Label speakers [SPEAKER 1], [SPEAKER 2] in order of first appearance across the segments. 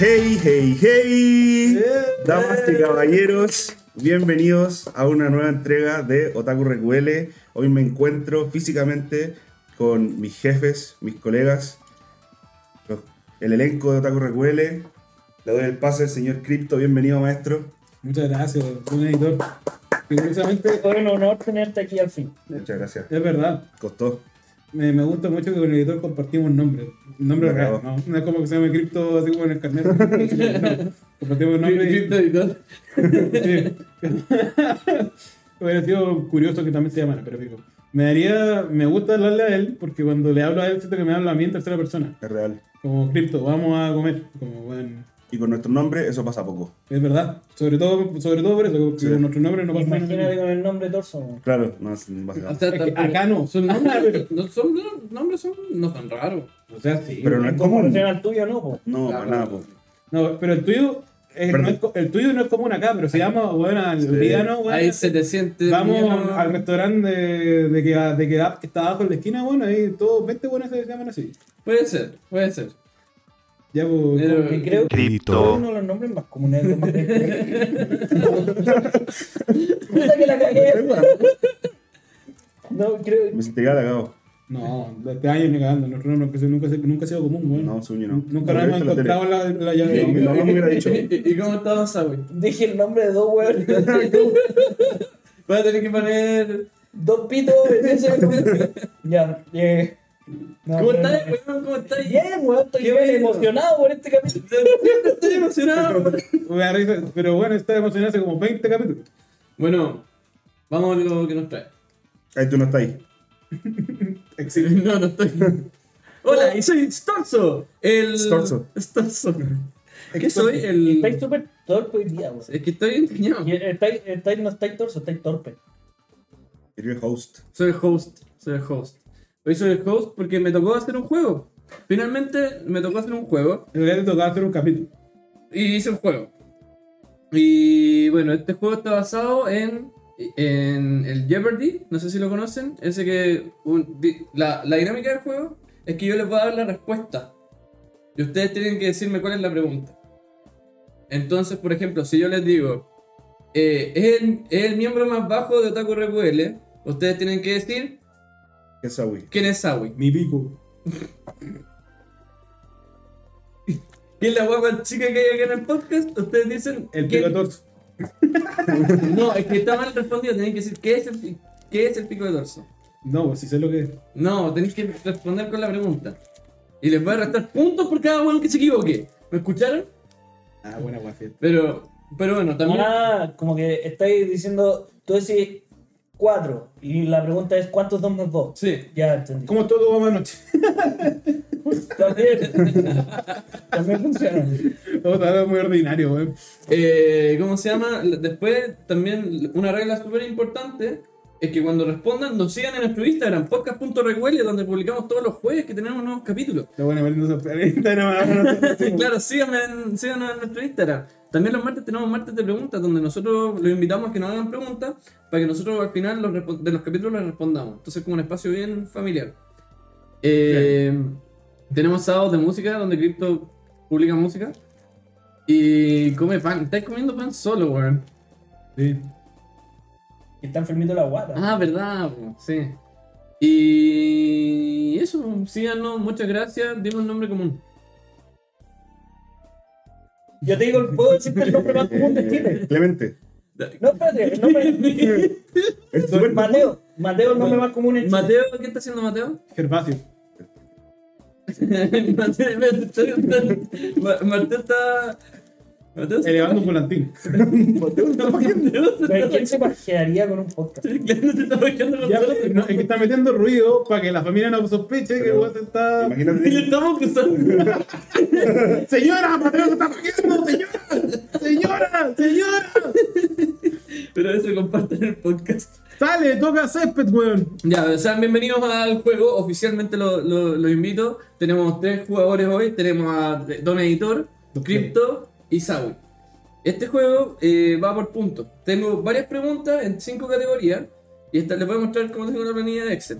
[SPEAKER 1] Hey, hey, hey, damas y caballeros, bienvenidos a una nueva entrega de Otaku Recuele. Hoy me encuentro físicamente con mis jefes, mis colegas, los- el elenco de Otaku Recuele. Le doy el pase al señor Crypto, bienvenido maestro.
[SPEAKER 2] Muchas gracias, buen editor. Que Curiosamente,
[SPEAKER 3] Fue un honor tenerte aquí al fin.
[SPEAKER 1] Muchas gracias.
[SPEAKER 2] es verdad.
[SPEAKER 1] Costó.
[SPEAKER 2] Me, me gusta mucho que con el editor compartimos nombre. Un nombre
[SPEAKER 1] Me
[SPEAKER 2] real,
[SPEAKER 1] acabo.
[SPEAKER 2] ¿no? No es como que se llame cripto así como en el carnet. No, compartimos nombre. y- Sí. Hubiera sido curioso que también se llamara, pero pico. Me daría. Me gusta hablarle a él, porque cuando le hablo a él, siento que me habla a mí en tercera persona.
[SPEAKER 1] Es real.
[SPEAKER 2] Como cripto, vamos a comer. Como, bueno.
[SPEAKER 1] Y con nuestro nombre eso pasa poco.
[SPEAKER 2] Es verdad. Sobre todo, sobre todo por eso, porque
[SPEAKER 1] Sí.
[SPEAKER 2] con nuestro nombre no pasa nada.
[SPEAKER 3] Imagínate con el nombre torso. weón.
[SPEAKER 1] Claro, no es no pasa nada.
[SPEAKER 4] O sea,
[SPEAKER 2] Es que
[SPEAKER 4] tampoco-
[SPEAKER 2] acá no. Ah,
[SPEAKER 4] Son
[SPEAKER 2] Acá, pero-
[SPEAKER 4] nombres, no, son no- nombres son, no son raros.
[SPEAKER 2] O sea, sí.
[SPEAKER 1] Pero no es
[SPEAKER 3] En
[SPEAKER 1] común.
[SPEAKER 3] comparación al tuyo, no, po.
[SPEAKER 1] No, para nada, po.
[SPEAKER 2] No, pero el tuyo, es,
[SPEAKER 1] Perdón.
[SPEAKER 2] no es co- el tuyo no es común acá, pero se llama, bueno, al
[SPEAKER 1] Sí.
[SPEAKER 2] Luriano, bueno,
[SPEAKER 4] Ahí se te siente.
[SPEAKER 2] Vamos
[SPEAKER 4] miedo.
[SPEAKER 2] al restaurante de, de, que, de que, que está abajo en la esquina, bueno, ahí todos 20 buenos se llaman así.
[SPEAKER 4] Puede ser, puede ser.
[SPEAKER 2] Ya, pues.
[SPEAKER 4] Pero-
[SPEAKER 2] como-
[SPEAKER 3] Que creo que es
[SPEAKER 5] Cripto.
[SPEAKER 3] uno de los nombres más comunes. los más frecuentes. Puta que la cagué. No, creo.
[SPEAKER 1] Me sentí cagado.
[SPEAKER 2] No, este año ni cagando, nuestro nombre nunca, se- nunca, se- nunca ha sido común, bueno.
[SPEAKER 1] No, sueño no.
[SPEAKER 2] Nunca
[SPEAKER 1] Lo
[SPEAKER 2] lo hemos
[SPEAKER 1] he visto en la
[SPEAKER 2] encontrado la, la llave.
[SPEAKER 1] Sí, mi
[SPEAKER 2] No,
[SPEAKER 1] mamá me hubiera dicho.
[SPEAKER 4] ¿Y, y cómo estaba esa wey?
[SPEAKER 3] Dije el nombre de dos weón.
[SPEAKER 4] Voy a tener que poner.
[SPEAKER 3] Dos pitos en ese. Ya, eh.
[SPEAKER 2] Ah,
[SPEAKER 3] No,
[SPEAKER 4] ¿Cómo
[SPEAKER 3] pero-
[SPEAKER 4] estás, weón? ¿Cómo estás?
[SPEAKER 3] Bien, weón. Estoy
[SPEAKER 4] Qué
[SPEAKER 3] bien
[SPEAKER 4] bueno.
[SPEAKER 3] emocionado por este capítulo.
[SPEAKER 4] Estoy emocionado. weón.
[SPEAKER 2] me da risa, Pero bueno, está emocionado hace como 20 capítulos.
[SPEAKER 4] Bueno, vamos a ver lo que nos trae.
[SPEAKER 1] Ahí tú no estás ahí.
[SPEAKER 2] Existe.
[SPEAKER 4] No, no estoy. Hola, y soy Storzo. El...
[SPEAKER 1] Storzo.
[SPEAKER 4] Storzo. ¿Qué soy? El...
[SPEAKER 3] Estáis súper torpe hoy día, weón.
[SPEAKER 4] Es que estoy engañado.
[SPEAKER 3] Estáis, estáis, no estáis torso, estáis torpe.
[SPEAKER 1] You're your host.
[SPEAKER 4] Soy el host, soy el host. Hoy soy el host porque me tocó hacer un juego. Finalmente me tocó hacer un juego
[SPEAKER 2] En realidad te tocaba hacer un capítulo.
[SPEAKER 4] y hice un juego. Y bueno, este juego está basado en, en el Jeopardy, no sé si lo conocen. Ese que un- di- la, la dinámica del juego es que yo les voy a dar la respuesta y ustedes tienen que decirme cuál es la pregunta. Entonces, por ejemplo, si yo les digo, eh, es, el, es el miembro más bajo de Otaku RQL, ustedes tienen que decir
[SPEAKER 1] ¿Qué es Sawi?
[SPEAKER 4] quién es Sawi.
[SPEAKER 2] Mi pico.
[SPEAKER 4] ¿Quién es la guapa chica que hay acá en el podcast? Ustedes dicen.
[SPEAKER 2] El
[SPEAKER 4] ¿quién?
[SPEAKER 2] pico torso.
[SPEAKER 4] No, es que está mal respondido. Tenéis que decir, ¿qué es el, pi- qué es el pico de torso?
[SPEAKER 2] No, pues, si sé lo que es.
[SPEAKER 4] No, tenéis que responder con la pregunta. Y les voy a restar puntos por cada uno que se equivoque. ¿Me escucharon?
[SPEAKER 2] Ah, buena guafia.
[SPEAKER 4] Pero, pero bueno, también.
[SPEAKER 3] Ah, como que estáis diciendo, tú decís 4 y la pregunta es ¿cuántos 2 más 2?
[SPEAKER 4] Sí.
[SPEAKER 3] Ya entendí.
[SPEAKER 2] ¿Cómo estuvo tu mamá anoche?
[SPEAKER 3] También, también funciona.
[SPEAKER 2] Otra vez muy ordinario, weón.
[SPEAKER 4] Eh, ¿Cómo se llama? Después, también una regla súper importante es que cuando respondan, nos sigan en nuestro Instagram, podcast.recuele, donde publicamos todos los jueves que tenemos nuevos capítulos.
[SPEAKER 2] Lo bueno, pero no se aparenta, no, no, no, no,
[SPEAKER 4] Sí,
[SPEAKER 2] no.
[SPEAKER 4] claro, síganme en, síganos en nuestro Instagram. También los martes tenemos martes de preguntas, donde nosotros los invitamos a que nos hagan preguntas para que nosotros al final los respo- de los capítulos les respondamos. Entonces, como un espacio bien familiar. Eh, Tenemos sábados de música, donde Crypto publica música. Y come pan. Estáis comiendo pan solo, weón.
[SPEAKER 2] Sí.
[SPEAKER 3] Que está enfermito la guata.
[SPEAKER 4] Ah, verdad, po, sí. Y eso, síganos, muchas gracias. Dime un nombre común.
[SPEAKER 3] Yo te digo, puedo decirte el nombre más común de
[SPEAKER 1] Eh,
[SPEAKER 3] Chile.
[SPEAKER 1] Clemente.
[SPEAKER 3] No, espérate, el nombre.
[SPEAKER 1] Es súper
[SPEAKER 3] Mateo. Mateo, el nombre más común en Chile.
[SPEAKER 4] Mateo, ¿qué está haciendo Mateo?
[SPEAKER 2] Gervasio.
[SPEAKER 4] Mateo está- Mateo está. Mateo está-
[SPEAKER 2] Elevando un volantín.
[SPEAKER 4] Mateo se
[SPEAKER 3] Pero
[SPEAKER 4] está-
[SPEAKER 3] ¿Quién se pajearía con un podcast?
[SPEAKER 4] Claro, se está bajando los
[SPEAKER 2] Ya,
[SPEAKER 4] brazos.
[SPEAKER 2] no, es que está metiendo ruido para que la familia no sospeche que
[SPEAKER 1] Pero-
[SPEAKER 2] el guate está.
[SPEAKER 4] Y le
[SPEAKER 1] Imagínate.
[SPEAKER 4] estamos acusando.
[SPEAKER 2] ¡Señora! ¡Mateo se está poniendo! ¡Señora! ¡Señora! ¡Señora!
[SPEAKER 4] Pero eso comparten el podcast.
[SPEAKER 2] ¡Sale! ¡Toca césped, weón!
[SPEAKER 4] Ya, sean bienvenidos al juego. Oficialmente lo- lo- los invito. Tenemos tres jugadores hoy. Tenemos a Don Editor,
[SPEAKER 2] Ok.
[SPEAKER 4] Crypto y Sawi. Este juego eh, va por puntos. Tengo varias preguntas en cinco categorías. Y esta les voy a mostrar cómo tengo la planilla de Excel.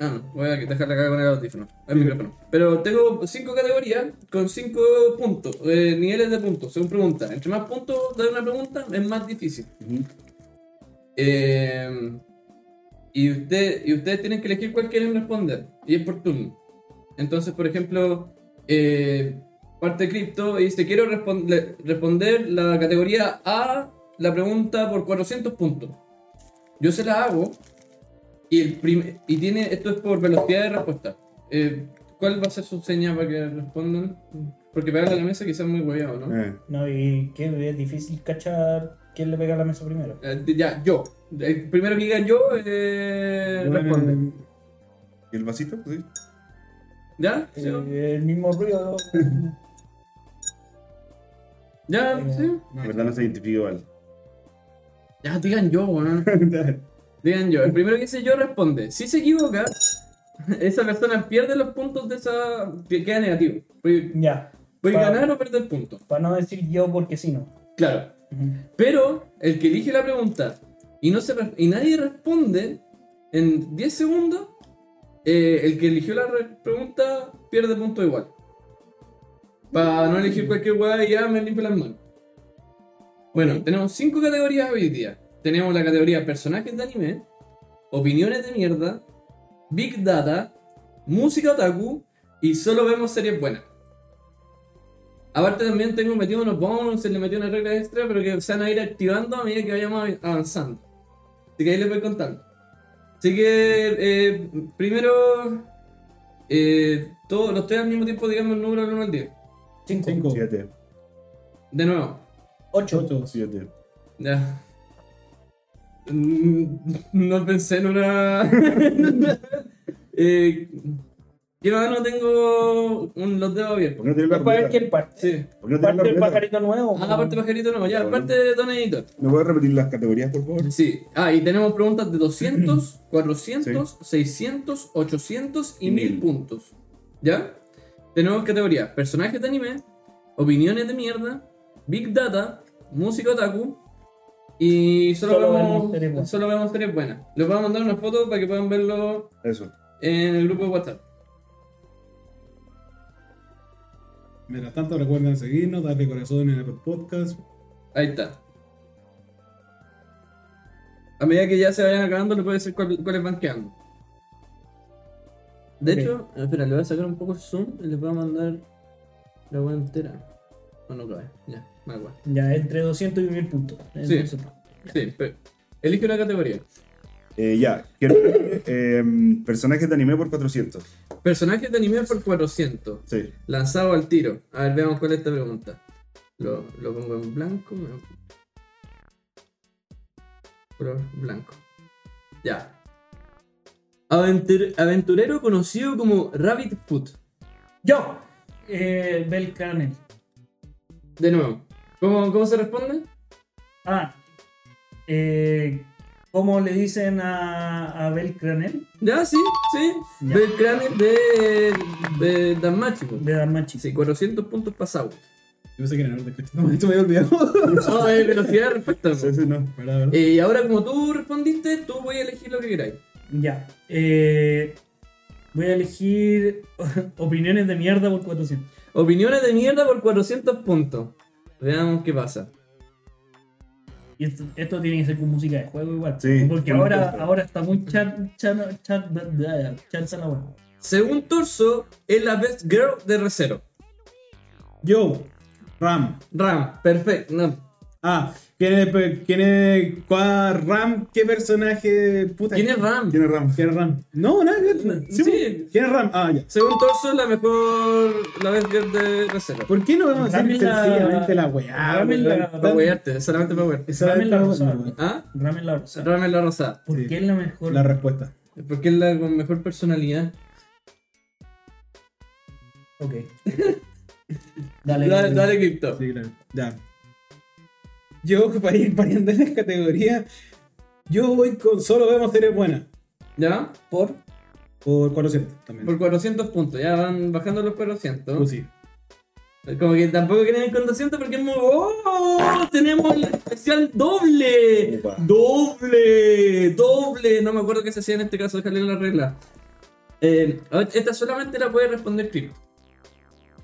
[SPEAKER 4] Ah, no, voy a dejarla acá con el audífono, el micrófono. Pero tengo cinco categorías con cinco puntos, eh, niveles de puntos, según pregunta. Entre más puntos de una pregunta, es más difícil.
[SPEAKER 1] Ujú.
[SPEAKER 4] Eh, y, usted, y ustedes tienen que elegir cuál quieren responder. Y es por turno. Entonces, por ejemplo, eh, parte cripto y dice: Quiero respon- le- responder la categoría A, la pregunta por 400 puntos. Yo se la hago. Y, el prim- y tiene esto es por velocidad de respuesta. Eh, ¿Cuál va a ser su seña para que respondan? Porque pegarle a la mesa quizás es muy hueveado, ¿no?
[SPEAKER 1] Eh,
[SPEAKER 3] No, y qué es difícil cachar quién le pega a la mesa primero.
[SPEAKER 4] Eh, de- ya, yo. El primero que diga yo eh,
[SPEAKER 2] Bueno,
[SPEAKER 4] responde.
[SPEAKER 1] ¿Y el vasito? Sí.
[SPEAKER 4] ¿Ya? ¿Sí?
[SPEAKER 3] Eh, el mismo ruido.
[SPEAKER 4] ¿Ya? ¿Sí?
[SPEAKER 1] En verdad no se identifica igual.
[SPEAKER 4] Ya, digan yo, weón. Digan yo. El primero que dice yo responde. Si se equivoca, esa persona pierde los puntos de esa. que queda negativo. Voy,
[SPEAKER 3] Ya.
[SPEAKER 4] voy a
[SPEAKER 3] Pa-
[SPEAKER 4] ganar o perder puntos.
[SPEAKER 3] Para no decir yo porque si no.
[SPEAKER 4] Claro. Pero el que elige la pregunta y, no se, re- y nadie responde en 10 segundos, eh, el que eligió la re- pregunta pierde punto igual. Para no elegir cualquier weá y ya me limpio las manos. Bueno, tenemos 5 categorías hoy día. Tenemos la categoría personajes de anime, opiniones de mierda, big data, música otaku y solo vemos series buenas. Aparte también tengo metido unos bonus, se le metió una regla extra, pero que se van a ir activando a medida que vayamos avanzando. Así que ahí les voy contando. Así que eh, primero, eh, todo, los tres al mismo tiempo digamos el número del 1 al 10.
[SPEAKER 3] 5,
[SPEAKER 2] Cinco.
[SPEAKER 1] Siete.
[SPEAKER 4] De nuevo.
[SPEAKER 3] 8.
[SPEAKER 2] Ocho.
[SPEAKER 1] Siete.
[SPEAKER 4] Ya. Mm, No pensé en una. eh, yo ahora no tengo un, los dedos
[SPEAKER 1] ¿Por
[SPEAKER 4] abiertos.
[SPEAKER 1] qué no tenés la
[SPEAKER 3] Es para ver
[SPEAKER 1] ruleta?
[SPEAKER 3] quién parte.
[SPEAKER 4] Sí.
[SPEAKER 1] ¿Por qué no tenés la
[SPEAKER 3] Parte el
[SPEAKER 1] ruleta?
[SPEAKER 3] pajarito nuevo.
[SPEAKER 4] Ah, aparte pajarito no, ya, aparte de Don Editor.
[SPEAKER 1] ¿Me puedes repetir las categorías, por favor?
[SPEAKER 4] Sí, ah, y tenemos preguntas de 200, 400, 600, 800 y
[SPEAKER 1] Y
[SPEAKER 4] 1000
[SPEAKER 1] mil.
[SPEAKER 4] puntos. ¿Ya? Tenemos categorías: personajes de anime, opiniones de mierda, Big Data, música otaku. Y solo,
[SPEAKER 3] Solo
[SPEAKER 4] vemos,
[SPEAKER 3] vemos series buenas.
[SPEAKER 4] solo vemos series buenas. Les voy a mandar una foto para que puedan verlo
[SPEAKER 1] Eso.
[SPEAKER 4] en el grupo de WhatsApp.
[SPEAKER 2] Mientras tanto, recuerden seguirnos, darle corazón en el podcast.
[SPEAKER 4] Ahí está. A medida que ya se vayan acabando, le puedo decir cuál- cuáles van quedando. De
[SPEAKER 3] Ok.
[SPEAKER 4] hecho, eh, espera, le voy a sacar un poco el zoom y les voy a mandar la web entera. No, no cabe. Ya, mal wea.
[SPEAKER 3] Ya, entre 200 y 1000 puntos.
[SPEAKER 4] Sí. Sí, pero elige una categoría.
[SPEAKER 1] Eh, ya. Quiero eh, personajes de anime por 400.
[SPEAKER 4] Personajes de anime por 400.
[SPEAKER 1] Sí.
[SPEAKER 4] Lanzado al tiro. A ver, veamos cuál es esta pregunta. Lo, lo pongo en blanco. me- Color blanco. Ya. Aventur- aventurero conocido como Rabbit Foot.
[SPEAKER 3] Yo. Eh, Bel Canel.
[SPEAKER 4] De nuevo. ¿Cómo, cómo se responde?
[SPEAKER 3] Ah. Eh, ¿Cómo le dicen a, a Bel Cranel?
[SPEAKER 4] Ya, sí, sí.
[SPEAKER 3] Ya.
[SPEAKER 4] Del cráneo de, de Danmachi. po.
[SPEAKER 3] De Darmachi.
[SPEAKER 4] Sí, 400 puntos pasados.
[SPEAKER 2] Yo sé que era de No, esto me había olvidado.
[SPEAKER 4] No, de velocidad de respuesta. po.
[SPEAKER 1] Sí, sí, no.
[SPEAKER 2] ¿Verdad, verdad?
[SPEAKER 4] Eh, y ahora como tú respondiste, tú voy a elegir lo que queráis.
[SPEAKER 3] Ya. Eh, voy a elegir opiniones de mierda por 400.
[SPEAKER 4] Opiniones de mierda por 400 puntos. Veamos qué pasa.
[SPEAKER 3] Y esto, esto tiene que ser con música de juego igual.
[SPEAKER 1] Sí,
[SPEAKER 3] porque
[SPEAKER 1] con
[SPEAKER 3] ahora,
[SPEAKER 1] música.
[SPEAKER 3] ahora está muy chat, chat, chat, chat, la web.
[SPEAKER 4] Según Torso, es la best girl de Recero.
[SPEAKER 2] Yo, Ram.
[SPEAKER 4] Ram, perfecto. No.
[SPEAKER 2] Ah, ¿quién es, pe- quién es, cuál Ram? ¿Qué personaje? Puta,
[SPEAKER 4] ¿Quién es Ram?
[SPEAKER 1] ¿Quién es Ramos?
[SPEAKER 2] ¿Quién es Ram? No, nada, nada.
[SPEAKER 4] Sí.
[SPEAKER 2] ¿Quién es Ram? Ah, ya.
[SPEAKER 4] Según Torso, es la mejor. La best girl de Recero.
[SPEAKER 2] ¿Por qué no vamos a
[SPEAKER 3] Ram
[SPEAKER 2] decir
[SPEAKER 3] es la-
[SPEAKER 2] sencillamente la weá?
[SPEAKER 3] Ram es
[SPEAKER 2] weón?
[SPEAKER 3] la-
[SPEAKER 4] Para huearte, solamente para huearte.
[SPEAKER 2] Esa
[SPEAKER 3] Ram es la
[SPEAKER 2] weá,
[SPEAKER 3] rosada.
[SPEAKER 2] weón.
[SPEAKER 4] ¿Ah?
[SPEAKER 3] Ramen la rosa.
[SPEAKER 4] Ram es la rosada.
[SPEAKER 3] ¿Por
[SPEAKER 2] Sí.
[SPEAKER 3] qué es la mejor?
[SPEAKER 2] La respuesta.
[SPEAKER 4] Porque es la con mejor personalidad.
[SPEAKER 3] Ok. Dale,
[SPEAKER 4] Dale,
[SPEAKER 3] dale.
[SPEAKER 4] dale cripto.
[SPEAKER 2] Sí, claro. Ya. Yo, para ir variando las categorías, yo voy con solo vemos series buenas.
[SPEAKER 4] ¿Ya?
[SPEAKER 3] Por
[SPEAKER 2] Por 400 también.
[SPEAKER 4] Por 400 puntos. Ya van bajando los 400.
[SPEAKER 2] Pues sí.
[SPEAKER 4] Como que tampoco quieren ir con 200 porque es muy... ¡Oh! Tenemos el especial doble.
[SPEAKER 1] Upa.
[SPEAKER 4] Doble. Doble. No me acuerdo qué se hacía en este caso. Déjale la regla. Eh, esta solamente la puede responder Crypto.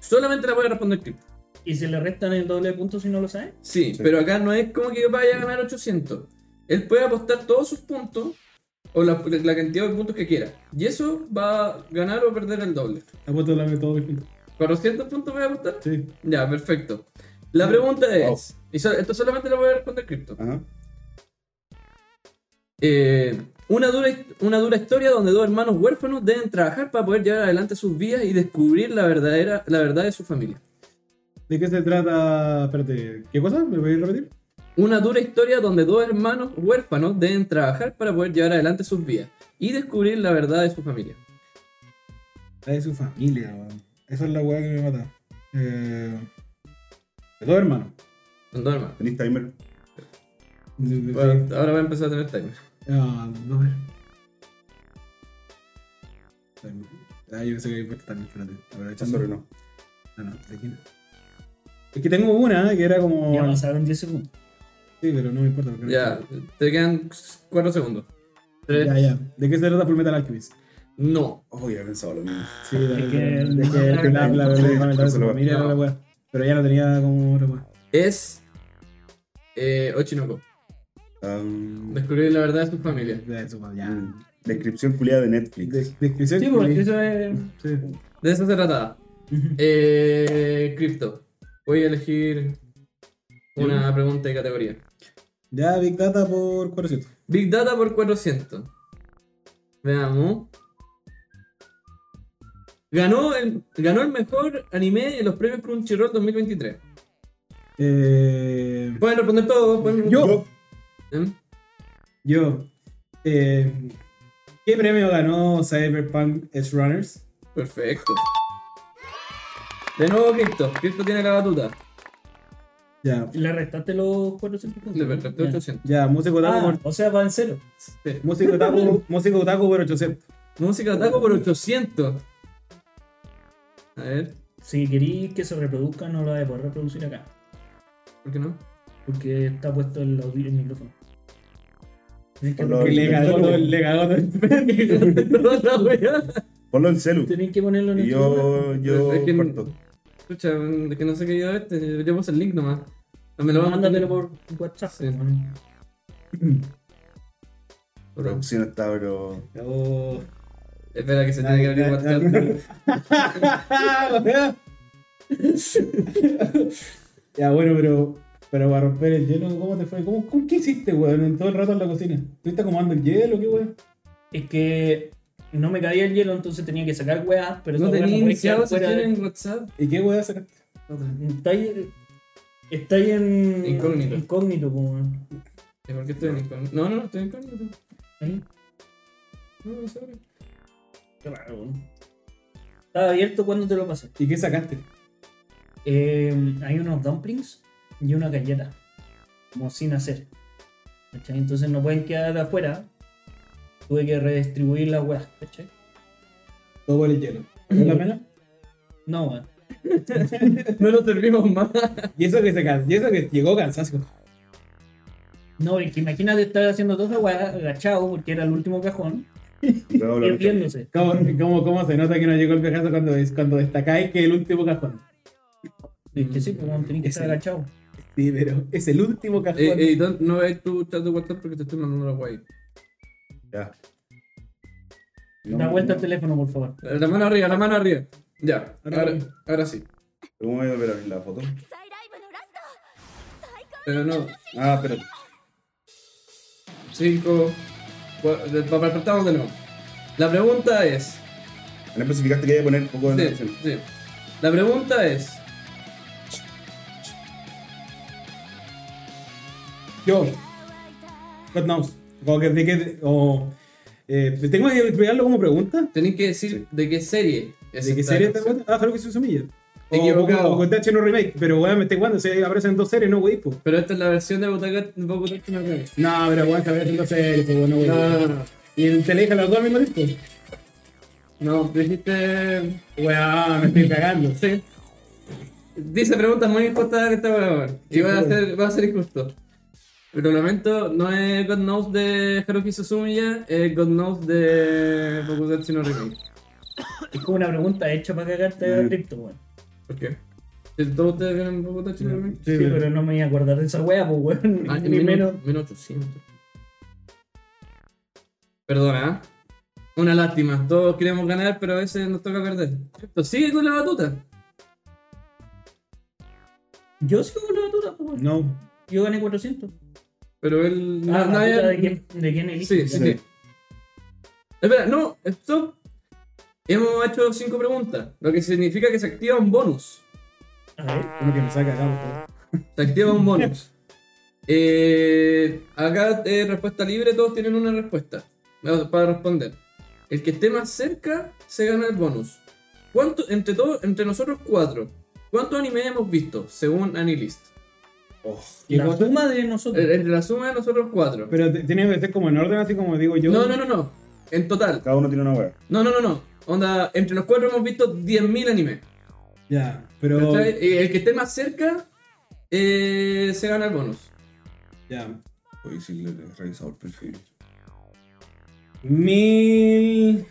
[SPEAKER 4] Solamente la puede responder Crypto.
[SPEAKER 3] ¿Y se le restan el doble de puntos si no lo sabe?
[SPEAKER 4] Sí,
[SPEAKER 1] Sí.
[SPEAKER 4] pero acá no es como que vaya a ganar 800. Él puede apostar todos sus puntos o la, la cantidad de puntos que quiera. Y eso va a ganar o perder el doble.
[SPEAKER 2] Apuesto la todo junto.
[SPEAKER 4] 400 puntos voy a apostar.
[SPEAKER 2] Sí.
[SPEAKER 4] Ya, perfecto. La pregunta
[SPEAKER 1] Wow.
[SPEAKER 4] es, y so- esto solamente lo voy a responder cripto.
[SPEAKER 1] Ajá.
[SPEAKER 4] Eh, una, dura, una dura historia donde dos hermanos huérfanos deben trabajar para poder llevar adelante sus vidas y descubrir la, verdadera, la verdad de su familia.
[SPEAKER 2] ¿De qué se trata? Espérate, ¿qué cosa? ¿Me voy a repetir?
[SPEAKER 4] Una dura historia donde dos hermanos huérfanos deben trabajar para poder llevar adelante sus vidas y descubrir la verdad de su familia.
[SPEAKER 2] La de su familia, weón. Esa es la weá que me mata. Eh, de dos hermanos.
[SPEAKER 4] Son dos hermanos.
[SPEAKER 1] ¿Tenéis timer?
[SPEAKER 2] De- de-
[SPEAKER 4] Bueno, ahora va a empezar a tener timer.
[SPEAKER 2] Ah, no ver. Ah, yo pensé que había puesto también, espérate. A ver,
[SPEAKER 1] Ya,
[SPEAKER 2] echando.
[SPEAKER 1] sorry, no.
[SPEAKER 2] No, no, de aquí no. Es que tengo una ¿eh? que era como.
[SPEAKER 3] Ya pasaron 10 segundos.
[SPEAKER 2] Sí, pero no me importa. Porque no
[SPEAKER 4] Ya, te quedan 4 segundos.
[SPEAKER 2] sé.
[SPEAKER 4] Tres.
[SPEAKER 2] ya, ya. ¿De qué se trata Fullmetal Alchemist?
[SPEAKER 4] No.
[SPEAKER 1] Oh, ya he pensado lo mismo.
[SPEAKER 2] Sí, de,
[SPEAKER 3] Es
[SPEAKER 2] de,
[SPEAKER 3] que-
[SPEAKER 2] de, que el que la la verdad de su familia era la weá. Pero ya no tenía como otra weá.
[SPEAKER 4] Es eh, Ochinoko.
[SPEAKER 1] Um,
[SPEAKER 4] Descubrir la verdad de su familia.
[SPEAKER 2] De su familia. ya.
[SPEAKER 1] mm, Descripción culiada de Netflix.
[SPEAKER 2] De- Descripción.
[SPEAKER 3] Sí, porque eso es.
[SPEAKER 2] Sí.
[SPEAKER 4] De eso se trataba. Eh, cripto. Voy a elegir una pregunta de categoría.
[SPEAKER 2] Ya, Big Data por 400.
[SPEAKER 4] Big Data por 400. Veamos. Ganó el, ganó el mejor anime en los premios Crunchyroll 2023.
[SPEAKER 2] Eh,
[SPEAKER 4] Pueden responder todos. pueden
[SPEAKER 2] yo.
[SPEAKER 4] responder todos. ¿Eh?
[SPEAKER 2] Yo. Eh, ¿Qué premio ganó Cyberpunk Edge Runners?
[SPEAKER 4] Perfecto. De nuevo, Cripto. Cripto tiene la batuta.
[SPEAKER 2] Ya,
[SPEAKER 3] ¿Le restaste los 400 puntos?
[SPEAKER 4] Le perdió
[SPEAKER 3] Mm. Ya.
[SPEAKER 4] 800.
[SPEAKER 2] ya, músico otaku
[SPEAKER 3] Ah,
[SPEAKER 2] por.
[SPEAKER 3] o sea, van cero.
[SPEAKER 4] Sí.
[SPEAKER 2] Músico otaku, músico otaku por 800.
[SPEAKER 4] Música de ataco por 800. A ver,
[SPEAKER 3] Si queréis que se reproduzca, no lo vais a poder reproducir acá.
[SPEAKER 4] ¿por qué no?
[SPEAKER 3] Porque está puesto el, audio, el micrófono. Tenéis que,
[SPEAKER 1] Por lo-
[SPEAKER 2] Que le cagó todo, le cagó todo el premio.
[SPEAKER 4] No, la wea.
[SPEAKER 1] Ponlo en celu.
[SPEAKER 3] tenéis que ponerlo en el
[SPEAKER 1] Y yo, yo
[SPEAKER 4] Es que-
[SPEAKER 1] corto.
[SPEAKER 4] Escucha, de que no sé qué video es este. Yo puse el link nomás. No, Me lo van a mandar
[SPEAKER 3] Mándatelo por WhatsApp.
[SPEAKER 4] Sí.
[SPEAKER 3] weón.
[SPEAKER 1] Producción está, pero.
[SPEAKER 2] Oh.
[SPEAKER 4] Espera, que se
[SPEAKER 2] Dale,
[SPEAKER 4] tiene que abrir
[SPEAKER 2] dale,
[SPEAKER 4] WhatsApp.
[SPEAKER 2] ya, bueno, pero. Pero para romper el hielo, ¿cómo te fue? ¿Cómo, cómo- ¿Qué hiciste, weón? En todo el rato en la cocina. ¿Estuviste acomodando el hielo? ¿Qué weón?
[SPEAKER 3] Es que no me caía el hielo, entonces tenía que sacar weas, pero
[SPEAKER 4] No
[SPEAKER 3] esa wea
[SPEAKER 4] tenía
[SPEAKER 3] podéis quedar
[SPEAKER 4] iniciado
[SPEAKER 3] fuera
[SPEAKER 4] sesión
[SPEAKER 3] de-
[SPEAKER 4] en WhatsApp.
[SPEAKER 2] ¿Y qué weón sacaste?
[SPEAKER 3] Estáis estáis en.
[SPEAKER 4] Incógnito.
[SPEAKER 3] Incógnito, po, weón.
[SPEAKER 4] ¿Y ¿Por qué estoy en incógnito? No, no, no, estoy en incógnito.
[SPEAKER 3] Ahí.
[SPEAKER 4] No, no, sorry.
[SPEAKER 3] Qué raro, weón. Estaba abierto cuando te lo pasé.
[SPEAKER 2] ¿Y qué sacaste?
[SPEAKER 3] Eh, hay unos dumplings y una galleta. Como sin hacer. ¿Cachai? Entonces no pueden quedar afuera. Tuve que redistribuir las weas, ¿cachai?
[SPEAKER 2] Todo por el hielo. ¿Valió la pena?
[SPEAKER 3] No, weón.
[SPEAKER 4] No lo servimos más.
[SPEAKER 2] Y eso que se can- y eso que llegó cansancio.
[SPEAKER 3] No, es que imagínate estar haciendo toda esa wea agachado porque era el último cajón.
[SPEAKER 1] Luego
[SPEAKER 3] Y
[SPEAKER 1] lo-
[SPEAKER 3] riéndose.
[SPEAKER 2] ¿Cómo, cómo, cómo se nota que no llegó el viajazo cuando, es- cuando destacáis que el último cajón?
[SPEAKER 3] Es que sí, pues, weón, tenés que
[SPEAKER 2] Ese-
[SPEAKER 3] estar agachado.
[SPEAKER 2] Sí, pero es el último cajón.
[SPEAKER 4] Eh, eh, don- no veas tu chat de WhatsApp porque te estoy mandando la guay.
[SPEAKER 1] Ya. No,
[SPEAKER 3] Da vuelta al
[SPEAKER 1] no.
[SPEAKER 3] teléfono, por favor.
[SPEAKER 4] La mano arriba, la mano arriba. Ya,
[SPEAKER 2] Ahora
[SPEAKER 4] ahora,
[SPEAKER 2] voy.
[SPEAKER 4] ahora sí.
[SPEAKER 1] ¿Cómo voy a volver a abrir la foto?
[SPEAKER 4] Pero no,
[SPEAKER 1] Ah, espérate.
[SPEAKER 4] 5. Partamos de nuevo. La pregunta es.
[SPEAKER 1] No especificaste que iba a poner un poco de
[SPEAKER 4] Sí,
[SPEAKER 1] atención.
[SPEAKER 4] sí. La pregunta es.
[SPEAKER 2] Yo. God knows. Como que, de que- o, eh, tengo que pegarlo como pregunta.
[SPEAKER 4] Tenéis que decir
[SPEAKER 1] Sí.
[SPEAKER 4] de qué serie es
[SPEAKER 2] ¿De qué
[SPEAKER 4] esta
[SPEAKER 2] serie te
[SPEAKER 4] canción.
[SPEAKER 2] acuerdas? Ah, Haruki Suzumiya. O,
[SPEAKER 4] Equivocado.
[SPEAKER 2] o con Tachi no remake, pero weón, me estoy jugando, se aparecen dos series, no wey, po.
[SPEAKER 4] Pero esta es la versión de Botaka Botaka no Ken.
[SPEAKER 2] No, pero weón, se aparecen dos series, po, no wey.
[SPEAKER 4] No, no,
[SPEAKER 2] Eh.
[SPEAKER 4] no.
[SPEAKER 2] Y te elijan los dos al mismo tiempo.
[SPEAKER 4] No, dijiste.
[SPEAKER 2] Weón, me estoy cagando.
[SPEAKER 4] Sí. Dice preguntas muy injustas que esta weón. Y va a, ser, va a ser injusto. Pero lamento, no es God Knows de Haruki Suzumiya, es God Knows de Bokugatsu no Remake.
[SPEAKER 3] Es como una pregunta hecha para cagarte de
[SPEAKER 1] Mm.
[SPEAKER 3] cripto, weón.
[SPEAKER 4] ¿Por qué? ¿Todos ustedes vienen en Bogotá, Chile? también?
[SPEAKER 3] Sí, pero no me voy a acordar de esa wea, pues, weón.
[SPEAKER 4] Ah, en
[SPEAKER 3] Ni menos.
[SPEAKER 4] menos, menos 800. Perdona, ¿eh? Una lástima. Todos queremos ganar, pero a veces nos toca perder. Esto sigue con la batuta.
[SPEAKER 3] Yo sigo con la batuta, pues, weón.
[SPEAKER 2] No.
[SPEAKER 3] Yo gané 400.
[SPEAKER 4] Pero él.
[SPEAKER 3] Ah,
[SPEAKER 4] na-
[SPEAKER 3] la
[SPEAKER 4] nadie-
[SPEAKER 3] puta de quién, de quién
[SPEAKER 4] Sí,
[SPEAKER 3] elige.
[SPEAKER 4] sí,
[SPEAKER 3] Ya.
[SPEAKER 4] sí. Espera, no, stop. Hemos hecho cinco preguntas, lo que significa que se activa un bonus.
[SPEAKER 3] A ver.
[SPEAKER 2] Como que me saca acá,
[SPEAKER 4] Se activa un bonus. Eh, acá eh, respuesta libre, todos tienen una respuesta eh, para responder. El que esté más cerca se gana el bonus. ¿Cuánto, entre, todos, entre nosotros cuatro, ¿cuántos anime hemos visto según Anilist?
[SPEAKER 1] Oh,
[SPEAKER 2] ¿Y
[SPEAKER 3] la
[SPEAKER 2] cosa?
[SPEAKER 3] suma de nosotros.
[SPEAKER 4] Eh, Entre la suma de nosotros cuatro.
[SPEAKER 2] Pero te- tiene que ser como en orden, así como digo yo.
[SPEAKER 4] No, no, no, no. En total.
[SPEAKER 1] cada uno tiene una wea.
[SPEAKER 4] No, no, no, no. Onda, entre los cuatro hemos visto 10.000 animes.
[SPEAKER 2] Ya, pero.
[SPEAKER 4] ¿Cachai? Eh, El que esté más cerca eh, se gana el bonus.
[SPEAKER 2] Ya.
[SPEAKER 1] Oye, sí, le he revisado el perfil.
[SPEAKER 2] Mil.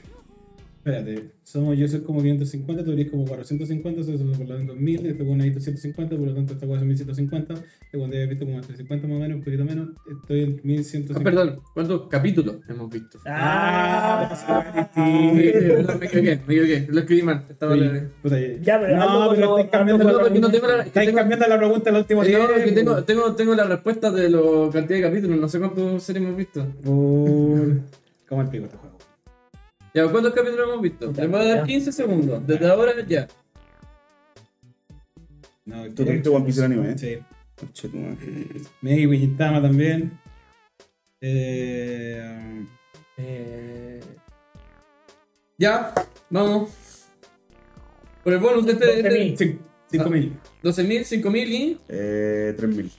[SPEAKER 2] Espérate, somos, yo soy como 550, tú eres como 450, eso es por lo tanto 1000, este weón ahí 150, por lo tanto esta weá son 1150, este weón debe haber visto como 350 más o menos, un poquito menos, estoy en
[SPEAKER 4] Ah,
[SPEAKER 2] 1150.
[SPEAKER 4] perdón, ¿cuántos capítulos hemos visto?
[SPEAKER 3] Ah,
[SPEAKER 4] Sí, perdón, me equivoqué, me equivoqué, lo escribí mal. Estaba
[SPEAKER 2] Sí, puta, ya.
[SPEAKER 3] Ya, pero ando
[SPEAKER 2] no,
[SPEAKER 3] con
[SPEAKER 2] pero
[SPEAKER 3] lo-
[SPEAKER 2] estáis cambiando
[SPEAKER 4] ando
[SPEAKER 2] la
[SPEAKER 4] con lo que no
[SPEAKER 2] pregunta.
[SPEAKER 4] tengo la- que
[SPEAKER 2] Estáis
[SPEAKER 4] tengo-
[SPEAKER 2] cambiando la pregunta al último
[SPEAKER 4] Eh,
[SPEAKER 2] tiempo.
[SPEAKER 4] que tengo, tengo, tengo la respuesta de la cantidad de capítulos, no sé cuántas series hemos visto.
[SPEAKER 2] Por... Como el pico este juego.
[SPEAKER 4] Ya, ¿cuántos capítulos hemos visto?
[SPEAKER 3] Puta,
[SPEAKER 4] Les voy a dar
[SPEAKER 3] ya.
[SPEAKER 4] 15 segundos, desde ahora ya.
[SPEAKER 2] No, el
[SPEAKER 1] Tú
[SPEAKER 2] pico.
[SPEAKER 1] tuviste One Piece el anime, ¿eh?
[SPEAKER 2] Sí.
[SPEAKER 1] Conche tu madre.
[SPEAKER 2] Mei Wichitama también. Eh,
[SPEAKER 4] Eh, Ya, vamos. Por el bonus de este, de este
[SPEAKER 3] 12.000.
[SPEAKER 2] cin- 5000.
[SPEAKER 4] 12.000, 5.000 y
[SPEAKER 1] Eh, 3000.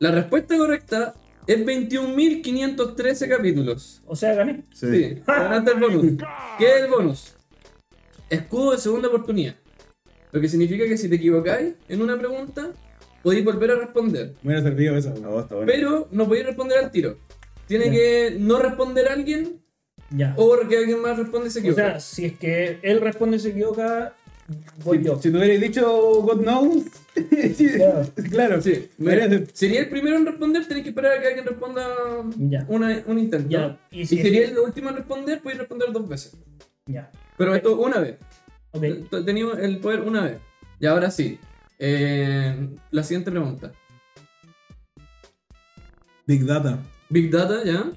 [SPEAKER 4] La respuesta correcta es 21.513 capítulos.
[SPEAKER 3] O sea, gané.
[SPEAKER 1] Sí.
[SPEAKER 4] Sí, adelante el bonus. ¿Qué es el bonus? Escudo de segunda oportunidad. Lo que significa que si te equivocáis en una pregunta, podéis volver a responder.
[SPEAKER 2] Me hubiera servido eso.
[SPEAKER 1] A vos está bueno.
[SPEAKER 4] Pero no podéis responder al tiro. Tiene
[SPEAKER 3] Ya.
[SPEAKER 4] que no responder a alguien
[SPEAKER 3] Ya. O,
[SPEAKER 4] o que alguien más responde y se equivoca.
[SPEAKER 3] sea, si es que él responde y se equivoca, voy yo.
[SPEAKER 2] Si tú hubieras dicho God knows. sí,
[SPEAKER 3] Claro.
[SPEAKER 2] Claro.
[SPEAKER 4] Sí,
[SPEAKER 2] Me hubiera-
[SPEAKER 4] mira, sería el primero en responder, tenéis que esperar a que alguien responda
[SPEAKER 3] Ya.
[SPEAKER 4] una- un intento.
[SPEAKER 3] Ya. Y
[SPEAKER 4] Y
[SPEAKER 3] si
[SPEAKER 4] si sería el último en responder, podéis responder dos veces.
[SPEAKER 3] Ya.
[SPEAKER 4] Pero esto una vez.
[SPEAKER 3] Ok.
[SPEAKER 4] T- Tenía el poder una vez. Y ahora sí. Eh, la siguiente pregunta.
[SPEAKER 2] Big Data.
[SPEAKER 4] Big Data, ¿ya?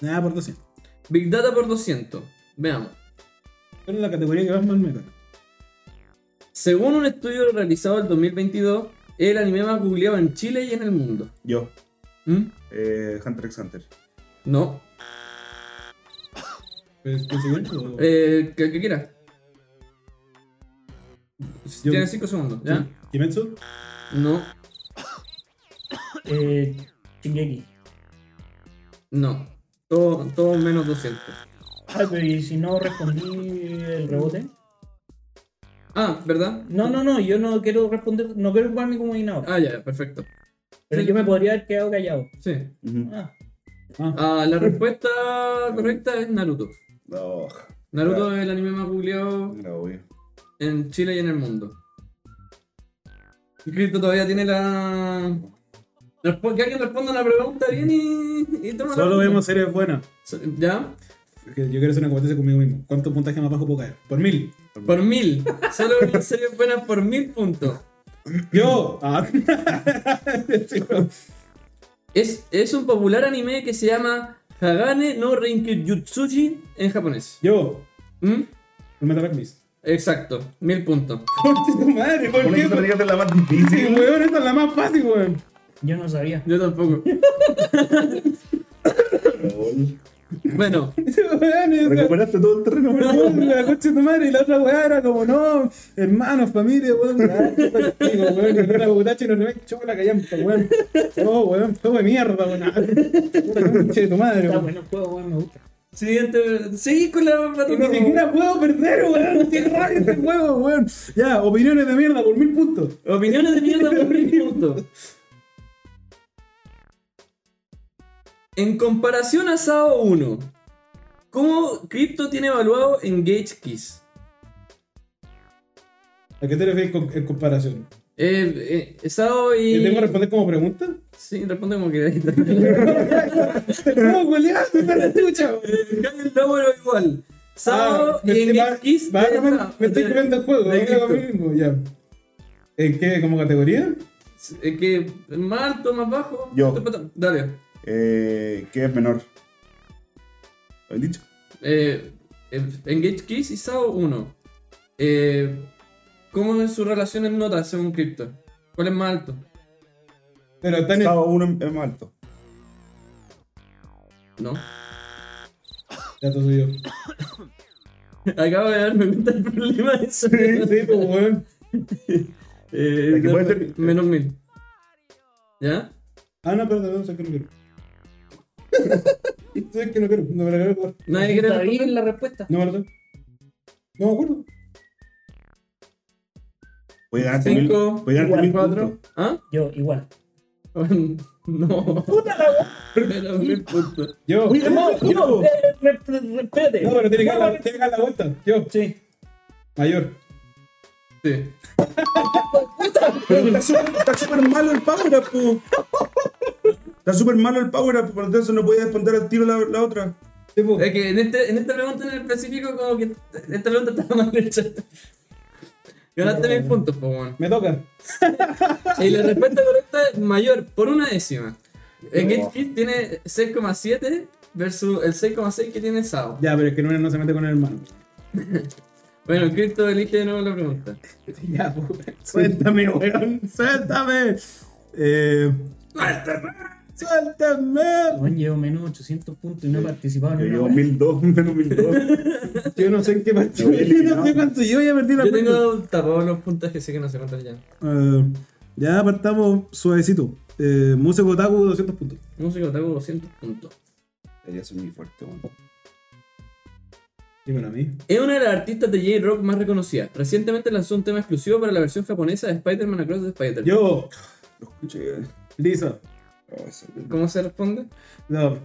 [SPEAKER 2] Nada, por 200.
[SPEAKER 4] Big Data por 200. Veamos.
[SPEAKER 2] Pero la categoría que más mal me gana.
[SPEAKER 4] Según un estudio realizado en 2022, es el anime más googleado en Chile y en el mundo.
[SPEAKER 1] Yo,
[SPEAKER 4] ¿Mm?
[SPEAKER 1] eh, Hunter x Hunter.
[SPEAKER 4] No.
[SPEAKER 2] Pues, ¿tú sigues? o-
[SPEAKER 4] Eh, que, que quiera.
[SPEAKER 2] Yo-
[SPEAKER 4] Tienes 5 segundos, pues, ¿ya?
[SPEAKER 2] Kimetsu.
[SPEAKER 4] No.
[SPEAKER 3] Eh, Shingeki.
[SPEAKER 4] No. Todo, todo menos 200.
[SPEAKER 3] Ah, pero y si no respondí el rebote.
[SPEAKER 4] Ah, ¿verdad?
[SPEAKER 3] No, no, no, yo no quiero responder, no quiero ocupar mi comodín ahora.
[SPEAKER 4] Ah, ya, perfecto.
[SPEAKER 3] pero
[SPEAKER 4] sí.
[SPEAKER 3] yo me podría haber quedado callado.
[SPEAKER 4] Sí.
[SPEAKER 1] Ujú.
[SPEAKER 3] Ah,
[SPEAKER 2] Ah,
[SPEAKER 4] Ah, la respuesta correcta es Naruto.
[SPEAKER 1] No,
[SPEAKER 4] Naruto es el anime más googleado
[SPEAKER 1] era obvio.
[SPEAKER 4] en Chile y en el mundo. Y Cristo todavía tiene la. Respo- Que alguien responda una pregunta bien y. y toma la
[SPEAKER 2] solo
[SPEAKER 4] punta.
[SPEAKER 2] vemos series buenas.
[SPEAKER 4] So- ¿Ya?
[SPEAKER 2] Es que Yo quiero hacer una competencia conmigo mismo. ¿Cuántos puntajes más bajo puedo caer? Por mil.
[SPEAKER 4] Por mil. Solo vemos series buenas por mil puntos.
[SPEAKER 2] ¡Yo! Ah.
[SPEAKER 4] Es, es un popular anime que se llama Hagane no Renkyutsuji en japonés.
[SPEAKER 2] Yo.
[SPEAKER 4] ¿Mm?
[SPEAKER 2] No me da permiso.
[SPEAKER 4] Exacto, mil puntos.
[SPEAKER 2] Conche tu madre, ¿por
[SPEAKER 1] Por
[SPEAKER 2] qué?
[SPEAKER 1] eso te digas que es la más
[SPEAKER 2] Sí,
[SPEAKER 1] difícil.
[SPEAKER 2] weón, esta es la más fácil, weón.
[SPEAKER 3] yo no sabía.
[SPEAKER 4] Yo tampoco.
[SPEAKER 1] Lol.
[SPEAKER 4] Bueno,
[SPEAKER 2] Ese weón es-
[SPEAKER 1] Recuperaste todo el terreno, pero-
[SPEAKER 2] weón, La concha de tu madre y la otra weá era como, no, hermano, familia, weón. Ah, qué castigo, weón, y la butacha y nos me echó la callampa, weón. Oh, weón, todo de mierda, weón. Ah, puta, concha de tu madre,
[SPEAKER 3] Está
[SPEAKER 2] weón.
[SPEAKER 3] bueno el juego, weón, me gusta.
[SPEAKER 4] siguiente. Seguí con la
[SPEAKER 2] Y Ni siquiera puedo perder, weón. Qué rabia este huevo, weón. Ya, opiniones de mierda por mil puntos.
[SPEAKER 4] Opiniones de mierda por mil puntos. En comparación a SAO 1, ¿cómo Crypto tiene evaluado Engage Kiss?
[SPEAKER 2] ¿A qué te refieres con- en comparación?
[SPEAKER 4] Eh, eh, Sao y.
[SPEAKER 2] ¿Te tengo que responder como pregunta?
[SPEAKER 4] Sí, responde como queráis. Cambia
[SPEAKER 2] ¡No, goleado! ¡Me escucha!
[SPEAKER 4] el número igual. Sao y
[SPEAKER 2] me, Ah, este va-
[SPEAKER 4] Engage Kiss.
[SPEAKER 2] va-
[SPEAKER 4] de-
[SPEAKER 2] me- me estoy
[SPEAKER 4] de-
[SPEAKER 2] comiendo el juego,
[SPEAKER 4] de
[SPEAKER 2] me cago en
[SPEAKER 4] Cristo.
[SPEAKER 2] mí mismo, ya. ¿En qué? ¿Como categoría?
[SPEAKER 4] Es que más alto, más bajo.
[SPEAKER 1] Yo.
[SPEAKER 4] Tú, pato- Dale.
[SPEAKER 1] Eh, ¿Qué es menor? ¿Lo he dicho?
[SPEAKER 4] Eh, eh, Engage Kiss y Sao 1. Eh, ¿Cómo es su relación en notas según Crypto? ¿Cuál es más alto?
[SPEAKER 2] Pero están en...
[SPEAKER 1] Estaba uno es más alto.
[SPEAKER 4] No.
[SPEAKER 2] Ya, todo soy yo. Sí,
[SPEAKER 4] Acabo de darme cuenta del problema de eso.
[SPEAKER 2] sí, pues, weón.
[SPEAKER 4] Eh,
[SPEAKER 1] La que puede ser-
[SPEAKER 4] Menos mil. ¿Ya?
[SPEAKER 2] Ah, no, perdón, no, sé que no quiero. sé que no quiero, no me la quiero jugar.
[SPEAKER 4] Nadie quiere
[SPEAKER 3] Está
[SPEAKER 4] responder.
[SPEAKER 3] bien la respuesta.
[SPEAKER 2] No me la tengo. No me acuerdo.
[SPEAKER 1] Puede ganarte mil,
[SPEAKER 4] Cinco,
[SPEAKER 1] puede ganarte mil
[SPEAKER 4] cuatro.
[SPEAKER 1] puntos.
[SPEAKER 4] ¿Ah?
[SPEAKER 3] Yo, igual.
[SPEAKER 4] No. Puta Pero mil puntos.
[SPEAKER 2] Yo.
[SPEAKER 3] No, no, eh, re- re- re- espérate.
[SPEAKER 2] No, pero tiene que dar la- tiene que dar la vuelta. Yo,
[SPEAKER 3] Sí.
[SPEAKER 2] mayor.
[SPEAKER 4] Sí.
[SPEAKER 1] Pero está súper está súper malo el power up, po. Está súper malo el power up, por lo tanto no podía responder al tiro la, la otra.
[SPEAKER 2] Sí, pues.
[SPEAKER 4] Es que en, este, en esta pregunta en específico, como que esta pregunta estaba mal hecha. Ganaste mil puntos, po, weón.
[SPEAKER 2] Me toca.
[SPEAKER 4] Y la respuesta correcta es mayor por una décima. El Gate Kid tiene 6,7 versus el 6,6 que tiene Sao.
[SPEAKER 2] Ya, pero es que no, no se mete con el hermano.
[SPEAKER 4] Bueno, Cristo elige de nuevo la pregunta.
[SPEAKER 2] Ya, pues. Suéltame, weón. Suéltame. Eh. Suéltame. Suéltame.
[SPEAKER 3] Bueno, llevo menos 800 puntos y no he participado en
[SPEAKER 1] Yo
[SPEAKER 3] una
[SPEAKER 1] llevo
[SPEAKER 3] wea.
[SPEAKER 1] mil dos, menos mil dos.
[SPEAKER 2] Yo no sé en qué partido.
[SPEAKER 1] Yo
[SPEAKER 2] Yo no sé cuánto. Yo ya perdí la
[SPEAKER 4] Yo
[SPEAKER 2] cuenta.
[SPEAKER 4] tengo tapados los puntajes, sé que no se cuentan ya.
[SPEAKER 2] Eh, ya partamos suavecito. Eh, Músico Otaku, 200 puntos.
[SPEAKER 4] Música Otaku 200 puntos.
[SPEAKER 1] Ya soy muy fuerte, weón.
[SPEAKER 2] Dímelo a mí.
[SPEAKER 4] Es una de las artistas de J-Rock más reconocidas. Recientemente lanzó un tema exclusivo para la versión japonesa de Spider-Man Across the Spider.
[SPEAKER 2] Yo,
[SPEAKER 1] Lo escuché.
[SPEAKER 2] Lisa.
[SPEAKER 1] Oh, ese-
[SPEAKER 4] ¿Cómo se responde?
[SPEAKER 2] No.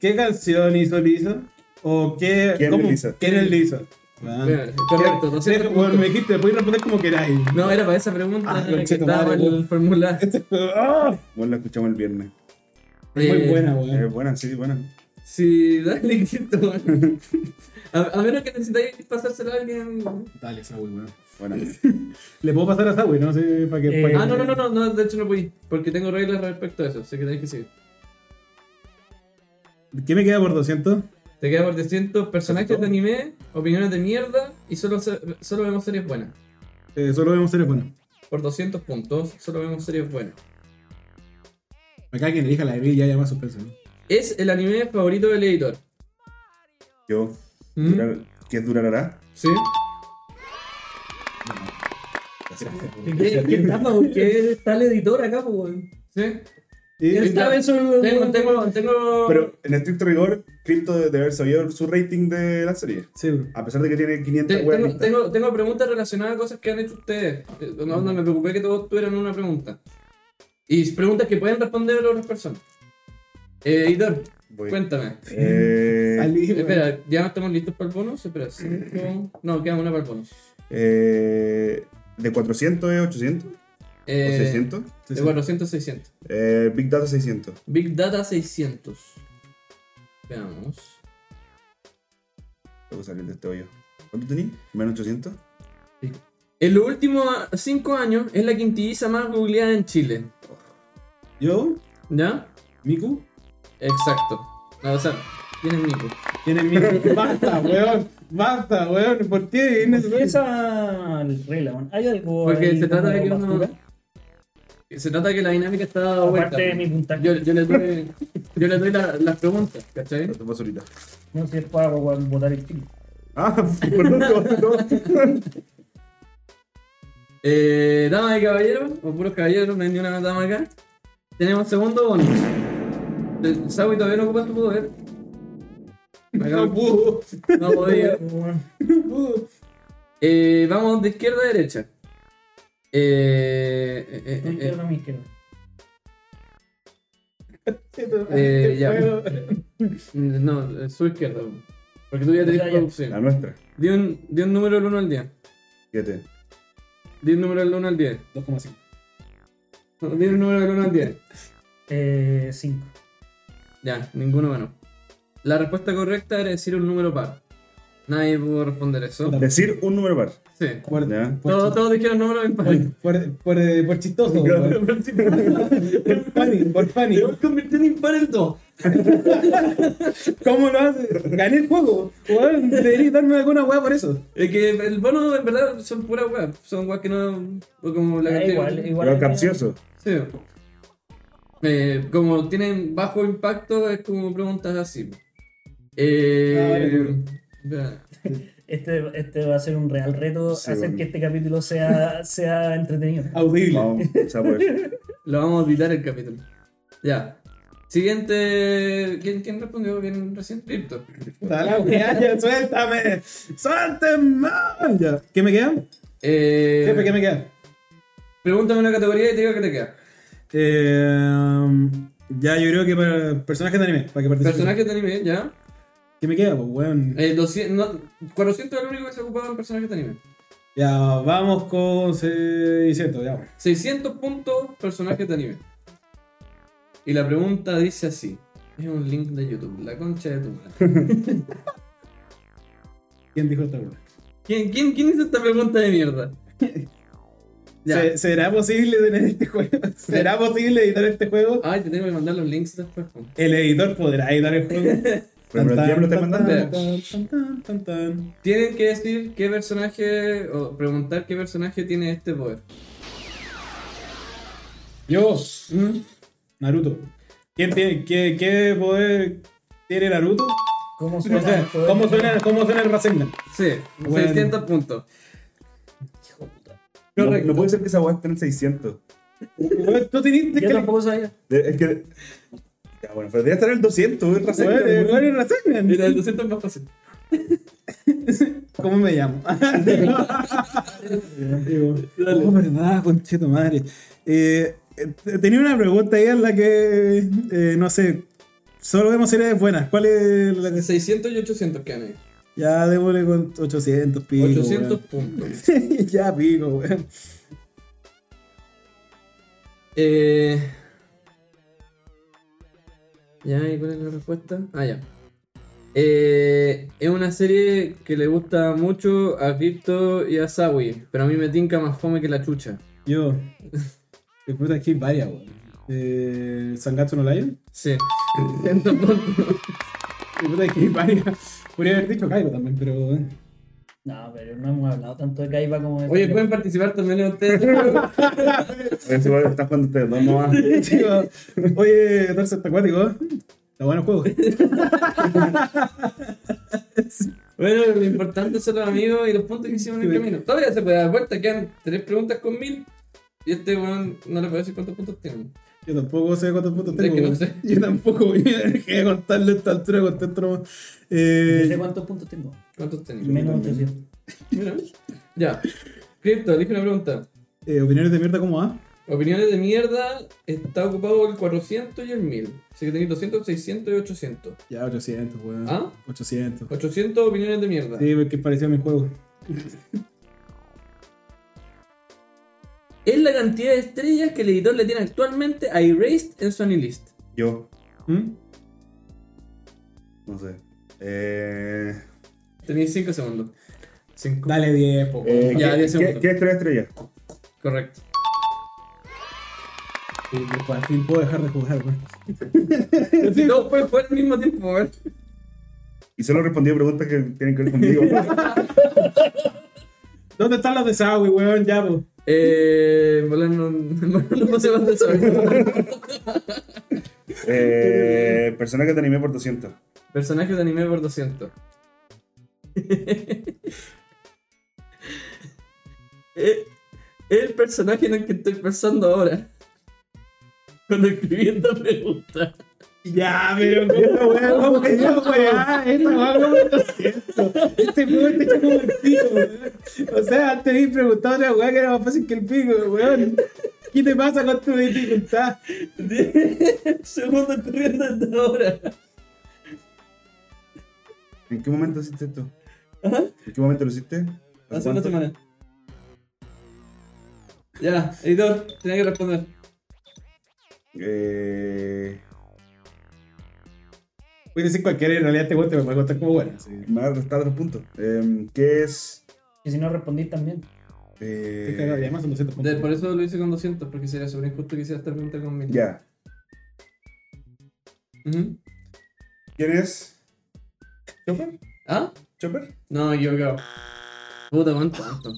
[SPEAKER 2] ¿Qué canción hizo Lisa? ¿O qué,
[SPEAKER 1] ¿Quién es Lisa?
[SPEAKER 2] ¿Quién es Lisa? Ah.
[SPEAKER 4] Bueno, correcto,
[SPEAKER 2] ¿Qué-
[SPEAKER 4] 200
[SPEAKER 2] Bueno,
[SPEAKER 4] puntos.
[SPEAKER 2] me dijiste, podéis responder como queráis.
[SPEAKER 4] No, era para esa pregunta
[SPEAKER 2] Ah,
[SPEAKER 4] que
[SPEAKER 2] conchito,
[SPEAKER 4] estaba
[SPEAKER 2] madre,
[SPEAKER 4] en el
[SPEAKER 2] weón.
[SPEAKER 4] formulario.
[SPEAKER 2] Este- ¡Ah!
[SPEAKER 1] Bueno, la escuchamos el viernes.
[SPEAKER 2] Es muy
[SPEAKER 4] Eh,
[SPEAKER 2] buena,
[SPEAKER 1] Es
[SPEAKER 2] weón.
[SPEAKER 1] buena, sí, buena.
[SPEAKER 4] Sí, dale, Cristo. weón. A, a menos que necesitáis pasárselo a alguien.
[SPEAKER 2] Dale, esa weón. weón.
[SPEAKER 1] Buena.
[SPEAKER 2] Le puedo pasar a esa weón, no sé, para que.
[SPEAKER 3] Eh,
[SPEAKER 2] pa' que-
[SPEAKER 4] Ah, no, no, no, no, no, de hecho no voy, porque tengo reglas respecto a eso, así que tenéis que seguir.
[SPEAKER 2] ¿Qué me queda por 200?
[SPEAKER 4] Te queda por 300 personajes de anime, opiniones de mierda y solo, se- solo vemos series buenas.
[SPEAKER 2] Eh, solo vemos series buenas.
[SPEAKER 4] Por 200 puntos, solo vemos series buenas.
[SPEAKER 2] Acá quien elija la de mí ya llama suspenso. ¿no?
[SPEAKER 4] Es el anime favorito del editor.
[SPEAKER 1] Yo,
[SPEAKER 4] ¿Mm?
[SPEAKER 1] durar- ¿qué durará?
[SPEAKER 4] ¿Sí?
[SPEAKER 3] ¿Qué qué tapa? Porque está el editor acá, pues, weón.
[SPEAKER 4] ¿Sí?
[SPEAKER 2] Y-
[SPEAKER 3] Él
[SPEAKER 2] y-
[SPEAKER 3] sabe eso.
[SPEAKER 4] Tengo, tengo, tengo...
[SPEAKER 1] Pero en estricto rigor, Crypto debe haber sabido su rating de la serie.
[SPEAKER 2] Sí, bro.
[SPEAKER 1] A pesar de que tiene
[SPEAKER 4] Te-
[SPEAKER 1] 500 weas
[SPEAKER 4] tengo,
[SPEAKER 1] listas.
[SPEAKER 4] tengo- tengo preguntas relacionadas a cosas que han hecho ustedes. Eh, No, no me preocupé que todos tuvieran una pregunta. Y preguntas que pueden responder las otras personas. Eh, editor,
[SPEAKER 1] Voy.
[SPEAKER 4] cuéntame.
[SPEAKER 1] Eh,
[SPEAKER 2] Ali, weón.
[SPEAKER 4] Espera, ¿ya no estamos listos para el bonus? Espera, cinco... No, queda una para el bonus.
[SPEAKER 1] eh, ¿De 400 es 800? ¿O
[SPEAKER 4] Eh,
[SPEAKER 1] 600?
[SPEAKER 4] De 400 600.
[SPEAKER 1] Eh, Big Data 600.
[SPEAKER 4] Big Data 600. Veamos.
[SPEAKER 1] Tengo que salir de este hoyo. ¿Cuánto tení? ¿Menos 800?
[SPEAKER 4] En los últimos 5 años es la quintilliza más googleada en Chile.
[SPEAKER 2] Yo,
[SPEAKER 4] ¿Ya?
[SPEAKER 2] Miku.
[SPEAKER 4] Exacto. No, o sea, tienes Nico.
[SPEAKER 2] Tiene Miku. Basta, weón. Basta, weón. ¿Por qué? Es
[SPEAKER 3] ¿Por qué
[SPEAKER 2] necesario.
[SPEAKER 3] esa regla, weón? ¿Hay algo
[SPEAKER 4] Porque
[SPEAKER 3] ahí
[SPEAKER 4] se trata
[SPEAKER 3] como
[SPEAKER 4] de que uno-
[SPEAKER 3] basura?
[SPEAKER 4] Se trata de que la dinámica está dada vuelta.
[SPEAKER 3] Aparte de mi puntaje.
[SPEAKER 4] Yo, yo le doy, yo le doy la- las preguntas, ¿cachai?
[SPEAKER 1] Lo tomas ahorita.
[SPEAKER 3] No sé para votar el chile.
[SPEAKER 1] Ah, perdón, no, no.
[SPEAKER 4] Eh, damas y caballeros, o puros caballeros, no hay ni una dama acá. Tenemos segundo bonus. Eh, Sawi todavía no ocupa tu poder. Me acabo-
[SPEAKER 2] No pudo.
[SPEAKER 4] no podía. Eh, vamos de izquierda a derecha. Eh, eh, eh,
[SPEAKER 3] No
[SPEAKER 4] eh,
[SPEAKER 3] izquierda, mi izquierda.
[SPEAKER 4] Eh, ya.
[SPEAKER 2] Weón.
[SPEAKER 4] No, eh, su izquierda. Porque tú ya
[SPEAKER 3] Ya,
[SPEAKER 4] tenés
[SPEAKER 3] ya.
[SPEAKER 4] opción.
[SPEAKER 1] La nuestra.
[SPEAKER 4] Di un, di un número del 1 al 10.
[SPEAKER 1] 7.
[SPEAKER 4] Di un número del 1 al 10.
[SPEAKER 2] 2,5.
[SPEAKER 4] No, Di un número del 1 al 10.
[SPEAKER 3] Eh, 5.
[SPEAKER 4] Ya, ninguno ganó. La respuesta correcta era decir un número par. Nadie pudo responder eso.
[SPEAKER 1] Decir un número par.
[SPEAKER 4] Sí.
[SPEAKER 2] Por,
[SPEAKER 1] Ya.
[SPEAKER 2] por,
[SPEAKER 4] Todos,
[SPEAKER 2] chi-
[SPEAKER 4] todos dijeron número impar.
[SPEAKER 2] por, por, eh, por, por chistoso. weón. por funny, por funny.
[SPEAKER 4] Yo convirtió en impar el 2.
[SPEAKER 2] ¿Cómo lo haces? Gané el juego. Weón, deberías darme alguna weá por eso.
[SPEAKER 4] Es que el bono en verdad son puras weas. Son weas que no. o Como la
[SPEAKER 3] Ah,
[SPEAKER 4] cantidad-
[SPEAKER 3] igual, igual.
[SPEAKER 1] Pero capcioso.
[SPEAKER 4] Sí. Eh, como tienen bajo impacto, es como preguntas así.
[SPEAKER 2] Ah, vale,
[SPEAKER 4] Eh,
[SPEAKER 2] duro.
[SPEAKER 4] espera.
[SPEAKER 3] Este, este va a ser un real reto
[SPEAKER 1] Sí,
[SPEAKER 3] hacer
[SPEAKER 1] bueno.
[SPEAKER 3] que este capítulo sea, sea entretenido.
[SPEAKER 2] Audible.
[SPEAKER 1] Vamos, o sea, pues,
[SPEAKER 4] lo vamos a editar el capítulo. Ya. Siguiente. ¿Quién, quién respondió bien recién? Crypto.
[SPEAKER 2] Puta la weá, ya, suéltame. Suéltame. Ya. ¿Qué me queda?
[SPEAKER 4] Eh,
[SPEAKER 2] Jefe, ¿qué me queda?
[SPEAKER 4] Pregúntame una categoría y te digo que te queda.
[SPEAKER 2] Eh, ya, yo creo que para personajes de anime, para que participen.
[SPEAKER 4] Personaje de anime, ya.
[SPEAKER 2] ¿Qué me queda? Pues, weón.
[SPEAKER 4] Eh, 200, no, 400 es lo único que se ocupaba en personajes de anime.
[SPEAKER 2] Ya, vamos con 600, ya. weón.
[SPEAKER 4] 600 puntos, personajes de anime. Y la pregunta dice así: Es un link de YouTube, la concha de tu madre.
[SPEAKER 2] ¿Quién dijo esta weá?
[SPEAKER 4] ¿Quién, quién, quién hizo esta pregunta de mierda? ya.
[SPEAKER 2] ¿Se- ¿Será posible tener este juego? ¿Será posible editar este juego?
[SPEAKER 1] Ah.
[SPEAKER 4] Ay, te tengo que mandar los links después. po.
[SPEAKER 2] El editor podrá editar el juego.
[SPEAKER 1] Pero el diablo te mandando.
[SPEAKER 2] tan, tan, tan, tan, tan.
[SPEAKER 4] Tienen que decir qué personaje o preguntar qué personaje tiene este poder.
[SPEAKER 2] Yo,
[SPEAKER 1] Mm.
[SPEAKER 2] Naruto. ¿Quién tiene, qué, qué poder tiene Naruto?
[SPEAKER 3] ¿Cómo
[SPEAKER 2] O sea,
[SPEAKER 3] suena?
[SPEAKER 2] ¿cómo suena, cómo suena el Rasengan?
[SPEAKER 4] Sí,
[SPEAKER 2] Bueno.
[SPEAKER 4] 600 puntos.
[SPEAKER 3] Hijo de puta.
[SPEAKER 1] No,
[SPEAKER 4] Correcto.
[SPEAKER 1] no puede ser que esa weá esté en 600.
[SPEAKER 2] Weón, Tú teniste que...
[SPEAKER 3] Yo tampoco sabía.
[SPEAKER 1] De- es que. Ya, bueno, pero debería estar en el 200, es razón.
[SPEAKER 2] Weón, el weón es Rasengan.
[SPEAKER 4] Mira, el 200 es más fácil.
[SPEAKER 2] ¿Cómo me llamo? Digo, oh, verdad, conchito madre. Eh, eh, te- tenía una pregunta ahí en la que, eh, no sé, solo vemos series buenas. ¿Cuál es la que
[SPEAKER 4] 600 y 800 quedan ahí.
[SPEAKER 2] Ya, démosle con 800, pico.
[SPEAKER 4] 800 puntos.
[SPEAKER 2] weón. ya, pico, weón.
[SPEAKER 4] Eh... Ya, ¿y cuál es la respuesta? Ah, ya. Eh, es una serie que le gusta mucho a Crypto y a Sawi, pero a mí me tinca más fome que la chucha.
[SPEAKER 2] Yo. De puta, aquí hay varias, weón. Eh, ¿Sangatsu no Lion?
[SPEAKER 4] Sí. 600 puntos.
[SPEAKER 2] De puta, aquí hay varias. Podría haber dicho Kaiba también, pero. weón.
[SPEAKER 3] No, pero no hemos hablado tanto de Kaiba como de.
[SPEAKER 4] Oye, pueden participar también en ustedes.
[SPEAKER 1] A ver si weón, están jugando ustedes dos nomás.
[SPEAKER 2] Chico, Oye, Darse Acuático, está bueno el juego.
[SPEAKER 4] Bueno, lo importante son los amigos y los puntos que hicimos en el camino. Todavía se puede dar vuelta, quedan tres preguntas con mil. Y este weón no le puedo decir cuántos puntos tiene.
[SPEAKER 2] Yo tampoco sé cuántos puntos
[SPEAKER 4] Es
[SPEAKER 2] tengo.
[SPEAKER 4] que no
[SPEAKER 2] weón.
[SPEAKER 4] sé.
[SPEAKER 2] Yo tampoco voy a dejar de contarle esta altura con tanto.
[SPEAKER 3] No sé
[SPEAKER 2] Eh,
[SPEAKER 3] cuántos puntos tengo.
[SPEAKER 4] ¿Cuántos tiene?
[SPEAKER 3] Menos
[SPEAKER 2] también.
[SPEAKER 3] 800.
[SPEAKER 4] Mira. Ya. Crypto, elige una pregunta.
[SPEAKER 2] eh, opiniones de mierda, ¿cómo va?
[SPEAKER 4] Opiniones de mierda, está ocupado el 400 y el 1000. Así que tenéis 200, 600 y 800.
[SPEAKER 2] Ya, 800, weón.
[SPEAKER 4] ¿Ah?
[SPEAKER 2] 800.
[SPEAKER 4] 800 opiniones de mierda.
[SPEAKER 2] Sí, porque pareció mi juego.
[SPEAKER 4] Es la cantidad de estrellas que el editor le tiene actualmente a Erased en su Anilist.
[SPEAKER 1] Yo,
[SPEAKER 2] ¿Mm?
[SPEAKER 1] no sé. Eh,
[SPEAKER 4] Tenéis 5 segundos. 5.
[SPEAKER 2] Dale 10, po,
[SPEAKER 1] eh,
[SPEAKER 2] weón.
[SPEAKER 4] Ya,
[SPEAKER 1] ¿qué,
[SPEAKER 4] diez segundos.
[SPEAKER 1] qué- qué estrella estrella?
[SPEAKER 4] Correcto.
[SPEAKER 2] Sí, pues, por fin puedo dejar de jugar, weón.
[SPEAKER 4] Si todos pueden jugar al mismo tiempo, weón.
[SPEAKER 1] Y solo respondí preguntas que tienen que ver conmigo.
[SPEAKER 2] ¿Dónde están los desagües, weón? Ya, pues. po.
[SPEAKER 4] Eh. Bueno, no, no puse más de eso.
[SPEAKER 1] eh, persona que te animé por 200.
[SPEAKER 4] Personajes de anime por 200. Eh, El personaje en el que estoy pensando ahora. Cuando escribí esta pregunta.
[SPEAKER 2] Ya, pero esta weá, no, esta weá, esta weá, no me lo siento. Este juego está hecho como el pico, weón. O sea, antes me preguntado a una weá que era más fácil que el pico, weón. ¿Qué te pasa con tu dificultad?
[SPEAKER 4] Segundo escribiendo hasta ahora.
[SPEAKER 1] ¿En qué momento hiciste esto?
[SPEAKER 4] Ajá.
[SPEAKER 1] ¿En qué momento lo hiciste?
[SPEAKER 4] Hace una
[SPEAKER 1] ¿Cuánto?
[SPEAKER 4] semana. Ya, editor, tenía que responder.
[SPEAKER 1] Eh,
[SPEAKER 2] Puede decir Pues cualquiera y en realidad te voy te va a contar como bueno. así.
[SPEAKER 1] me va a restar tres puntos. Em, ¿Qué es?
[SPEAKER 3] Y si no respondí también.
[SPEAKER 1] Eh,
[SPEAKER 2] Te cagado, ya más son 200
[SPEAKER 4] De-
[SPEAKER 2] puntos.
[SPEAKER 4] por eso lo hice con 200, porque sería súper injusto que hiciera esta pregunta con 1000.
[SPEAKER 1] ya.
[SPEAKER 4] Ujú.
[SPEAKER 1] ¿Quién es? ¿Chopper?
[SPEAKER 4] ¿Ah?
[SPEAKER 1] ¿Chopper?
[SPEAKER 4] No, yo creo. Puta, cuánto, cuánto.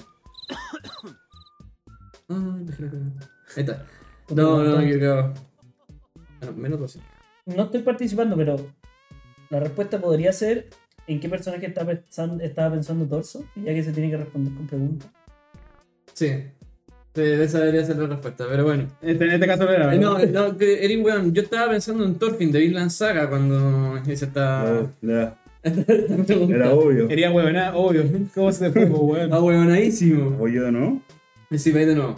[SPEAKER 4] Ah, dejé la cagada. Ahí está. No, no, yo creo. Bueno, menos 12.
[SPEAKER 3] No estoy participando, pero la respuesta podría ser en qué personaje está pensan- estaba pensando Torso, ya que se tiene que responder con preguntas.
[SPEAKER 4] Sí. Sí, esa debería ser la respuesta, pero bueno.
[SPEAKER 2] Este- En este caso no era,
[SPEAKER 4] Eh,
[SPEAKER 2] ¿verdad?
[SPEAKER 4] No, no, que Erin, weón, yo estaba pensando en Thorfinn de Vinland Saga cuando hice esta,
[SPEAKER 1] No, no,
[SPEAKER 4] esta pregunta.
[SPEAKER 1] Ah, era obvio.
[SPEAKER 2] Quería huevona, obvio. ¿Cómo se fue, pues, po, weón?
[SPEAKER 4] Ah, weonadísimo.
[SPEAKER 1] ¿O yo no?
[SPEAKER 4] Sí, va de nuevo.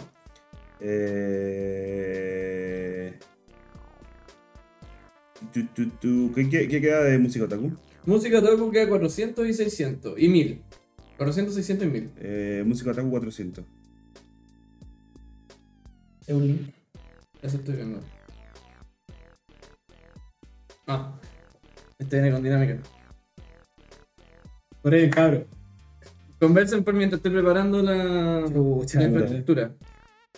[SPEAKER 1] Eh... tu, tu, tu, ¿Qué, qué, qué queda de música otaku?
[SPEAKER 4] Música Toku queda 400 y 600 y 1000. 400, 600 y 1000.
[SPEAKER 1] Eh, música otaku 400.
[SPEAKER 3] Es un link.
[SPEAKER 4] Eso estoy viendo. Ah. Este viene con dinámica.
[SPEAKER 2] Por ahí, cabrón.
[SPEAKER 4] Conversen por mientras estoy preparando la,
[SPEAKER 2] Chucha,
[SPEAKER 4] la
[SPEAKER 2] weón.
[SPEAKER 4] infraestructura.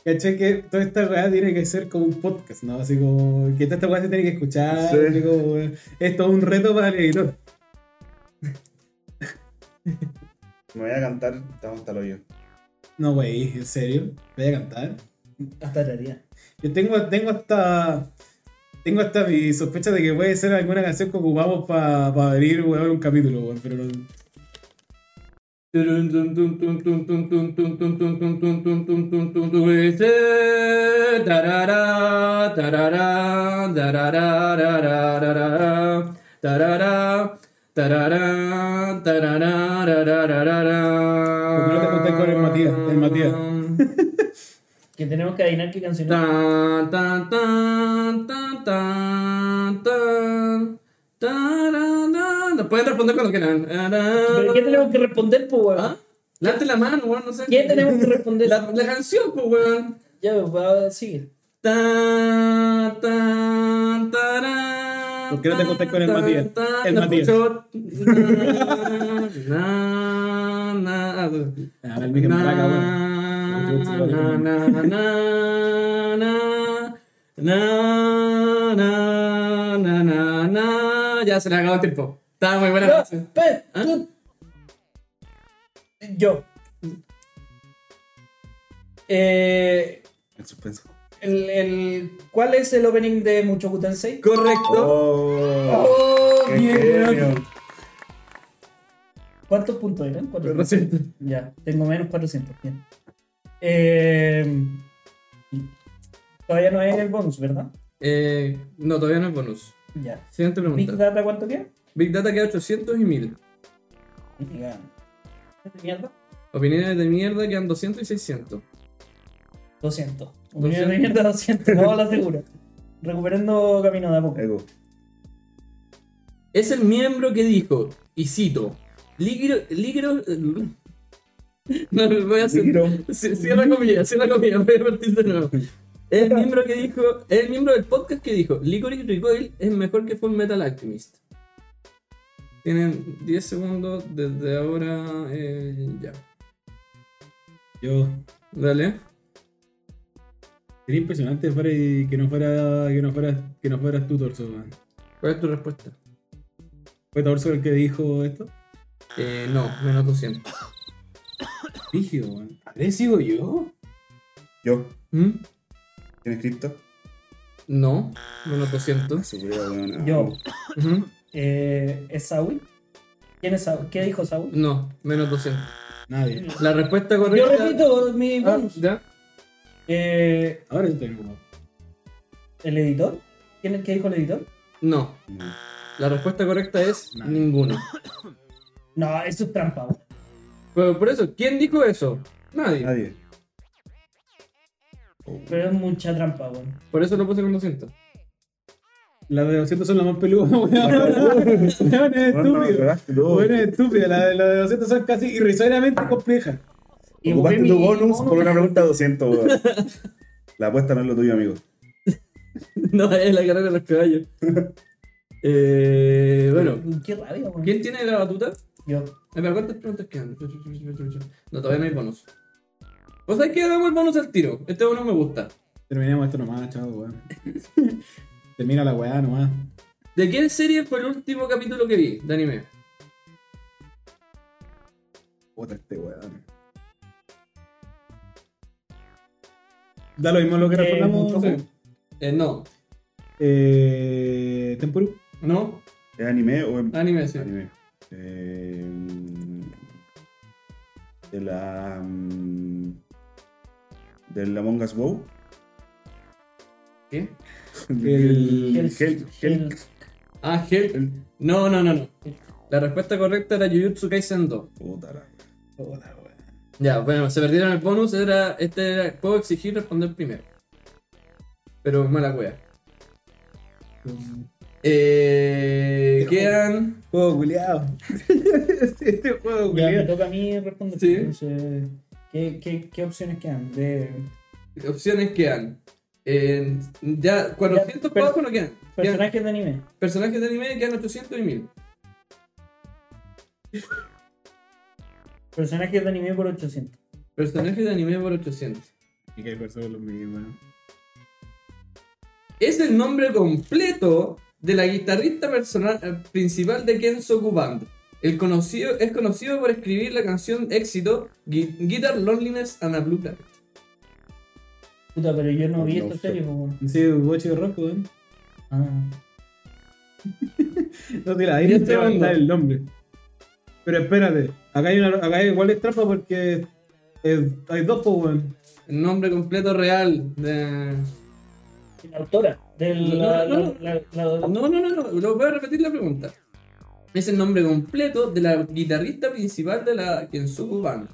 [SPEAKER 2] Caché que toda esta weá tiene que ser como un podcast, ¿no? Así como que toda esta weá se tiene que escuchar.
[SPEAKER 1] Sí.
[SPEAKER 2] así como, eh, esto es un reto para el editor.
[SPEAKER 1] Me voy a cantar, estamos hasta el hoyo.
[SPEAKER 2] No, wey, en serio. Voy a cantar.
[SPEAKER 3] Hasta tarea.
[SPEAKER 2] Yo tengo, tengo hasta. Tengo hasta mi sospecha de que puede ser alguna canción que ocupamos para abrir weón, un capítulo, weón, pero no.
[SPEAKER 4] Tarara, tarara, tararararararara, tarara, tarara, tararararararara.
[SPEAKER 2] ¿Por qué no te juntas con el Matías? El Matías.
[SPEAKER 3] Que tenemos que adivinar qué canción es.
[SPEAKER 4] Tan, tan, tan, tan, tan, tan. Tarara, Pueden responder cuando quieran.
[SPEAKER 3] ¿Pero qué tenemos que responder, pues, weón?
[SPEAKER 4] ¿Ah? Lávate la mano, weón, no sé.
[SPEAKER 3] ¿Qué tenemos que responder?
[SPEAKER 4] La, la canción, pues, weón.
[SPEAKER 3] Ya, va, sigue.
[SPEAKER 4] Tan, tan, tarán,
[SPEAKER 2] ¿Por qué no te juntas con el
[SPEAKER 4] tan,
[SPEAKER 2] Matías?
[SPEAKER 4] tan,
[SPEAKER 2] El
[SPEAKER 4] no
[SPEAKER 2] Matías.
[SPEAKER 4] escucho. Na, na, na.
[SPEAKER 2] Ah, el Miguel Maraca, weón.
[SPEAKER 4] Ya se le acabó el tiempo. Estaba muy buena.
[SPEAKER 3] No,
[SPEAKER 4] canción.
[SPEAKER 3] pe-
[SPEAKER 4] ¿Ah?
[SPEAKER 3] tú- Yo. Eh,
[SPEAKER 1] En suspenso.
[SPEAKER 3] el, el- ¿Cuál es el opening de Mucho Tensei?
[SPEAKER 4] Correcto.
[SPEAKER 1] ¡Oh! ¡Qué genio!
[SPEAKER 3] ¿Cuántos puntos eran? ¿Cuatro puntos?
[SPEAKER 4] Correcto.
[SPEAKER 3] Ya, tengo menos 400. Bien. Eh, todavía no es el bonus, ¿verdad?
[SPEAKER 4] Eh, no, todavía no es bonus.
[SPEAKER 3] Ya.
[SPEAKER 4] Siguiente
[SPEAKER 3] ¿Big
[SPEAKER 4] pregunta.
[SPEAKER 3] Data cuánto queda?
[SPEAKER 4] Big Data queda 800 y 1000.
[SPEAKER 3] Diga. ¿Mierda?
[SPEAKER 4] Opiniones de mierda quedan 200 y 600.
[SPEAKER 3] 200. Un millón de mierda, 200. No, la segura. Recuperando camino de a poco.
[SPEAKER 1] Ego.
[SPEAKER 4] Es el miembro que dijo, y cito, Ligro... Ligro... No, voy a hacer...
[SPEAKER 1] Ligro.
[SPEAKER 4] Ci- Cierra comillas, cierra comillas, voy a partir de nuevo. Es el miembro que dijo, es el miembro del podcast que dijo, Licorice Recoil es mejor que Full Metal Alchemist. Tienen 10 segundos desde ahora, eh, ya.
[SPEAKER 2] Yo.
[SPEAKER 4] Dale.
[SPEAKER 2] Sería impresionante fuera y que no fuera. que no fueras, que no fueras tú, Torso, weón.
[SPEAKER 4] ¿Cuál es tu respuesta?
[SPEAKER 2] ¿Fue Torso el que dijo esto?
[SPEAKER 4] Eh, no, menos 200.
[SPEAKER 2] Rígido, weón. ¿Habré sido yo?
[SPEAKER 1] Yo.
[SPEAKER 4] ¿Mm?
[SPEAKER 1] ¿Tienes cripto? Ah,
[SPEAKER 4] No, menos ¿Mm? 200.
[SPEAKER 1] Su cuidado, weón.
[SPEAKER 3] Yo.
[SPEAKER 4] Ujú.
[SPEAKER 3] Eh, ¿Es Sawi? ¿Quién es Sawi? ¿Qué dijo Sawi?
[SPEAKER 4] No, menos 200.
[SPEAKER 2] Nadie.
[SPEAKER 4] La respuesta
[SPEAKER 3] Yo
[SPEAKER 4] correcta.
[SPEAKER 3] repito mi
[SPEAKER 4] Ah,
[SPEAKER 3] bonus.
[SPEAKER 4] ya.
[SPEAKER 3] Eh,
[SPEAKER 2] Ahora sí estoy como.
[SPEAKER 3] ¿El editor? ¿Quién, ¿Qué dijo el editor?
[SPEAKER 4] No,
[SPEAKER 1] No.
[SPEAKER 4] la respuesta correcta es
[SPEAKER 2] Nadie.
[SPEAKER 4] ninguno.
[SPEAKER 3] No, eso es trampa. weón.
[SPEAKER 4] Pero por eso, ¿quién dijo eso? Nadie.
[SPEAKER 1] Nadie.
[SPEAKER 3] Pero es mucha trampa, weón.
[SPEAKER 4] Por eso lo puse con 200.
[SPEAKER 2] Las de 200 son las más peludas, weón. Weón, es
[SPEAKER 1] No, no,
[SPEAKER 2] estúpido.
[SPEAKER 1] cagaste todo.
[SPEAKER 2] Bueno, es estúpida, la de, la de 200 son casi irrisoriamente complejas.
[SPEAKER 3] Y
[SPEAKER 1] Ocupaste
[SPEAKER 3] ocupé
[SPEAKER 1] tu
[SPEAKER 3] mi
[SPEAKER 1] bonus
[SPEAKER 3] bono.
[SPEAKER 1] por una pregunta 200, weón. La apuesta no es lo tuyo, amigo.
[SPEAKER 4] No, es la carrera de los caballos. Eh, bueno,
[SPEAKER 3] Qué rabia, weón.
[SPEAKER 4] ¿quién tiene la batuta?
[SPEAKER 3] Yo.
[SPEAKER 4] A ver, ¿cuántas preguntas quedan? No, todavía no hay bonus. O sea, que hagamos el bonus al tiro. Este bonus me gusta.
[SPEAKER 2] Terminemos esto nomás, chao, weón. Termina la weá nomás.
[SPEAKER 4] ¿De qué serie fue el último capítulo que vi de anime?
[SPEAKER 1] Puta este weón.
[SPEAKER 2] Da lo mismo lo que
[SPEAKER 3] Eh,
[SPEAKER 2] recordamos.
[SPEAKER 3] mucho
[SPEAKER 2] sí.
[SPEAKER 3] juego.
[SPEAKER 4] Eh, no.
[SPEAKER 2] Eh, Tempuru.
[SPEAKER 4] ¿No?
[SPEAKER 1] ¿Es anime o es
[SPEAKER 4] Anime, sí.
[SPEAKER 1] anime? Eh, de la. mm, Del Among Us WoW.
[SPEAKER 4] ¿Qué?
[SPEAKER 2] El-
[SPEAKER 1] Del- Hell- Hell-
[SPEAKER 4] Ah, Hell.
[SPEAKER 1] Hell-
[SPEAKER 4] No, no, no, no. La respuesta correcta era Jujutsu Kaisen 2.
[SPEAKER 1] Puta la.
[SPEAKER 2] Puta, weón.
[SPEAKER 4] Ya, bueno, se perdieron el bonus. Era, este era, puedo exigir responder primero. Pero mala wea. Eh, quedan
[SPEAKER 2] Juego culiado. este juego
[SPEAKER 3] Ya, me
[SPEAKER 2] culiado.
[SPEAKER 3] toca a mí responder.
[SPEAKER 4] Sí.
[SPEAKER 3] Entonces, ¿qué, qué, ¿Qué opciones quedan? De
[SPEAKER 4] opciones quedan. Eh, ya 400
[SPEAKER 3] Ya, per-
[SPEAKER 4] para abajo no quedan. Quedan
[SPEAKER 3] personajes de anime.
[SPEAKER 4] Personajes de anime quedan 800 y 1000.
[SPEAKER 3] Personajes de anime por 800.
[SPEAKER 4] Personajes de anime por 800.
[SPEAKER 2] Y que hay personas los mismos, weón.
[SPEAKER 4] Es el nombre completo de la guitarrista personal, eh, principal de Kensoku Band. El conocido, es conocido por escribir la canción éxito Gui- Guitar Loneliness and a Blue Planet.
[SPEAKER 3] Puta, pero yo no vi
[SPEAKER 1] No,
[SPEAKER 3] esta serie, po, weón.
[SPEAKER 2] Sí, Bochi de Rock, weón.
[SPEAKER 3] Ah.
[SPEAKER 2] No te la ahí
[SPEAKER 4] Ya
[SPEAKER 3] este
[SPEAKER 2] no te va a
[SPEAKER 4] estoy
[SPEAKER 2] dar
[SPEAKER 4] hablando.
[SPEAKER 2] el nombre. Pero espérate, acá hay una, acá hay igual es trampa porque eh, hay dos pues weón.
[SPEAKER 4] El nombre completo real de...
[SPEAKER 3] La autora. De la,
[SPEAKER 4] No, no, no.
[SPEAKER 3] la- la- la-
[SPEAKER 4] No, no, no, no, lo voy a repetir la pregunta. Es el nombre completo de la guitarrista principal de la Kensoku Band.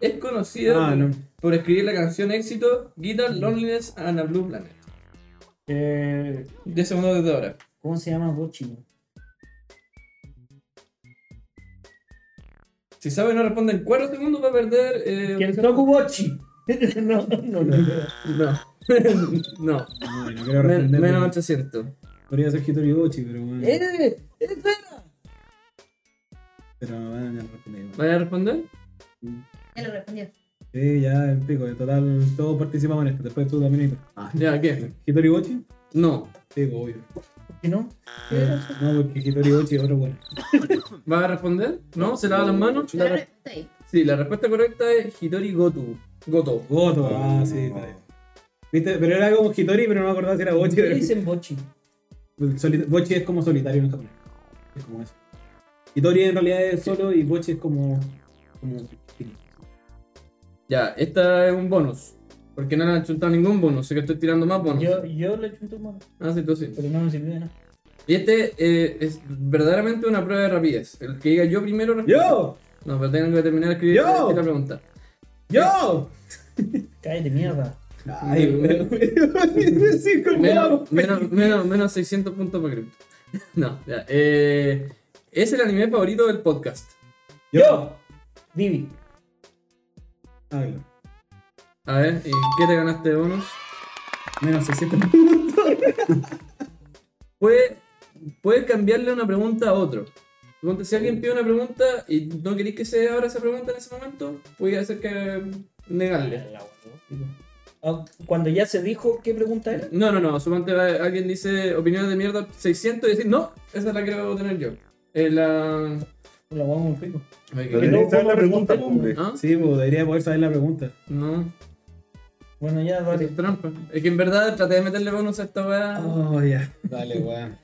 [SPEAKER 4] Es conocido
[SPEAKER 2] Ah,
[SPEAKER 4] por,
[SPEAKER 2] no.
[SPEAKER 4] por escribir la canción éxito Guitar Loneliness and a Blue Planet.
[SPEAKER 3] eh,
[SPEAKER 4] 10 segundos desde ahora.
[SPEAKER 3] ¿Cómo se llama Bochi? weón?
[SPEAKER 4] Si saben no responden 4 segundos va a perder... eh,
[SPEAKER 3] Kentoku Bochi. no, no, no.
[SPEAKER 4] No. no.
[SPEAKER 2] No, no quiero
[SPEAKER 4] Men-
[SPEAKER 2] responder.
[SPEAKER 4] menos 800.
[SPEAKER 2] Podría ser Hitori Bochi, pero weón.
[SPEAKER 3] ¡Eh! ¡Es buena!
[SPEAKER 2] Pero van a responder. weón.
[SPEAKER 4] ¿Vaya a responder?
[SPEAKER 3] Él respondió.
[SPEAKER 2] Sí, ya en pico, en total todos participamos en esto, después tú también. Hito. Ah,
[SPEAKER 4] Ya, ¿qué?
[SPEAKER 2] Hitori Bochi,
[SPEAKER 4] No.
[SPEAKER 2] sí, pues, obvio.
[SPEAKER 3] ¿Por qué no?
[SPEAKER 2] No, porque Hitori Bochi es otro weón.
[SPEAKER 4] ¿Va a responder? ¿No? ¿Se lava las manos?
[SPEAKER 5] Pero respuesta ahí.
[SPEAKER 4] Sí, la respuesta correcta es Hitori Gotu. Goto.
[SPEAKER 2] Goto, ah, sí, está bien. ¿Viste? Pero era como Hitori, pero no me acordaba si era Bochi.
[SPEAKER 3] ¿Qué
[SPEAKER 2] Era...
[SPEAKER 3] dicen Bochi?
[SPEAKER 2] El soli- Bochi es como solitario en japonés. Es como eso. Hitori en realidad es solo y Bochi es como. como...
[SPEAKER 4] Ya, esta es un bonus. Porque no le han chuntado ningún bonus, así que estoy tirando más bonus.
[SPEAKER 3] Yo, yo le echo un mano,
[SPEAKER 4] Ah, sí, tú sí.
[SPEAKER 3] pero no me sirvió de nada.
[SPEAKER 4] Y este eh, es verdaderamente una prueba de rapidez. El que diga yo primero responde.
[SPEAKER 2] ¡Yo!
[SPEAKER 4] No, pero tengo que terminar de escribir
[SPEAKER 2] Yo.
[SPEAKER 4] de escribir la pregunta.
[SPEAKER 2] ¡Yo!
[SPEAKER 3] Cállate mierda.
[SPEAKER 2] Ay, weón. Sí, como-
[SPEAKER 4] Menos, menos, menos, menos 600 puntos para cripto. No, ya. Eh, es el anime favorito del podcast.
[SPEAKER 2] ¡Yo!
[SPEAKER 3] Vivi.
[SPEAKER 2] Hablo.
[SPEAKER 4] A ver, ¿y qué te ganaste de bonus?
[SPEAKER 2] Menos 600.
[SPEAKER 4] Puede, puede cambiarle una pregunta a otro. Ponte, Si alguien pide una pregunta y no queréis que se abra esa pregunta en ese momento, puede hacer que negarle.
[SPEAKER 3] Ah, Cuando ya se dijo qué pregunta era.
[SPEAKER 4] No, no, no. Suponte va- alguien dice opiniones de mierda 600 y decir, no, esa la quiero tener yo. Eh, la...
[SPEAKER 3] La guagua un pico.
[SPEAKER 4] Ay,
[SPEAKER 1] Pero
[SPEAKER 4] ¿qué?
[SPEAKER 1] tenéis que saber la pregunta,
[SPEAKER 3] ¿Cómo?
[SPEAKER 1] hombre.
[SPEAKER 4] ¿Ah?
[SPEAKER 2] Sí, pues debería poder saber la pregunta.
[SPEAKER 4] No,
[SPEAKER 3] Bueno, ya dale.
[SPEAKER 4] es trampa. Es que en verdad traté de meterle bonus a esta weá.
[SPEAKER 3] Ah,
[SPEAKER 2] Oh, ya. Dale, weón.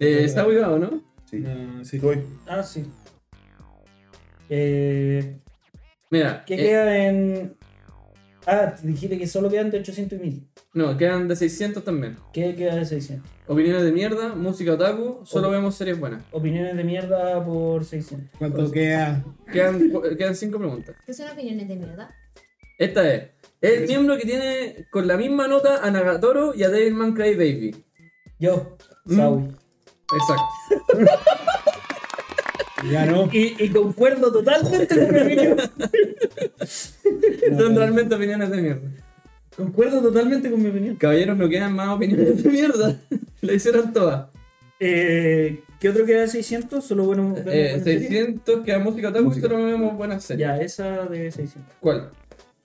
[SPEAKER 4] Eh, está cuidado, ¿no?
[SPEAKER 1] Sí.
[SPEAKER 2] No, sí.
[SPEAKER 1] Estoy.
[SPEAKER 3] Ah, sí. Eh,
[SPEAKER 4] Mira,
[SPEAKER 3] ¿Qué
[SPEAKER 4] eh,
[SPEAKER 3] queda en.? Ah, te dijiste que solo quedan de 800 y 1000.
[SPEAKER 4] no, quedan de 600 también.
[SPEAKER 3] ¿Qué queda de 600?
[SPEAKER 4] Opiniones de mierda, música otaku, solo
[SPEAKER 3] Ok.
[SPEAKER 4] vemos series buenas.
[SPEAKER 3] Opiniones de mierda por 600.
[SPEAKER 2] ¿Cuánto queda?
[SPEAKER 4] Quedan, cu- quedan cinco preguntas.
[SPEAKER 5] ¿Qué son opiniones de mierda?
[SPEAKER 4] Esta es. El miembro que tiene con la misma nota a Nagatoro y a Devilman Cry Baby.
[SPEAKER 3] Yo,
[SPEAKER 4] Mm.
[SPEAKER 3] Sawi.
[SPEAKER 4] Exacto.
[SPEAKER 2] Ya no.
[SPEAKER 3] Y, y concuerdo totalmente con mi opinión.
[SPEAKER 4] Son realmente opiniones de mierda.
[SPEAKER 3] Concuerdo totalmente con mi opinión.
[SPEAKER 4] Caballeros, no quedan más opiniones de mierda. La hicieron todas.
[SPEAKER 3] Eh, ¿Qué otro queda de 600? Solo bueno. vemos
[SPEAKER 4] Eh,
[SPEAKER 3] buenas series.
[SPEAKER 4] 600 queda música otaku y
[SPEAKER 1] Música.
[SPEAKER 4] solo vemos buenas series.
[SPEAKER 3] Ya, esa de 600.
[SPEAKER 4] ¿Cuál?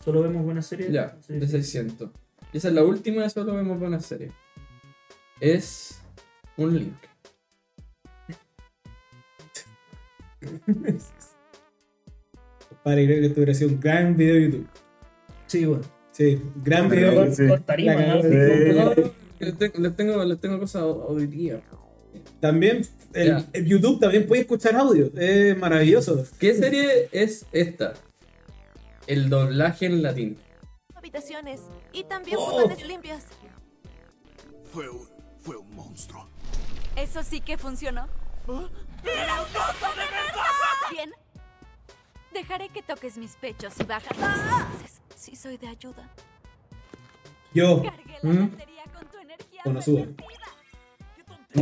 [SPEAKER 3] Solo vemos buenas series.
[SPEAKER 4] Ya,
[SPEAKER 3] Sí,
[SPEAKER 4] de
[SPEAKER 3] sí.
[SPEAKER 4] 600. Y esa es la última de solo vemos buenas series. Es un link.
[SPEAKER 2] Para creer que esto hubiera sido un gran video de YouTube.
[SPEAKER 3] Sí, bueno.
[SPEAKER 2] Sí, gran
[SPEAKER 1] Sí,
[SPEAKER 2] video.
[SPEAKER 3] Cort-
[SPEAKER 1] sí.
[SPEAKER 3] Cortaría,
[SPEAKER 2] La
[SPEAKER 3] ¿no?
[SPEAKER 2] cagada.
[SPEAKER 4] No,
[SPEAKER 1] Sí.
[SPEAKER 4] Les tengo, les tengo, les tengo cosas hoy día.
[SPEAKER 2] También, el,
[SPEAKER 4] Ya.
[SPEAKER 2] el YouTube también puede escuchar audio. Es maravilloso.
[SPEAKER 4] ¿Qué serie es esta? El doblaje en latín.
[SPEAKER 6] habitaciones y también botones limpias.
[SPEAKER 7] Fue un, fue un monstruo.
[SPEAKER 6] Eso sí que funcionó. ¡Era un oso de verdad! Bien. Dejaré que toques mis pechos y bajas si soy de ayuda.
[SPEAKER 2] Yo,
[SPEAKER 6] Cargué la
[SPEAKER 4] ¿Mm?
[SPEAKER 6] batería con tu energía
[SPEAKER 2] Konosuba.
[SPEAKER 6] pervertida.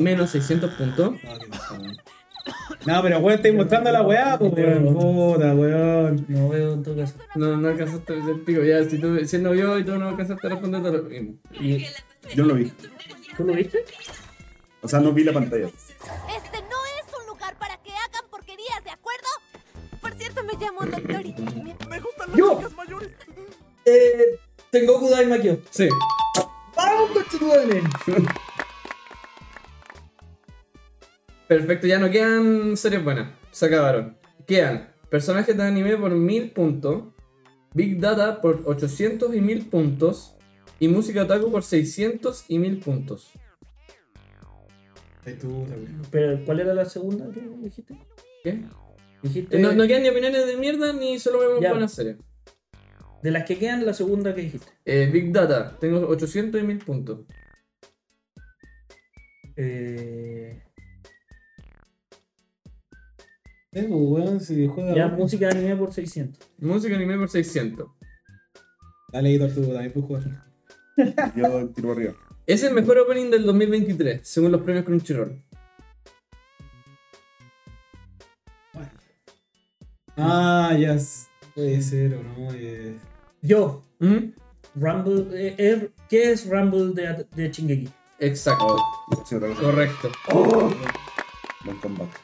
[SPEAKER 4] Menos 600 puntos.
[SPEAKER 2] No, pero weón, estáis mostrando la weá, pues, weón. Puta, weón.
[SPEAKER 3] No veo en todo caso.
[SPEAKER 4] No, no alcanzaste el pico. Ya, si tú si no vio y tú no alcanzaste a responder, te lo mismo.
[SPEAKER 3] Y-
[SPEAKER 1] Yo no lo vi.
[SPEAKER 3] ¿Tú lo viste?
[SPEAKER 1] O sea, no vi la pantalla.
[SPEAKER 6] Este no es un lugar para que hagan porquerías, ¿de acuerdo? Por cierto, me llamo Doctor y me-
[SPEAKER 7] Me gustan las
[SPEAKER 3] Yo.
[SPEAKER 7] chicas mayores.
[SPEAKER 3] Eh, tengo Kudai Makio.
[SPEAKER 4] Sí.
[SPEAKER 3] ¡Vamos, cochuduele!
[SPEAKER 4] Perfecto, ya no quedan series buenas. Se acabaron. Quedan personajes de anime por 1000 puntos, Big Data por 800 y 1000 puntos, y música otaku por 600 y 1000 puntos.
[SPEAKER 2] Ay, tú, weón.
[SPEAKER 3] Pero, ¿cuál era la segunda que dijiste?
[SPEAKER 4] ¿Qué?
[SPEAKER 3] Dijiste.
[SPEAKER 4] Eh, No, no quedan ni opiniones de mierda ni solo vemos
[SPEAKER 3] Ya.
[SPEAKER 4] buenas series.
[SPEAKER 3] De las que quedan, la segunda que dijiste.
[SPEAKER 4] Eh, Big Data, tengo 800 y 1000 puntos.
[SPEAKER 3] Eh,
[SPEAKER 2] Sí, pues, weón, si juega.
[SPEAKER 3] ya, música de anime por 600.
[SPEAKER 4] Música anime por 600.
[SPEAKER 2] Dale, Hitor, tú también puedes jugar.
[SPEAKER 1] Yo tiro para arriba.
[SPEAKER 4] Es el mejor opening del 2023, según los premios Crunchyroll.
[SPEAKER 2] Ah, ya. s- Puede ser o no. eh.
[SPEAKER 3] Yo,
[SPEAKER 4] ¿Mm?
[SPEAKER 3] Rumble. eh, eh, ¿Qué es Rumble de, de Chingeki?
[SPEAKER 4] Exacto,
[SPEAKER 1] Sí, otra cosa.
[SPEAKER 4] correcto.
[SPEAKER 1] Buen comeback.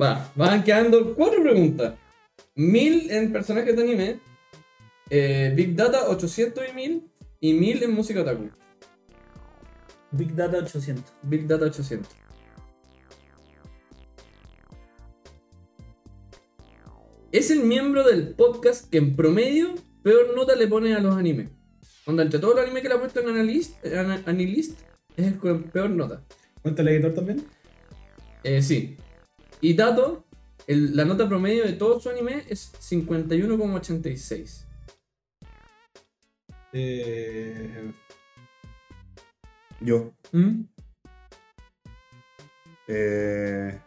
[SPEAKER 4] Va, van quedando cuatro preguntas. 1000 en personajes de anime, eh, Big Data 800 y 1000, y 1000 en música otaku.
[SPEAKER 3] Big Data 800.
[SPEAKER 4] Big Data 800. Es el miembro del podcast que en promedio peor nota le pone a los animes. Onda, entre todos los animes que le ha puesto en Analyst, en Ana- Anilist, es el con peor nota.
[SPEAKER 2] ¿Cuenta el editor también?
[SPEAKER 4] Eh, sí. Y Dato, el- la nota promedio de todos sus animes es 51,86.
[SPEAKER 2] Eh.
[SPEAKER 1] Yo.
[SPEAKER 4] ¿Mm?
[SPEAKER 1] Eh...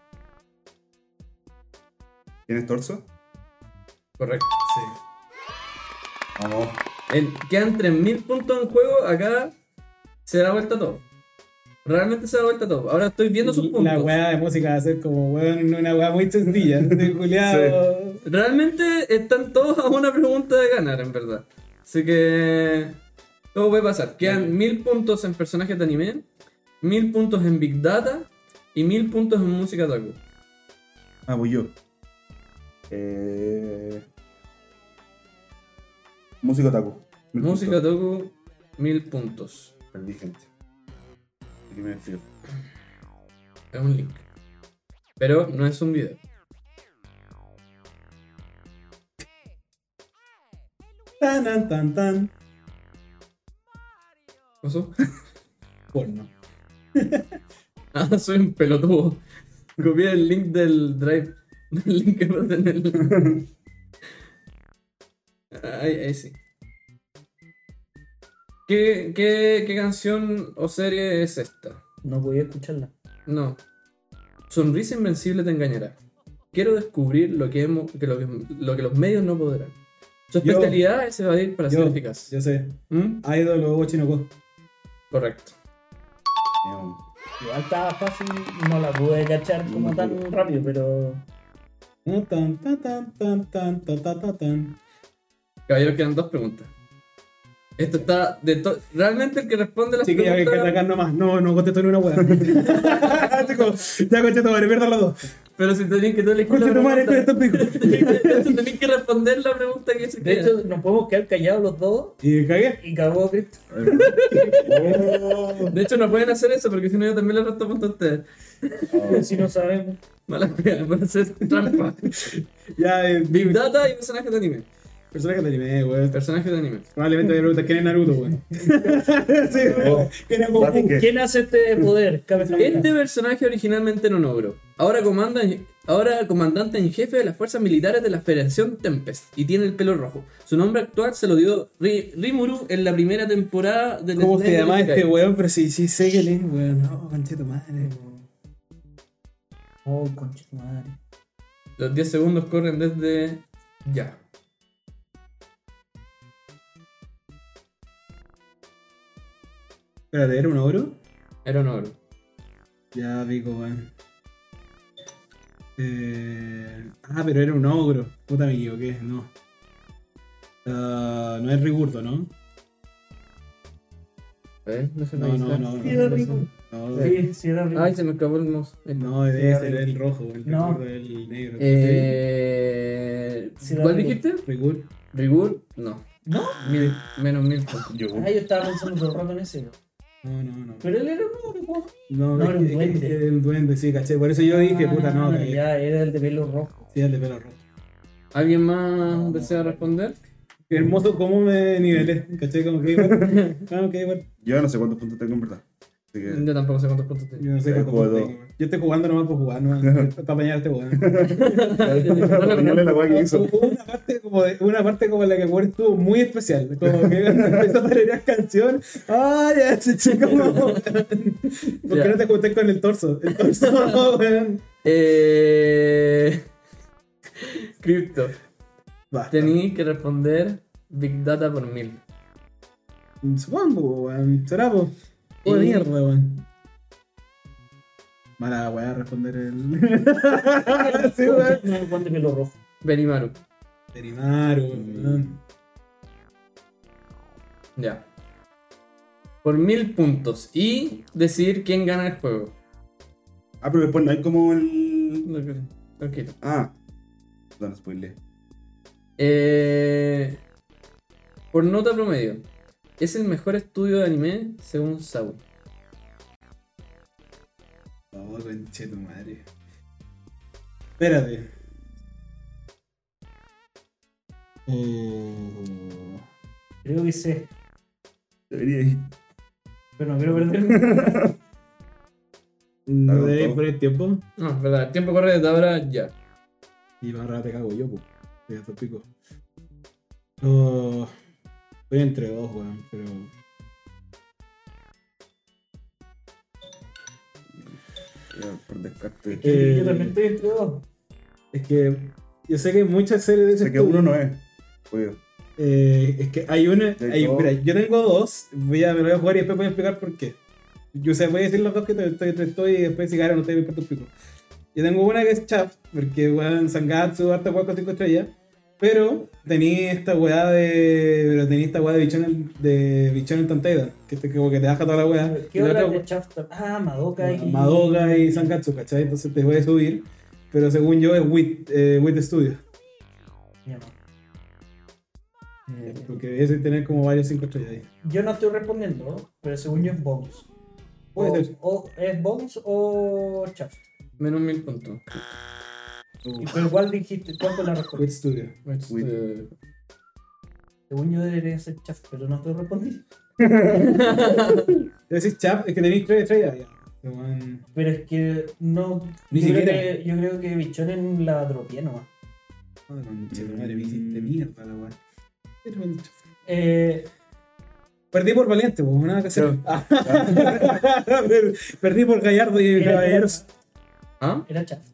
[SPEAKER 1] ¿Tienes torso?
[SPEAKER 4] Correcto.
[SPEAKER 2] Sí.
[SPEAKER 1] Vamos.
[SPEAKER 4] El- quedan 3.000 puntos en juego. Acá se da vuelta todo. Realmente se da vuelta todo. Ahora estoy viendo sus puntos.
[SPEAKER 2] La weá de música va a ser como, weón, una weá muy sencilla. Estoy Juliado.
[SPEAKER 4] Realmente están todos a una pregunta de ganar, en verdad. Así que. Todo puede pasar.
[SPEAKER 2] Vale.
[SPEAKER 4] Quedan 1000 puntos en personajes de anime, 1000 puntos en Big Data y 1000 puntos en música taku.
[SPEAKER 1] Ah, voy yo. Eh... Música Taku.
[SPEAKER 4] Música taku, 1000 puntos.
[SPEAKER 1] Perdí gente. Dime frío.
[SPEAKER 4] Es un link. Pero no es un video.
[SPEAKER 2] Tan, tan, tan, tan.
[SPEAKER 4] ¿Pasó?
[SPEAKER 2] Porno.
[SPEAKER 4] Ah, soy un pelotudo. Copié el link del drive. El link que pasa en el. Ahí, ahí sí. ¿Qué, qué, qué canción o serie es esta?
[SPEAKER 3] No podía escucharla.
[SPEAKER 4] No. Sonrisa invencible te engañará. Quiero descubrir lo que, hemos, que lo, que, lo que los medios no podrán. Su
[SPEAKER 2] Yo.
[SPEAKER 4] especialidad es evadir para ser
[SPEAKER 2] Yo.
[SPEAKER 4] eficaz.
[SPEAKER 2] Yo sé.
[SPEAKER 4] ¿Mm?
[SPEAKER 2] pues. Idol o Chinoco.
[SPEAKER 4] Correcto.
[SPEAKER 1] Damn.
[SPEAKER 3] Igual estaba fácil, no la pude cachar como
[SPEAKER 1] No,
[SPEAKER 3] tan rápido, pero.
[SPEAKER 2] Tan, tan, tan, tan, tan, tan, tan, tan, tan.
[SPEAKER 4] Caballeros, quedan dos preguntas. Esto está de to- Realmente el que responde las
[SPEAKER 2] Sí, que ya hay que
[SPEAKER 4] preguntas.
[SPEAKER 2] atacar nomás. No, no contesto ni una hueá. Así como, ya contesto, vale, pierdan los dos.
[SPEAKER 4] Pero si tenéis que tú elegir la
[SPEAKER 2] Concha tu madre, esto es
[SPEAKER 4] pregunta.
[SPEAKER 2] tópico.
[SPEAKER 4] Tenéis que responder la pregunta que se
[SPEAKER 3] De hecho, nos podemos quedar callados los dos
[SPEAKER 2] Y cagué.
[SPEAKER 3] y cagó Crypto.
[SPEAKER 1] Oh,
[SPEAKER 4] De hecho, no pueden hacer eso porque si no, yo también le resto punto a ustedes.
[SPEAKER 3] Si no sabemos.
[SPEAKER 4] Mala pena, por hacer trampa.
[SPEAKER 2] Ya, eh,
[SPEAKER 4] Big Data y personajes de anime.
[SPEAKER 2] personaje de anime, weón.
[SPEAKER 4] Personajes de anime.
[SPEAKER 2] Probablemente me preguntas quién es Naruto, weón. sí, weón. ¿Quién es Goku?
[SPEAKER 1] Así que-
[SPEAKER 3] ¿Quién hace este poder? Cabeza
[SPEAKER 4] Este personaje originalmente era un ogro. Ahora, comanda en- ahora comandante en jefe de las fuerzas militares de la Federación Tempest y tiene el pelo rojo. Su nombre actual se lo dio Ri- Rimuru en la primera temporada del
[SPEAKER 2] ¿Cómo
[SPEAKER 4] Slice
[SPEAKER 2] se llama
[SPEAKER 4] del Sky.
[SPEAKER 2] este weón? Pero sí, sí sé quién es, weón. No, concha tu madre, weón.
[SPEAKER 3] Oh, concha tu madre.
[SPEAKER 4] Los 10 segundos corren desde ya.
[SPEAKER 2] Espérate, ¿era un oro?
[SPEAKER 4] Era un ogro.
[SPEAKER 2] Ya, pico, weón. Eh... Ah, pero era un ogro. Puta, me equivoqué, no. Ah, no es Rigurdo, ¿no?
[SPEAKER 4] ¿Eh? No se me
[SPEAKER 2] No,
[SPEAKER 4] dice.
[SPEAKER 2] no, no.
[SPEAKER 3] Sí, era
[SPEAKER 2] no,
[SPEAKER 3] Rigurdo.
[SPEAKER 2] No,
[SPEAKER 3] Sí, sí, era horrible.
[SPEAKER 4] Ay, se me acabó el mouse. Ahí está.
[SPEAKER 2] no, ese era el rojo, el
[SPEAKER 3] No.
[SPEAKER 2] Rigurdo era el negro.
[SPEAKER 4] Eh,
[SPEAKER 3] Sí, era
[SPEAKER 4] ¿Cuál
[SPEAKER 3] Rigur.
[SPEAKER 4] dijiste?
[SPEAKER 2] Rigur.
[SPEAKER 4] Rigur, no.
[SPEAKER 3] ¿No?
[SPEAKER 4] Mil- menos mil puntos.
[SPEAKER 1] yo-
[SPEAKER 3] Ah, yo estaba pensando todo el rato en ese. ¿no?
[SPEAKER 2] No, no, no.
[SPEAKER 3] Pero él era un único.
[SPEAKER 2] No,
[SPEAKER 3] No,
[SPEAKER 2] es
[SPEAKER 3] era un
[SPEAKER 2] que- es que-
[SPEAKER 3] duende.
[SPEAKER 2] era un duende, sí, caché. Por eso yo dije, puta, no,
[SPEAKER 3] Ah,
[SPEAKER 2] cagué.
[SPEAKER 3] Ya, era el de pelo rojo.
[SPEAKER 2] Sí, el de pelo rojo.
[SPEAKER 4] ¿Alguien más desea responder?
[SPEAKER 2] Qué hermoso cómo me nivelé, caché, como que igual. Ah, ok, igual.
[SPEAKER 1] Yo no sé cuántos puntos tengo en verdad. Así que.
[SPEAKER 4] Yo tampoco sé cuántos puntos tengo.
[SPEAKER 2] Yo no sé
[SPEAKER 1] Ya,
[SPEAKER 2] cómo
[SPEAKER 1] juego
[SPEAKER 2] tengo.
[SPEAKER 1] dos.
[SPEAKER 2] Yo estoy jugando nomás por jugar, nomás, para apañar a este weón.
[SPEAKER 1] Póngale la weá que hizo.
[SPEAKER 2] Hubo una parte como de- una parte como la que Word estuvo muy especial como que empezó a aparecer canción ay ese chico ¿por qué
[SPEAKER 4] Ya.
[SPEAKER 2] no te junté con el torso? el torso weón.
[SPEAKER 4] Eh... Crypto,
[SPEAKER 2] Basta.
[SPEAKER 4] tení que responder Big Data por mil.
[SPEAKER 2] supongo weón será po
[SPEAKER 4] Y-
[SPEAKER 2] oh mierda weón mala weá responder el sí weón
[SPEAKER 3] No, el de pelo rojo.
[SPEAKER 4] Benimaru,
[SPEAKER 2] Terimaru weón
[SPEAKER 4] ya. Por mil puntos y decidir quién gana el juego.
[SPEAKER 1] Ah, pero después no hay como el.
[SPEAKER 4] Tranquilo.
[SPEAKER 1] Ah. No, no spoilé.
[SPEAKER 4] Eh, por nota promedio, es el mejor estudio de anime según Sabu.
[SPEAKER 2] oh conche tu madre espérate Eh,
[SPEAKER 3] Creo que sé.
[SPEAKER 1] Debería ir.
[SPEAKER 3] Pero no quiero perderme.
[SPEAKER 2] No
[SPEAKER 1] Claro,
[SPEAKER 2] debería
[SPEAKER 1] todo.
[SPEAKER 2] poner tiempo.
[SPEAKER 4] No, es Ah, verdad, el tiempo corre desde ahora ya.
[SPEAKER 2] Y más rato te cago yo, pues. Te gasto pico. Oh, estoy entre dos, weón, pero.
[SPEAKER 1] Ya, Por descarte.
[SPEAKER 2] Eh,
[SPEAKER 3] Yo también estoy entre dos.
[SPEAKER 2] Es que. Yo sé que hay muchas series de ese
[SPEAKER 1] Sé que
[SPEAKER 2] estilo.
[SPEAKER 1] uno no es. Obvio.
[SPEAKER 2] Eh, es que hay una.
[SPEAKER 1] De
[SPEAKER 2] hay-
[SPEAKER 1] todo.
[SPEAKER 2] mira, yo tengo dos. Voy a, me lo voy a jugar y después voy a explicar por qué. Yo sé, voy a decir los dos que te- estoy entre estoy y después si ganan ustedes me importa un pico. Yo tengo una que es Chap, porque weón, Sangatsu, harta 4 5 estrellas. Pero tenía esta weá de. Pero tenía esta weá de bichón de bichón en Tantaida, que, te- como que te baja toda la weá. Y
[SPEAKER 3] ¿Qué
[SPEAKER 2] la
[SPEAKER 3] hora
[SPEAKER 2] otra
[SPEAKER 3] de Chafta? Ah, Madoka y.
[SPEAKER 2] weá- Madoka y Sangatsu, ¿cachai? Entonces te voy a subir. Pero según yo es Wit, eh, Wit Studio.
[SPEAKER 3] Ya no. Eh,
[SPEAKER 2] Porque ese tener como varios 5 estrellas ahí.
[SPEAKER 3] Yo no estoy respondiendo, pero según yo es Bones.
[SPEAKER 2] Puede
[SPEAKER 3] O-
[SPEAKER 2] ser.
[SPEAKER 3] o- ¿Es Bones o Chafta?
[SPEAKER 4] Menos mil puntos.
[SPEAKER 3] ¿Y pero cuál dijiste? ¿Cuál fue la respuesta?
[SPEAKER 2] Wit Studio.
[SPEAKER 4] Esto,
[SPEAKER 1] Uy.
[SPEAKER 4] eh,
[SPEAKER 3] Según yo debería ser Chafta, pero no estoy respondiendo.
[SPEAKER 2] Yo decís chap, es que tenéis tres estrellas. Ya. No, man.
[SPEAKER 3] Pero es que no.
[SPEAKER 2] Ni
[SPEAKER 3] yo, creo
[SPEAKER 2] siquiera.
[SPEAKER 3] que, yo creo que Bichonen la dropié nomás.
[SPEAKER 2] Ah, conche tu madre, me hiciste mierda la weá. Pero, conche-
[SPEAKER 3] Eh,
[SPEAKER 2] Perdí por valiente, pues nada que hacer.
[SPEAKER 4] Pero-
[SPEAKER 2] Ah, pero Perdí por gallardo y
[SPEAKER 3] era,
[SPEAKER 2] caballeros.
[SPEAKER 4] ¿Ah?
[SPEAKER 3] era Chafta.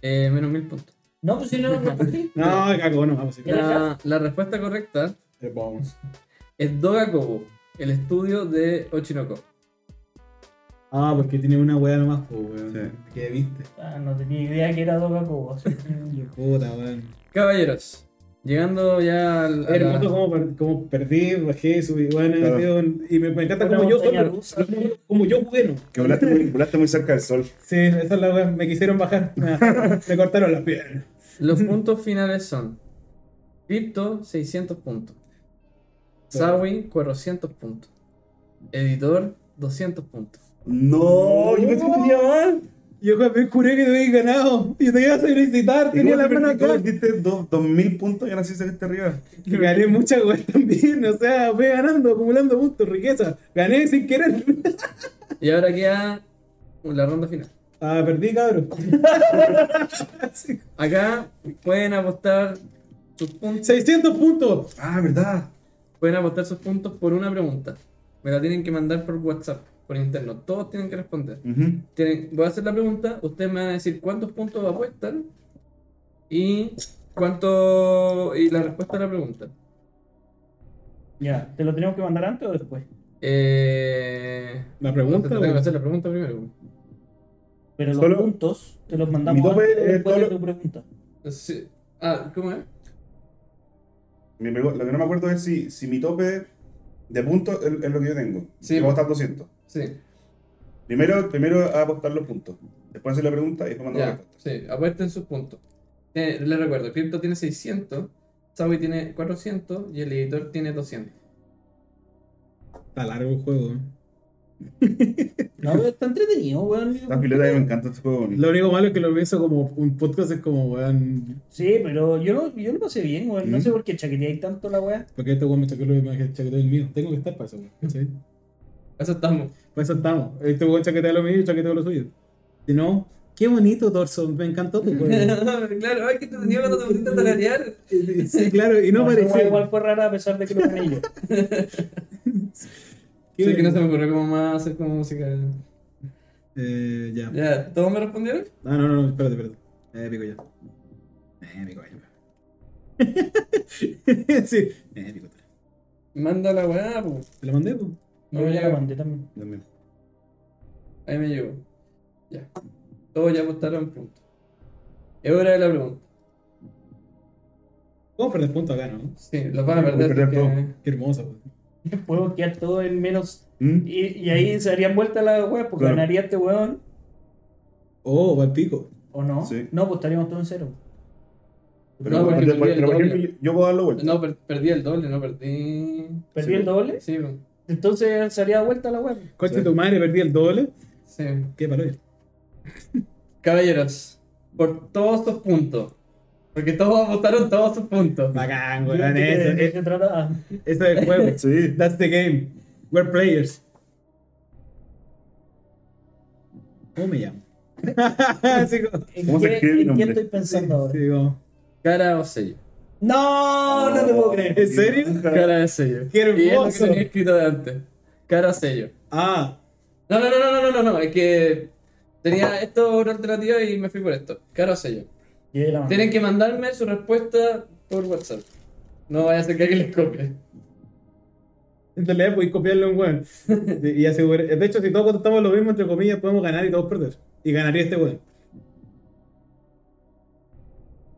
[SPEAKER 4] Eh, menos mil puntos.
[SPEAKER 3] No, pues si no, no respondí.
[SPEAKER 2] No, pues, cago, no, vamos a ir.
[SPEAKER 3] Era
[SPEAKER 4] La, la respuesta correcta
[SPEAKER 2] Vamos.
[SPEAKER 4] es Dogakobo, el estudio de Ochinoko.
[SPEAKER 2] Ah, porque tiene una weá nomás, po, weón.
[SPEAKER 1] Sí.
[SPEAKER 2] ¿Qué viste?
[SPEAKER 3] Ah, no tenía idea que era Doga Kobo.
[SPEAKER 2] Puta, weón.
[SPEAKER 4] Caballeros, llegando ya al. a la-
[SPEAKER 2] Hermoso como, per- como perdí, bajé, subí, bueno,
[SPEAKER 1] Claro.
[SPEAKER 2] weón, y me, me encanta
[SPEAKER 3] Una
[SPEAKER 2] como yo,
[SPEAKER 3] montaña
[SPEAKER 2] solo,
[SPEAKER 3] rusa.
[SPEAKER 2] como, como yo bueno.
[SPEAKER 1] Que volaste muy, volaste muy cerca del sol.
[SPEAKER 2] Sí, esa es la weá, me quisieron bajar, Ah, me cortaron las piernas.
[SPEAKER 4] Los puntos finales son: Crypto, 600 puntos.
[SPEAKER 2] Claro.
[SPEAKER 4] Sawi, 400 puntos. Editor, 200 puntos.
[SPEAKER 2] Oh,
[SPEAKER 1] No, yo pensé que tenía más.
[SPEAKER 2] Yo me juré que te había ganado, yo te iba a felicitar,
[SPEAKER 1] ¿Y cómo
[SPEAKER 2] tenía la
[SPEAKER 1] te
[SPEAKER 2] mano
[SPEAKER 1] perdiste? ¿Cómo
[SPEAKER 2] acá.
[SPEAKER 1] perdiste dos, dos mil puntos y ahora sí sacaste arriba?
[SPEAKER 2] Y Gané muchas weas también, o sea, fui ganando, acumulando puntos, riqueza. Gané sin querer.
[SPEAKER 4] Y ahora queda la ronda final.
[SPEAKER 2] Ah, perdí, cabrón. Sí.
[SPEAKER 4] Acá pueden apostar sus puntos.
[SPEAKER 2] 600 puntos.
[SPEAKER 1] Ah, verdad.
[SPEAKER 4] Pueden apostar sus puntos por una pregunta. Me la tienen que mandar por WhatsApp, por interno. Todos tienen que responder.
[SPEAKER 1] Ujú.
[SPEAKER 4] Tienen- voy a hacer la pregunta. Ustedes me van a decir cuántos puntos apuestan y cuánto y la respuesta a la pregunta.
[SPEAKER 3] ya, ¿te lo tenemos que mandar antes o después?
[SPEAKER 4] Eh,
[SPEAKER 2] La
[SPEAKER 4] entonces
[SPEAKER 2] pregunta,
[SPEAKER 4] te tengo que hacer la pregunta primero.
[SPEAKER 3] Pero los
[SPEAKER 1] Solo-
[SPEAKER 3] puntos te los mandamos
[SPEAKER 1] Mi tope
[SPEAKER 3] antes o
[SPEAKER 1] es
[SPEAKER 3] después
[SPEAKER 1] todo
[SPEAKER 3] de
[SPEAKER 1] lo-
[SPEAKER 3] tu pregunta.
[SPEAKER 4] Sí. Ah, ¿cómo es?
[SPEAKER 1] Mi pregu- lo que no me acuerdo es si, si mi tope de puntos es, es lo que yo tengo.
[SPEAKER 4] Sí.
[SPEAKER 1] Sí. Yo voy a apostar 200.
[SPEAKER 4] Sí,
[SPEAKER 1] Primero, primero a apostar los puntos. Después hacer la pregunta y después mandar la
[SPEAKER 4] ya.
[SPEAKER 1] respuesta.
[SPEAKER 4] Sí, apuesten sus puntos. Eh, les recuerdo, Crypto tiene 600, Sawi tiene 400 y el editor tiene 200.
[SPEAKER 2] Está largo el juego. ¿eh?
[SPEAKER 3] No, pero está entretenido, weón.
[SPEAKER 1] Esta pileta que me encanta este juego.
[SPEAKER 2] Lo único malo es que lo pienso como un podcast es como, weón,
[SPEAKER 3] Sí, pero yo lo, yo lo pasé bien, weón. No
[SPEAKER 1] ¿Mm?
[SPEAKER 3] sé por qué chaqueteáis tanto la weá.
[SPEAKER 2] Porque este weón me chaqueteó el, me chaqueteó el mío. Tengo que estar para eso, weón. ¿cachai?
[SPEAKER 4] Eso estamos.
[SPEAKER 2] Para eso estamos. Este weón chaquetea lo mío y yo chaqueteo lo suyo. Si no, qué bonito, Dorso. Me encantó tu juego.
[SPEAKER 4] claro, ay, que te tenía cuando te pusiste a tararear.
[SPEAKER 2] sí, claro, y no,
[SPEAKER 3] No, esa weá
[SPEAKER 2] pareció.
[SPEAKER 3] Igual fue rara a pesar de que lo gané yo.
[SPEAKER 2] Qué
[SPEAKER 4] Sí, que no se
[SPEAKER 2] bonito.
[SPEAKER 4] me ocurrió cómo más hacer como música.
[SPEAKER 2] Eh, ya.
[SPEAKER 4] Ya, ¿todos me respondieron?
[SPEAKER 2] Ah, no, no, no, espérate, espérate. Eh, pico ya. Eh, pico ya. sí. Eh, pico ya.
[SPEAKER 4] Manda la weá, po.
[SPEAKER 2] ¿Te lo mandé, pues?
[SPEAKER 4] No
[SPEAKER 3] Yo
[SPEAKER 4] me
[SPEAKER 3] ya la
[SPEAKER 4] llega.
[SPEAKER 3] mandé también.
[SPEAKER 1] También.
[SPEAKER 4] Ahí me llegó. Ya. Todos ya apostaron punto. Es hora de la pregunta.
[SPEAKER 2] Vamos a perder puntos acá, ¿no?
[SPEAKER 4] Sí, los van a
[SPEAKER 1] Voy a
[SPEAKER 4] perder.
[SPEAKER 1] perder
[SPEAKER 4] porque-
[SPEAKER 2] Qué hermoso, weón.
[SPEAKER 3] Puedo quedar todo en menos.
[SPEAKER 1] ¿Mm?
[SPEAKER 3] Y, y ahí se darían vuelta la weá, porque
[SPEAKER 1] Claro.
[SPEAKER 3] ganaría este weón.
[SPEAKER 2] Oh, va el pico.
[SPEAKER 3] ¿O no?
[SPEAKER 1] Sí.
[SPEAKER 3] No, pues estaríamos todos en cero.
[SPEAKER 1] Pero,
[SPEAKER 4] No,
[SPEAKER 1] pero-
[SPEAKER 4] porque
[SPEAKER 1] pero-
[SPEAKER 4] perdí el
[SPEAKER 1] pero, por
[SPEAKER 4] doble.
[SPEAKER 1] ejemplo, yo, yo puedo darlo vuelta.
[SPEAKER 4] No, per- perdí el doble, no perdí.
[SPEAKER 3] ¿Perdí
[SPEAKER 4] Sí,
[SPEAKER 3] el
[SPEAKER 4] po.
[SPEAKER 3] doble?
[SPEAKER 4] Sí, po.
[SPEAKER 3] Entonces se haría vuelta la weá.
[SPEAKER 2] Coche
[SPEAKER 1] Sí.
[SPEAKER 2] tu madre, perdí el doble.
[SPEAKER 4] sí.
[SPEAKER 2] Qué palo es.
[SPEAKER 4] Caballeros, por todos sus puntos. Porque todos apostaron todos sus puntos.
[SPEAKER 2] Bacán,
[SPEAKER 3] Yo
[SPEAKER 2] weón.
[SPEAKER 3] creo que
[SPEAKER 2] Eso,
[SPEAKER 3] de- de
[SPEAKER 2] eh,
[SPEAKER 3] qué trata? Ah,
[SPEAKER 2] eso es el juego.
[SPEAKER 1] Sí.
[SPEAKER 2] That's the game. We're players. ¿Cómo me llamo? Así como.
[SPEAKER 3] ¿En
[SPEAKER 1] ¿Cómo se
[SPEAKER 3] qué-
[SPEAKER 1] escribe mi
[SPEAKER 3] ¿En quién
[SPEAKER 1] nombre?
[SPEAKER 3] estoy pensando ahora?
[SPEAKER 2] Sí, como.
[SPEAKER 4] Cara o sello.
[SPEAKER 3] No, no te puedo creer.
[SPEAKER 2] ¿En serio?
[SPEAKER 4] Cara de sello.
[SPEAKER 2] ¡Qué
[SPEAKER 4] Y es lo que
[SPEAKER 2] hermoso!
[SPEAKER 4] tenía escrito de antes. Cara o sello.
[SPEAKER 2] Ah,
[SPEAKER 4] No, no, no, no, no, no, no, no, es que tenía esto una alternativa y me fui por esto. Caro sello.
[SPEAKER 3] Yo ya la mandé.
[SPEAKER 4] Tienen que mandarme su respuesta por WhatsApp. No vaya a ser que alguien les copie.
[SPEAKER 2] en realidad podéis pues, copiarle a un weón. Y asegurar. De hecho, si todos contestamos lo mismo, entre comillas, podemos ganar y todos perder. Y ganaría este weón.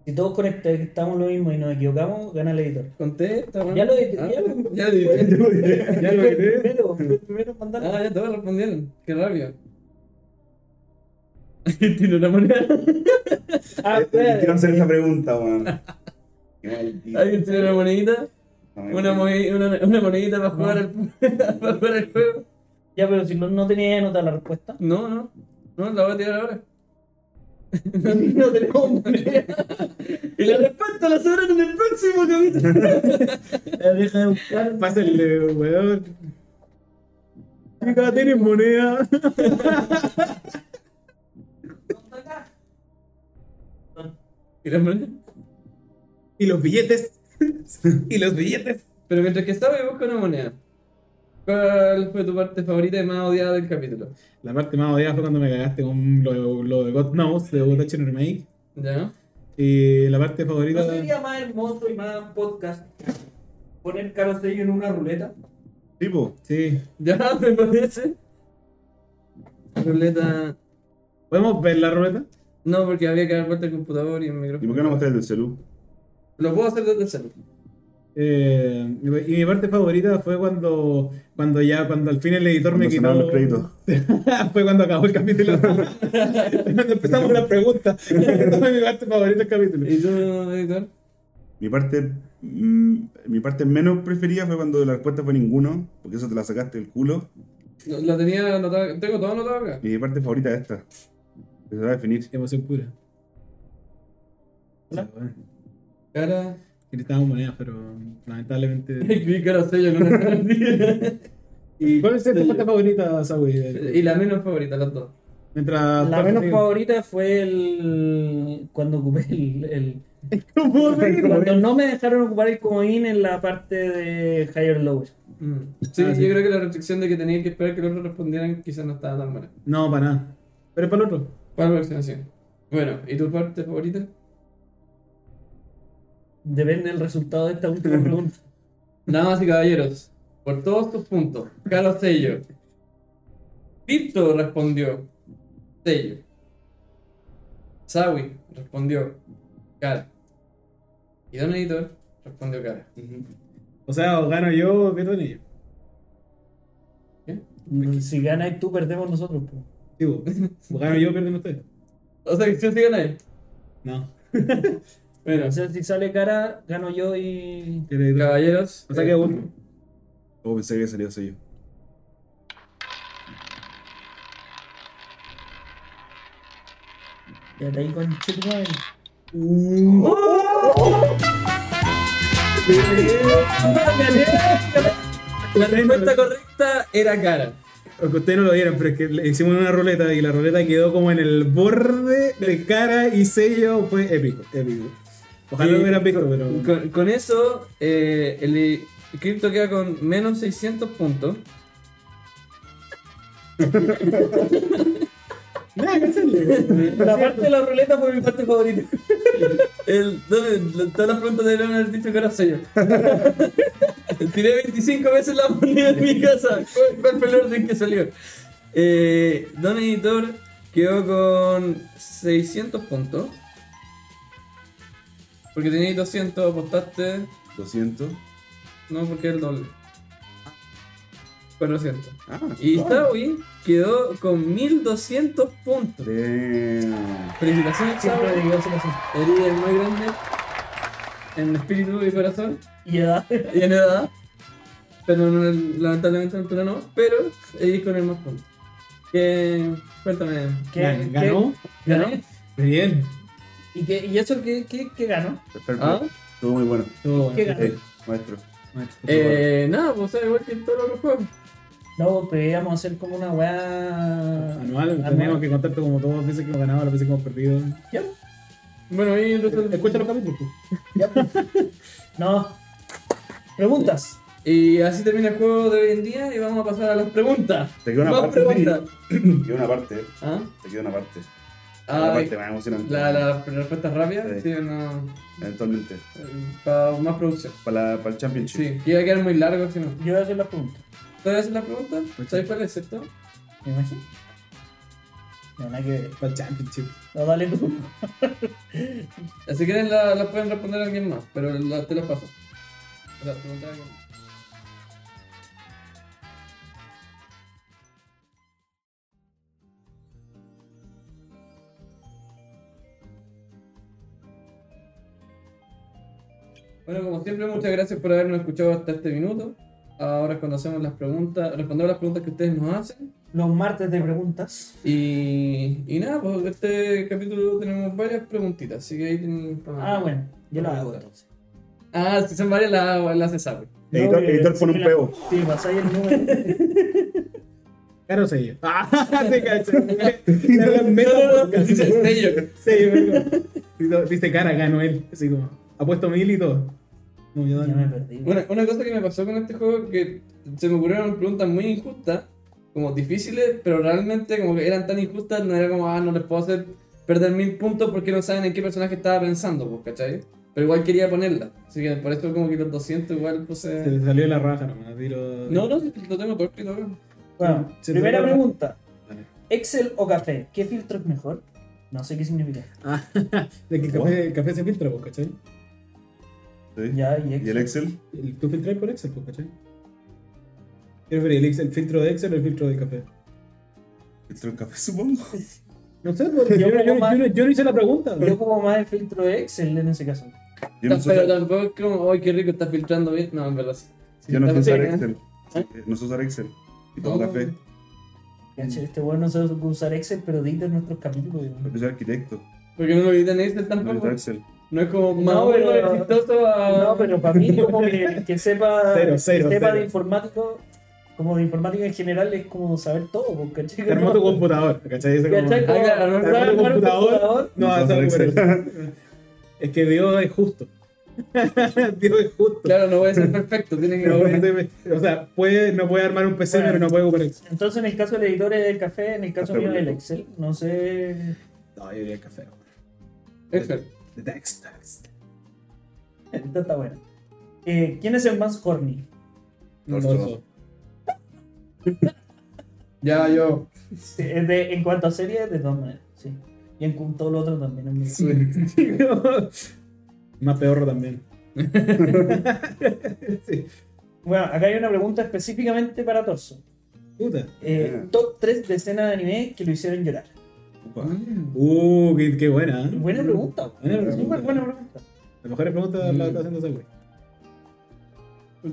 [SPEAKER 3] Si todos conectamos lo mismo y nos equivocamos, gana el editor.
[SPEAKER 4] Contesta, weón.
[SPEAKER 3] Ya lo dije,
[SPEAKER 4] Ah,
[SPEAKER 3] ya lo-
[SPEAKER 4] ya lo dije.
[SPEAKER 2] Ya lo creé.
[SPEAKER 3] Primero, primero mandar.
[SPEAKER 4] Ah, ya todos respondieron. Qué rápido. Tiene una moneda.
[SPEAKER 3] Ah, espera.
[SPEAKER 1] Eh, Quiero hacer esa pregunta, weón. Qué maldito.
[SPEAKER 4] Alguien tiene una monedita.
[SPEAKER 1] No,
[SPEAKER 4] Una,
[SPEAKER 1] no.
[SPEAKER 4] movi- una, una monedita para jugar, al, para jugar al juego.
[SPEAKER 3] Ya, pero si no, no tenía nota la respuesta.
[SPEAKER 4] No, no. No, la voy a tirar ahora. No, no tenemos moneda. Y la respuesta la sabrán en el próximo capítulo.
[SPEAKER 3] Deja de buscar.
[SPEAKER 2] Pásenle, weón. Acá tienes moneda.
[SPEAKER 4] ¿Y la moneda?
[SPEAKER 2] Y los billetes. y los billetes.
[SPEAKER 4] Pero mientras que estaba, yo busco una moneda. ¿Cuál fue tu parte favorita y más odiada del capítulo?
[SPEAKER 2] La parte más odiada fue cuando me cagaste con lo, lo de God Knows de Botachi Remake.
[SPEAKER 4] ¿Ya?
[SPEAKER 2] Y la parte favorita.
[SPEAKER 3] ¿No sería más hermoso y más podcast poner Caro Sello en una ruleta?
[SPEAKER 1] Tipo,
[SPEAKER 2] Sí.
[SPEAKER 4] ¿Ya? ¿Me parece? Ruleta.
[SPEAKER 2] ¿Podemos ver la ruleta?
[SPEAKER 4] No, porque habría que dar vuelta al computador y el
[SPEAKER 1] ¿Y
[SPEAKER 4] micrófono.
[SPEAKER 1] por qué no mostráis el celu?
[SPEAKER 4] Lo puedo hacer desde el celular.
[SPEAKER 2] Eh, y mi- y mi parte favorita fue cuando, cuando ya, cuando al fin el editor me
[SPEAKER 1] Cuando sonaron
[SPEAKER 2] quitó.
[SPEAKER 1] los créditos.
[SPEAKER 2] fue cuando acabó el capítulo. cuando empezamos la pregunta. Esa fue mi parte favorita del capítulo.
[SPEAKER 4] ¿Y tú, editor?
[SPEAKER 1] Mi parte, mm, mi parte menos preferida fue cuando la respuesta fue ninguno, porque eso te la sacaste del culo.
[SPEAKER 4] No, La tenía anotada. Tengo todo anotado acá.
[SPEAKER 1] Mi parte favorita es esta. Que se va a definir.
[SPEAKER 2] Emoción pura.
[SPEAKER 3] Hola.
[SPEAKER 2] O sea, bueno,
[SPEAKER 4] Cara.
[SPEAKER 2] Necesitábamos monedas, pero lamentablemente.
[SPEAKER 4] Escribí cara sello en una cara.
[SPEAKER 2] ¿Y cuál es tu parte favorita, Sawi?
[SPEAKER 4] Y la menos favorita, las dos.
[SPEAKER 2] Mientras.
[SPEAKER 3] La menos favorita fue el. cuando ocupé el. el- cuando no me dejaron ocupar el comodín en la parte de Higher Lower.
[SPEAKER 4] Mm. Sí,
[SPEAKER 2] Ah, sí.
[SPEAKER 4] yo creo que la restricción de que tenía que esperar que los otros respondieran quizás no estaba tan buena.
[SPEAKER 2] No, para nada. Pero para el otro.
[SPEAKER 4] ¿Cuál vaccinación? Bueno, ¿y tu parte favorita?
[SPEAKER 3] Depende del resultado de esta última pregunta.
[SPEAKER 4] Damas y caballeros, por todos tus puntos, Carlos Sello. Víctor respondió, Sello. Sawi respondió, Cara. Y Don Editor respondió, Cara.
[SPEAKER 2] O sea, o gano yo o pierdo en ello.
[SPEAKER 3] si ganas tú, perdemos nosotros. po.
[SPEAKER 2] Digo, o gano yo o pierden ustedes.
[SPEAKER 4] O sea, que si sigan ahí.
[SPEAKER 2] No.
[SPEAKER 4] Bueno,
[SPEAKER 3] O sea, si sale cara, gano yo y.
[SPEAKER 2] que le-
[SPEAKER 4] caballeros.
[SPEAKER 2] O sea que
[SPEAKER 4] eh,
[SPEAKER 2] uno.
[SPEAKER 1] O pensé que había salido sello.
[SPEAKER 3] Ya te ahí ¡Oh! con Chipman.
[SPEAKER 2] Uh.
[SPEAKER 4] La respuesta correcta era Cara.
[SPEAKER 2] Aunque ustedes no lo vieron, pero es que le hicimos una ruleta y la ruleta quedó como en el borde de cara y sello. Fue épico, épico. Ojalá
[SPEAKER 4] Sí.
[SPEAKER 2] lo hubieran visto, pero.
[SPEAKER 4] Con, con eso, eh, el cripto queda con menos 600 puntos.
[SPEAKER 2] Nada, cancele.
[SPEAKER 3] La parte de la ruleta fue mi parte favorita.
[SPEAKER 4] El, el- todas las preguntas deberían haber dicho que era sello. Tiré 25 veces la moneda en mi casa. ¿Cuál- ¿Cuál fue el orden que salió? Eh, Don Editor quedó con 600 puntos. Porque tenías 200, apostaste.
[SPEAKER 1] 200.
[SPEAKER 4] No, porque es el doble. 400.
[SPEAKER 1] Ah,
[SPEAKER 4] Y
[SPEAKER 1] wow.
[SPEAKER 4] Sawi quedó con 1200 puntos.
[SPEAKER 1] Eh, Damn.
[SPEAKER 4] Felicitaciones,
[SPEAKER 3] Siempre
[SPEAKER 4] Sawi.
[SPEAKER 3] digo eso así.
[SPEAKER 4] Herida es muy grande en espíritu y corazón
[SPEAKER 3] Y edad.
[SPEAKER 4] y en edad. Pero en el- lamentablemente en altura no. Pero Edith con el más puntos. Que. Cuéntame.
[SPEAKER 3] ¿Qué-
[SPEAKER 2] Ganó.
[SPEAKER 3] qué- ¿Gané?
[SPEAKER 2] Bien.
[SPEAKER 3] ¿Y, qué, ¿Y eso qué, qué, qué ganó?
[SPEAKER 1] Perfecto.
[SPEAKER 4] ¿Ah?
[SPEAKER 1] Estuvo muy bueno.
[SPEAKER 2] Estuvo
[SPEAKER 3] ¿Qué
[SPEAKER 2] bueno.
[SPEAKER 3] ganó?
[SPEAKER 1] Eh, maestro.
[SPEAKER 4] Eh, nada, pues sabes igual que en todos los otros juegos.
[SPEAKER 3] No, pero íbamos a hacer como una weá.
[SPEAKER 2] Anual, tenemos que contarte como todas las veces que hemos ganado, las veces que hemos perdido.
[SPEAKER 3] Ya,
[SPEAKER 4] Bueno, ahí entonces.
[SPEAKER 2] Escucha los capítulos. pues.
[SPEAKER 3] ya. No. Preguntas.
[SPEAKER 4] Y así termina el juego de hoy en día y vamos a pasar a las preguntas.
[SPEAKER 1] Te quedó una
[SPEAKER 4] Más
[SPEAKER 1] parte,
[SPEAKER 4] preguntas.
[SPEAKER 1] Te quedó una parte.
[SPEAKER 4] ¿Ah?
[SPEAKER 1] Te quedó una parte.
[SPEAKER 4] Ah,
[SPEAKER 1] la parte más emocionante.
[SPEAKER 4] La, la respuesta rápida, sí,
[SPEAKER 1] Sí.
[SPEAKER 4] no.
[SPEAKER 1] Eventualmente.
[SPEAKER 4] eh, Para más producción.
[SPEAKER 1] Para, la- para el championship.
[SPEAKER 4] Sí, que iba a quedar muy largo si no.
[SPEAKER 3] Yo voy a hacer las preguntas.
[SPEAKER 4] ¿Te voy a hacer la pregunta? ¿Sabes cuál es, cierto?
[SPEAKER 3] ¿Me imagino? No, nada que ver.
[SPEAKER 2] Para el Championship.
[SPEAKER 3] No, dale tú.
[SPEAKER 4] Si quieren, la, la pueden responder a alguien más, pero la- te la paso. La pregunta a alguien más. Bueno, como siempre, muchas gracias por habernos escuchado hasta este minuto. Ahora es cuando hacemos las preguntas, respondemos las preguntas que ustedes nos hacen.
[SPEAKER 3] Los martes de preguntas.
[SPEAKER 4] Y, y nada, pues este capítulo tenemos varias preguntitas, así que ahí tienen...
[SPEAKER 3] Ah, bueno. Yo las hago entonces.
[SPEAKER 4] Ah, si son varias las la hace Sawi.
[SPEAKER 1] Editor,
[SPEAKER 3] No,
[SPEAKER 1] editor
[SPEAKER 3] eh,
[SPEAKER 1] pone
[SPEAKER 3] si
[SPEAKER 1] un
[SPEAKER 3] me la-
[SPEAKER 1] peo.
[SPEAKER 3] Sí, pasáis el número.
[SPEAKER 2] Claro, sello. Ah, te caché. Era la meta podcast.
[SPEAKER 4] Dice Sello.
[SPEAKER 2] Sello, perdón. Dice- Dice cara, ganó él. Así como, ha puesto mil y todo. No, yo
[SPEAKER 3] Ya me
[SPEAKER 2] no.
[SPEAKER 3] perdí.
[SPEAKER 4] Bueno, una cosa que me pasó con este juego que se me ocurrieron preguntas muy injustas, como difíciles, pero realmente como que eran tan injustas, no era como, ah, no les puedo hacer perder mil puntos porque no saben en qué personaje estaba pensando, pues, ¿cachai? Pero igual quería ponerla, así que por eso como que los 200 igual pues, eh,
[SPEAKER 2] Se
[SPEAKER 4] puse...
[SPEAKER 2] le salió la raja, hermano. Tiro.
[SPEAKER 4] No, no, sí, lo tengo todo escrito acá.
[SPEAKER 3] Bueno,
[SPEAKER 2] Se
[SPEAKER 3] primera
[SPEAKER 2] trata-
[SPEAKER 3] pregunta.
[SPEAKER 2] Dale.
[SPEAKER 3] Excel o café, ¿qué filtro es mejor? No sé qué significa.
[SPEAKER 2] Ah, de que el café, el café se filtra, pues, ¿cachai?
[SPEAKER 1] ¿sí?
[SPEAKER 3] Ya, y
[SPEAKER 1] ¿Y
[SPEAKER 3] Excel.
[SPEAKER 1] el Excel?
[SPEAKER 2] El- Tú filtras por Excel, pues, ¿cachai? ¿Qué preferís, el, Excel- el filtro de Excel o el filtro del café?
[SPEAKER 1] ¿Filtro el café, supongo?
[SPEAKER 2] No sé, pues, yo, yo, yo, no- yo no hice la pregunta.
[SPEAKER 3] Yo como más el filtro de Excel en ese caso.
[SPEAKER 1] Yo no sé
[SPEAKER 4] pero
[SPEAKER 1] usar,
[SPEAKER 4] tampoco es como, ay, qué rico, está filtrando bien. No, en verdad sí.
[SPEAKER 1] yo no sé usar
[SPEAKER 4] Sí,
[SPEAKER 1] Excel.
[SPEAKER 4] ¿Eh?
[SPEAKER 1] Sí, No sé usar Excel. Y
[SPEAKER 4] Oh.
[SPEAKER 1] tomo café.
[SPEAKER 3] Caché, Este weón no sabe usar Excel, pero edita nuestros capítulos. weón.
[SPEAKER 1] Yo soy arquitecto.
[SPEAKER 4] Porque no lo editan en Excel
[SPEAKER 1] No sé
[SPEAKER 4] tampoco.
[SPEAKER 1] usar Excel.
[SPEAKER 4] No es como
[SPEAKER 3] No,
[SPEAKER 4] más o menos
[SPEAKER 3] pero-
[SPEAKER 4] exitoso a.
[SPEAKER 3] No, pero para mí como que, que sepa,
[SPEAKER 2] Cero, cero,
[SPEAKER 3] que sepa
[SPEAKER 2] cero.
[SPEAKER 3] de informático, como de informática en general es como saber todo, po, ¿cachai?
[SPEAKER 2] Te armó tu computador, ¿cachai? Ese como-
[SPEAKER 3] ¿Cachai? Como-
[SPEAKER 4] Ah, claro, no,
[SPEAKER 3] armar
[SPEAKER 2] Armar
[SPEAKER 3] un
[SPEAKER 2] un computador.
[SPEAKER 3] computador.
[SPEAKER 2] No,
[SPEAKER 1] No,
[SPEAKER 2] eso
[SPEAKER 1] no
[SPEAKER 2] es
[SPEAKER 1] sé
[SPEAKER 2] Es que Dios es justo. Dios es justo.
[SPEAKER 4] Claro, no puede ser perfecto, tiene que
[SPEAKER 2] No
[SPEAKER 4] mover.
[SPEAKER 2] puede- o sea, puede, no puede armar un PC,
[SPEAKER 3] Bueno.
[SPEAKER 2] pero no puede ocupar Excel.
[SPEAKER 3] Entonces en el caso del editor es el café, en el caso
[SPEAKER 1] Café
[SPEAKER 3] mío es el
[SPEAKER 1] bonito.
[SPEAKER 3] Excel. No sé...
[SPEAKER 2] No, yo diría café.
[SPEAKER 4] Excel.
[SPEAKER 2] The text, text.
[SPEAKER 3] Esta está buena. Eh, ¿Quién es el más horny?
[SPEAKER 1] Torso.
[SPEAKER 4] Ya, yo.
[SPEAKER 3] Sí, es Eh, de- en cuanto a series, de todas maneras, sí. Y en cu- todo lo otro también. en mi-
[SPEAKER 2] Más peor también. Sí.
[SPEAKER 3] Bueno, acá hay una pregunta específicamente para Torso.
[SPEAKER 2] Puta.
[SPEAKER 3] Eh,
[SPEAKER 1] Ah.
[SPEAKER 3] Top 3 de escenas de anime que lo hicieron llorar.
[SPEAKER 1] Upa.
[SPEAKER 2] Uh, qué, qué buena. ¿eh?
[SPEAKER 3] Buena pregunta.
[SPEAKER 2] Buena
[SPEAKER 3] weón.
[SPEAKER 2] pregunta.
[SPEAKER 3] Súper buena pregunta.
[SPEAKER 2] La mejor pregunta
[SPEAKER 3] Mm.
[SPEAKER 2] la está haciendo esa güey.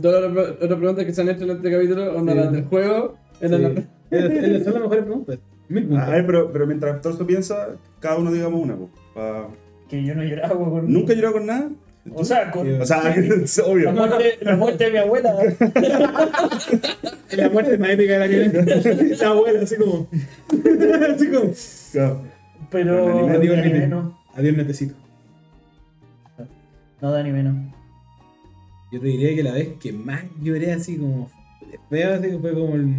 [SPEAKER 4] Todas las pro- otras preguntas que se han hecho en este capítulo, onda
[SPEAKER 2] Sí.
[SPEAKER 4] las del juego, era
[SPEAKER 2] Sí.
[SPEAKER 4] la-
[SPEAKER 2] Es- es- Son las mejores preguntas. Mil puntos.
[SPEAKER 1] Ay, Ah, eh, pero, pero mientras Torso piensa, cada uno digamos una. po, pa-
[SPEAKER 3] Que yo no lloraba, weón.
[SPEAKER 1] ¿Nunca he llorado con nada?
[SPEAKER 3] O sea, con
[SPEAKER 1] O sea, es obvio.
[SPEAKER 3] la, muerte, la muerte de mi abuela.
[SPEAKER 2] La muerte es más épica de la que la abuela, así como. así como.
[SPEAKER 1] Claro.
[SPEAKER 3] Pero
[SPEAKER 1] Pero
[SPEAKER 2] Adiós,
[SPEAKER 3] de anime
[SPEAKER 2] nete.
[SPEAKER 3] no.
[SPEAKER 2] Adiós, netecito.
[SPEAKER 3] No, de anime no.
[SPEAKER 2] Yo te diría que la vez que más lloré así como. Feo, así que fue como. el-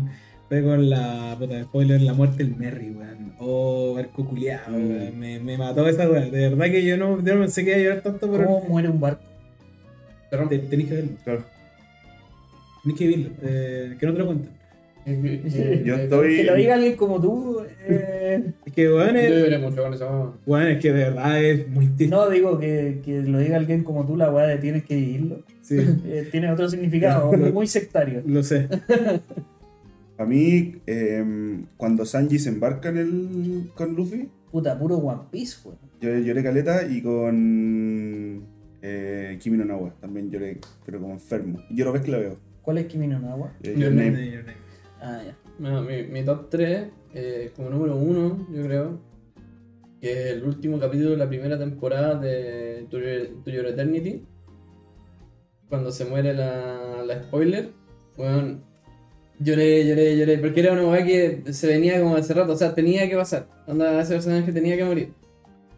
[SPEAKER 2] Fue con la. Puta, spoiler, la muerte del Merry, weón. Oh, barco culiado,
[SPEAKER 1] Mm.
[SPEAKER 2] weón. Me, me mató esa weón. De verdad que yo no, yo no pensé que iba a llorar tanto, pero.
[SPEAKER 3] ¿Cómo muere un barco?
[SPEAKER 2] Te- tenés que verlo,
[SPEAKER 1] claro.
[SPEAKER 2] tenés que verlo. Eh, que no te lo cuenten.
[SPEAKER 1] Yo
[SPEAKER 4] Eh,
[SPEAKER 3] Que lo
[SPEAKER 1] estoy.
[SPEAKER 3] diga alguien como tú. eh,
[SPEAKER 2] Es que, weón,
[SPEAKER 4] Yo
[SPEAKER 2] es,
[SPEAKER 4] lloré mucho con esa mamá.
[SPEAKER 2] weón, es que de verdad es muy triste.
[SPEAKER 3] no digo que, que lo diga alguien como tú, la weá de tienes que vivirlo.
[SPEAKER 2] Sí,
[SPEAKER 3] eh, tiene otro significado, muy sectario.
[SPEAKER 2] lo sé.
[SPEAKER 1] A mí, em, cuando Sanji se embarca en el, con Luffy,
[SPEAKER 3] Puta, puro One Piece, weón.
[SPEAKER 1] yo lloré caleta y con eh, Kimi no Nawa también lloré, pero como enfermo. Yo lo ves que la veo.
[SPEAKER 3] ¿Cuál es Kimi no Nawa?
[SPEAKER 1] Eh,
[SPEAKER 4] Yo
[SPEAKER 1] Your
[SPEAKER 4] no-
[SPEAKER 1] Name.
[SPEAKER 3] Ah, ya.
[SPEAKER 4] Bueno, mi, mi top 3, como número 1, yo creo, que es el último capítulo de la primera temporada de To Your, To Your Eternity. Cuando se muere la, la spoiler. Bueno, lloré, lloré, lloré. Porque era una weá que se venía como hace rato. O sea, tenía que pasar. Onda, ese personaje tenía que morir.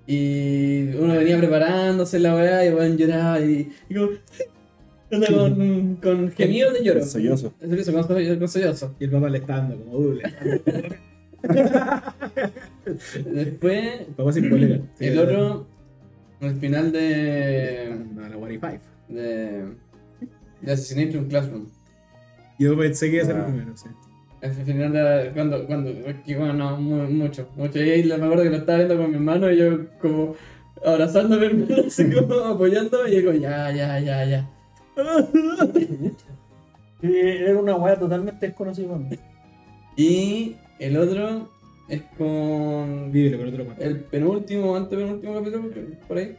[SPEAKER 4] Y uno venía preparándose la weá y bueno, lloraba y, y como... onda, con, con gemidos de lloro.
[SPEAKER 1] Con sollozos.
[SPEAKER 4] Es eso, con sollo- con sollozos.
[SPEAKER 2] Y el papá le está dando, como, uh, le está dando.
[SPEAKER 4] Después,
[SPEAKER 2] Papá sin polera.
[SPEAKER 4] el otro, eh, al final de,
[SPEAKER 2] No, la Warrior Five.
[SPEAKER 4] de, de Assassination Classroom.
[SPEAKER 2] Yo pensé que iba a ser el
[SPEAKER 1] Ah.
[SPEAKER 2] primero, sí.
[SPEAKER 4] Al final de, cuando, cuando, que bueno, no, mu- mucho, mucho. Y ahí me acuerdo que lo estaba viendo con mi hermano y yo como abrazándome, hermano, así como apoyándome y yo como, ya, ya, ya, ya.
[SPEAKER 3] Eh, Era una weá totalmente desconocida para mí.
[SPEAKER 4] Y el otro es con
[SPEAKER 2] Vívelo con otro cuento.
[SPEAKER 4] el penúltimo, antepenúltimo capítulo, creo, por ahí,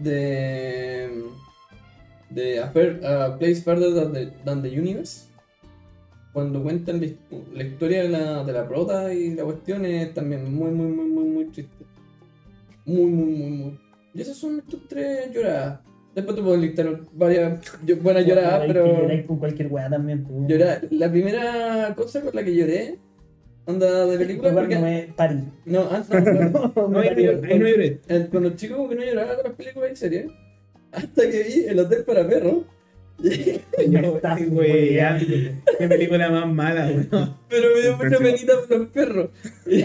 [SPEAKER 4] de. de A, Fair- A Place Further Than the, Than the Universe. Cuando cuentan la, his- la historia de la, de la prota y la cuestión es también muy, muy, muy, muy, muy triste. Muy, muy, muy, muy. Y esas son tus tres lloradas. Después te puedo listar varias Ah, yo- buenas lloradas,
[SPEAKER 3] Hay que
[SPEAKER 4] pero.
[SPEAKER 3] llorar con cualquier weá también. pues.
[SPEAKER 4] Llorar. La primera cosa con la que lloré, onda de película,
[SPEAKER 3] Este Lugar
[SPEAKER 4] porque.
[SPEAKER 3] no es París.
[SPEAKER 4] No, antes no, no.
[SPEAKER 2] No, ahí no lloré, ahí no lloré.
[SPEAKER 4] Eh, Cuando chico como que no lloraba con las películas y series. Hasta que vi El Hotel para Perros.
[SPEAKER 3] Me estás
[SPEAKER 2] Ay, güey, ya. Qué película más mala, güey.
[SPEAKER 4] Pero me dio mucha penita por los perros. Y,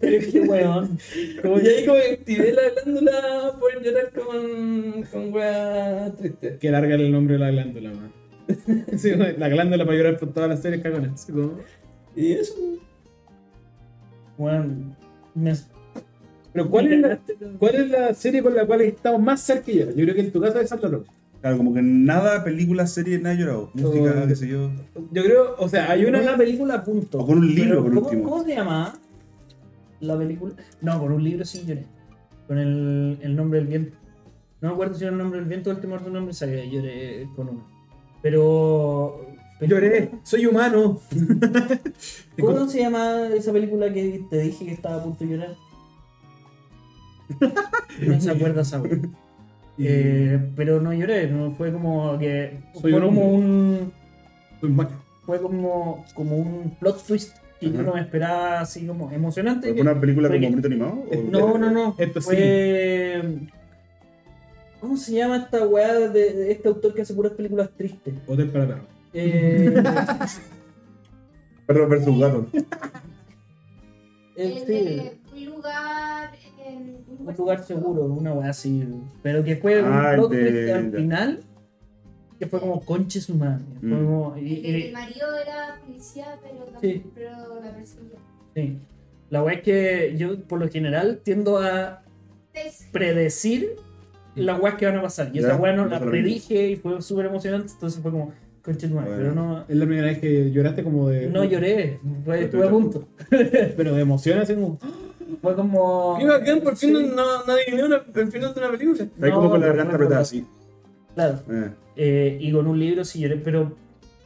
[SPEAKER 3] Pero qué weón.
[SPEAKER 4] y ahí como que activé la glándula por llorar con, con weas tristes.
[SPEAKER 2] Que larga el nombre de la glándula, man. Sí, güey, la glándula para llorar por todas las series cagonas. Sí, como-
[SPEAKER 4] Y eso.
[SPEAKER 3] Bueno, me-
[SPEAKER 2] Pero ¿cuál es, la, ¿cuál es la serie con la cual estamos más cerquilla? Yo creo que en tu caso es Santa Rosa.
[SPEAKER 1] Claro, como que nada, película, serie, nada llorado. Música,
[SPEAKER 2] Oh.
[SPEAKER 1] qué sé yo.
[SPEAKER 2] Yo creo, o sea, hay una...
[SPEAKER 3] con una película, punto.
[SPEAKER 1] O con un libro, por
[SPEAKER 3] ¿cómo,
[SPEAKER 1] último.
[SPEAKER 3] ¿Cómo se llama la película? No, con un libro sí lloré. Con el, el nombre del viento. No me acuerdo si era el nombre del viento o el temor de un hombre sabía, lloré con uno. Pero. pero-
[SPEAKER 2] Lloré, soy humano.
[SPEAKER 3] ¿Cómo se llama esa película que te dije que estaba a punto de llorar? no se acuerda esa wea. Eh, pero no lloré, no, fue como que.
[SPEAKER 2] Soy
[SPEAKER 3] fue
[SPEAKER 2] un
[SPEAKER 3] como
[SPEAKER 2] hombre.
[SPEAKER 3] un.
[SPEAKER 2] Soy macho.
[SPEAKER 3] Fue como, como un plot twist que yo
[SPEAKER 1] Ajá.
[SPEAKER 3] no me esperaba así como emocionante. que-
[SPEAKER 1] ¿Una película
[SPEAKER 3] Oye,
[SPEAKER 1] como bonito animado? ¿O-
[SPEAKER 3] No, no, no.
[SPEAKER 2] Esto
[SPEAKER 3] fue. ¿Cómo se llama esta weá de, de este autor que hace puras películas tristes?
[SPEAKER 2] Hotel para perros.
[SPEAKER 3] Eh,
[SPEAKER 1] Perro versus gato.
[SPEAKER 3] el-
[SPEAKER 5] El
[SPEAKER 3] Eh, sí,
[SPEAKER 5] de un lugar. eh,
[SPEAKER 3] un lugar seguro, una weá así. Pero que fue
[SPEAKER 1] Ah,
[SPEAKER 3] un plot
[SPEAKER 1] el de-
[SPEAKER 3] twist al
[SPEAKER 1] ya.
[SPEAKER 3] final que fue como conche su madre. Fue
[SPEAKER 1] Mm.
[SPEAKER 3] como- y-
[SPEAKER 5] El,
[SPEAKER 3] y-
[SPEAKER 5] el marido era policía, pero, la-
[SPEAKER 3] Sí.
[SPEAKER 5] pero la persona.
[SPEAKER 3] sí. La weá es que yo por lo general tiendo a predecir las weas que van a pasar. Y
[SPEAKER 1] Ya,
[SPEAKER 3] esa weá no
[SPEAKER 1] pasa
[SPEAKER 3] la
[SPEAKER 1] lo mismo.
[SPEAKER 3] predije y fue súper emocionante. Entonces fue como conche su madre.
[SPEAKER 1] Bueno. Eh, pues,
[SPEAKER 3] Pero no.
[SPEAKER 2] Es la primera vez que lloraste como de...
[SPEAKER 3] No lloré, fue- estuve a punto.
[SPEAKER 2] Pero de emoción, así como... ¡ah!
[SPEAKER 3] Fue como.
[SPEAKER 4] Qué bacán, por fin
[SPEAKER 3] Sí,
[SPEAKER 4] no, no adiviné una- el final de una película.
[SPEAKER 1] Está ahí como
[SPEAKER 3] No,
[SPEAKER 1] con la
[SPEAKER 3] no,
[SPEAKER 1] garganta
[SPEAKER 3] no,
[SPEAKER 1] apretada
[SPEAKER 3] no.
[SPEAKER 1] así.
[SPEAKER 3] Claro.
[SPEAKER 1] Eh,
[SPEAKER 3] Eh, y con un libro sí lloré, pero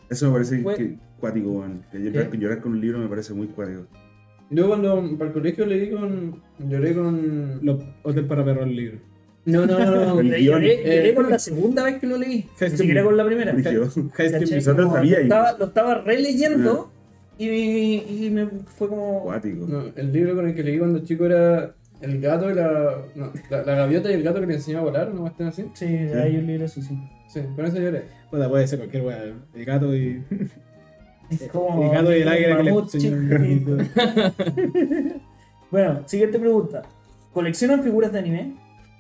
[SPEAKER 1] Eso me parece
[SPEAKER 3] Fue-
[SPEAKER 1] que cuático, weón. Que Llorar,
[SPEAKER 3] ¿Qué?
[SPEAKER 1] llorar con un libro me parece muy cuático.
[SPEAKER 4] Yo cuando para el colegio leí con. Lloré con.
[SPEAKER 2] Lo- Hotel para perros el libro.
[SPEAKER 4] No, no, no.
[SPEAKER 1] El
[SPEAKER 4] no.
[SPEAKER 3] lloré,
[SPEAKER 1] guión.
[SPEAKER 3] lloré
[SPEAKER 4] Eh.
[SPEAKER 3] con la segunda vez que lo leí. Ni
[SPEAKER 2] Gestión.
[SPEAKER 3] siquiera con la primera.
[SPEAKER 1] Brígido.
[SPEAKER 2] High
[SPEAKER 3] ¿Cachai?
[SPEAKER 2] School
[SPEAKER 1] Nosotros
[SPEAKER 3] Como
[SPEAKER 1] sabía
[SPEAKER 3] lo,
[SPEAKER 1] ahí.
[SPEAKER 3] estaba, lo estaba releyendo y, y me fue como.
[SPEAKER 1] Cuático.
[SPEAKER 4] No, el libro con el que leí cuando chico era. El gato y la. No, la, la gaviota y el gato que le enseñaba a volar, no están así.
[SPEAKER 3] Sí, hay un libro así, sí.
[SPEAKER 4] Sí, con eso lloré.
[SPEAKER 2] Puta, puede ser cualquier weá. El gato y.
[SPEAKER 3] Es como-
[SPEAKER 2] el gato y el águila que le
[SPEAKER 3] mamut chiquitito.
[SPEAKER 2] enseñó.
[SPEAKER 3] Bueno, siguiente pregunta. ¿Coleccionan figuras de anime?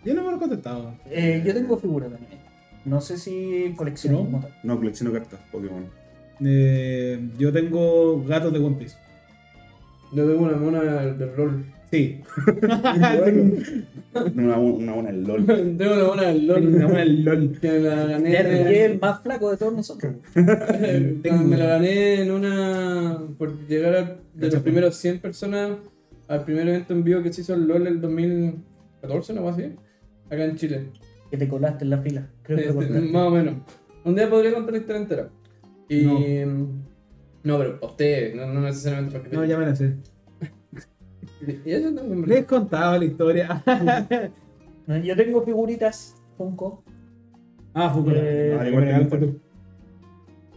[SPEAKER 2] Yo no me lo he contestado.
[SPEAKER 3] Eh, yo tengo figuras de anime. No sé si colecciono.
[SPEAKER 2] ¿No?
[SPEAKER 3] como tal.
[SPEAKER 1] No, colecciono cartas, Pokémon.
[SPEAKER 2] Eh, yo tengo gatos de One Piece.
[SPEAKER 4] Yo tengo una mona del rol.
[SPEAKER 2] Sí.
[SPEAKER 1] Una, una buena el LOL.
[SPEAKER 4] tengo una mona del
[SPEAKER 2] Tengo una
[SPEAKER 4] rol.
[SPEAKER 2] buena LOL.
[SPEAKER 4] Que me la gané.
[SPEAKER 3] Y es el más flaco de todos nosotros.
[SPEAKER 4] Cuando me la gané en una. por llegar a, de los primeros 100 personas al primer evento en vivo que se hizo el LOL el 2014, no así, acá en Chile.
[SPEAKER 3] Que te colaste en la fila. Creo que te
[SPEAKER 4] Este,
[SPEAKER 3] colaste.
[SPEAKER 4] más o menos. Un día podría contar la historia entera. Y. No, pero a ustedes, no, no necesariamente para que
[SPEAKER 2] No, ya me la sé.
[SPEAKER 4] Y eso también
[SPEAKER 2] Les contaba la historia.
[SPEAKER 3] No, Yo tengo figuritas Funko.
[SPEAKER 2] ah, Fukura.
[SPEAKER 3] Eh,
[SPEAKER 1] Ah, igual que
[SPEAKER 2] Regalaste
[SPEAKER 1] tú.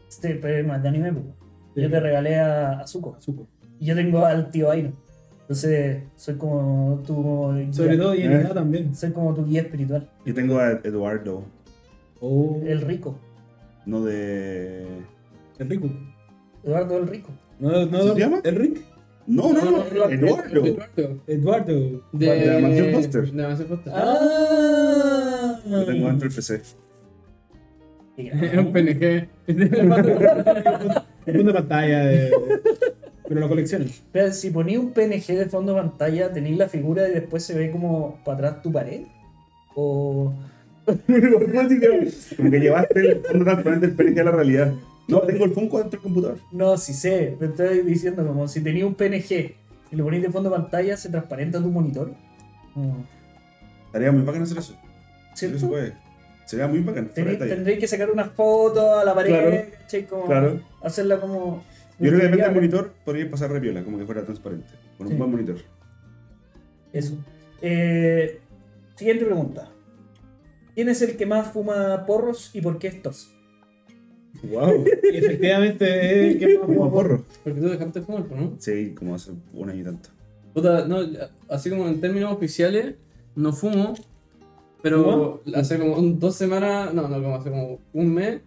[SPEAKER 3] Este, pero más de anime. pues.
[SPEAKER 2] Sí.
[SPEAKER 3] Yo te regalé a Azuko.
[SPEAKER 2] Supo.
[SPEAKER 3] Y yo tengo al tío Iron. Entonces, soy como tu. guía-
[SPEAKER 2] Sobre todo y en
[SPEAKER 1] Eh.
[SPEAKER 2] edad también.
[SPEAKER 3] Soy como tu guía espiritual.
[SPEAKER 1] Yo tengo a Eduardo,
[SPEAKER 2] Oh,
[SPEAKER 3] El rico.
[SPEAKER 1] no de.
[SPEAKER 2] el rico.
[SPEAKER 3] Eduardo el rico.
[SPEAKER 2] No, no,
[SPEAKER 1] ¿Así se llama?
[SPEAKER 2] El Rick.
[SPEAKER 1] No, no, no,
[SPEAKER 3] Eduardo.
[SPEAKER 1] Eduardo.
[SPEAKER 4] Eduardo.
[SPEAKER 2] Eduardo.
[SPEAKER 4] De.
[SPEAKER 1] ¿Cuál? ¿De Dalmatian Foster?
[SPEAKER 4] De Dalmatian Foster.
[SPEAKER 3] ¡Ah!
[SPEAKER 1] Lo tengo dentro del PC.
[SPEAKER 4] Es un PNG.
[SPEAKER 2] El punto de pantalla de. Pero lo coleccionan.
[SPEAKER 3] Pero si ponía un PNG de fondo de pantalla, tenéis la figura y después se ve como para atrás tu pared. O.
[SPEAKER 1] Como que llevaste el fondo transparente del PNG a la realidad. No, tengo el Funko dentro del computador.
[SPEAKER 3] No, sí sé, te estoy diciendo como si tenía un PNG y lo ponís de fondo de pantalla, se transparenta tu monitor. Mm,
[SPEAKER 1] Estaría muy bacán hacer eso. Sí, se
[SPEAKER 3] ¿Cierto?
[SPEAKER 1] puede. Sería muy bacán. fuera de
[SPEAKER 3] Tenéis-
[SPEAKER 1] detalle.
[SPEAKER 3] Tendréis que sacar una foto a la pared,
[SPEAKER 1] Claro.
[SPEAKER 3] ¿cachai? Como
[SPEAKER 1] Claro.
[SPEAKER 3] hacerla como.
[SPEAKER 1] Yo creo que depende del monitor, podría pasar repiola, como que fuera transparente. Con un
[SPEAKER 3] Sí.
[SPEAKER 1] buen monitor.
[SPEAKER 3] Eso. Eh, siguiente pregunta. ¿Quién es el que más fuma porros y por qué estos?
[SPEAKER 1] ¡Wow!
[SPEAKER 2] Y efectivamente es el que más
[SPEAKER 1] Como
[SPEAKER 2] fuma
[SPEAKER 1] a porro.
[SPEAKER 4] Porque tú dejaste el fútbol, pues, ¿no?
[SPEAKER 1] Sí, como hace un año y tanto.
[SPEAKER 4] Puta, no, así como en términos oficiales, no fumo, pero hace como un- dos semanas, no, no, como hace como un mes,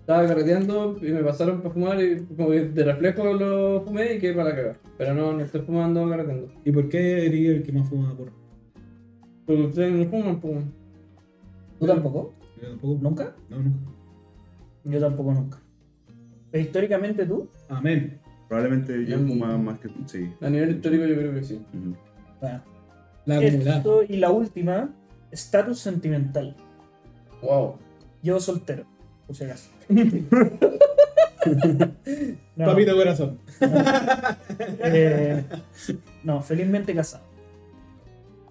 [SPEAKER 4] estaba carreteando y me pasaron para fumar y como que de reflejo lo fumé y quedé para la cagar. Pero no, no estoy fumando carreteando.
[SPEAKER 2] ¿Y por qué eres el que más fuma porro?
[SPEAKER 4] Porque ustedes no fuman, fuman.
[SPEAKER 3] ¿Tú tampoco?
[SPEAKER 2] Yo tampoco.
[SPEAKER 3] ¿Nunca?
[SPEAKER 2] No, nunca.
[SPEAKER 3] Yo tampoco nunca. Pero Pues, históricamente tú,
[SPEAKER 2] Amén.
[SPEAKER 1] Probablemente yo
[SPEAKER 4] Mm.
[SPEAKER 1] más, más que. Sí.
[SPEAKER 4] A nivel histórico yo creo que sí.
[SPEAKER 1] Ujú.
[SPEAKER 3] Bueno,
[SPEAKER 2] La acumulada.
[SPEAKER 3] esto y la última, estatus sentimental.
[SPEAKER 4] Wow.
[SPEAKER 3] Yo soltero, por si acaso. No,
[SPEAKER 2] Papito corazón.
[SPEAKER 3] eh, no, felizmente casado.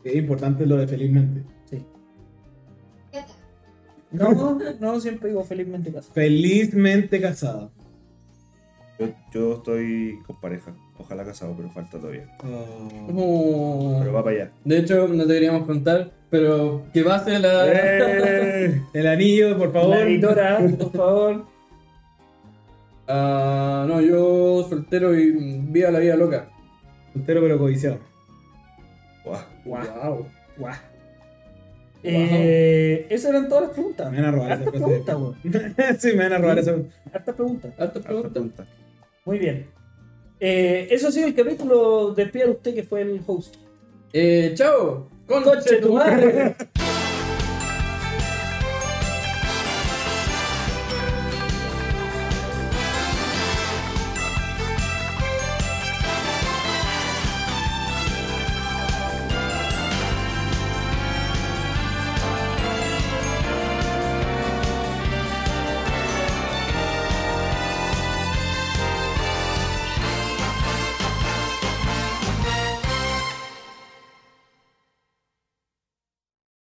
[SPEAKER 2] Es importante lo de felizmente.
[SPEAKER 5] Ya está.
[SPEAKER 3] No, no, siempre digo felizmente casado.
[SPEAKER 2] Felizmente casado.
[SPEAKER 1] Yo, yo estoy con pareja. Ojalá casado, pero falta todavía.
[SPEAKER 2] Oh.
[SPEAKER 4] Oh.
[SPEAKER 1] Pero va para allá.
[SPEAKER 4] De hecho, no te queríamos contar, pero que pase la.
[SPEAKER 1] ¡Eh!
[SPEAKER 2] El anillo, por favor.
[SPEAKER 3] La editora, por favor.
[SPEAKER 4] Ah, no, yo soltero y viva la vida loca.
[SPEAKER 2] Soltero pero codiciado.
[SPEAKER 1] Guau.
[SPEAKER 3] Guau,
[SPEAKER 4] Wow.
[SPEAKER 3] guau. Eh, esas eran todas las preguntas.
[SPEAKER 2] Me van a robar esas
[SPEAKER 3] Hartas
[SPEAKER 2] cosas.
[SPEAKER 3] preguntas, weón.
[SPEAKER 2] sí, me van a robar eso.
[SPEAKER 3] Hartas preguntas.
[SPEAKER 4] Harta
[SPEAKER 1] Harta
[SPEAKER 4] pregunta.
[SPEAKER 1] pregunta.
[SPEAKER 3] Muy bien. Eh, eso ha sido el capítulo. Despida usted que fue el host.
[SPEAKER 4] Eh, chao.
[SPEAKER 3] ¡Coche tu madre!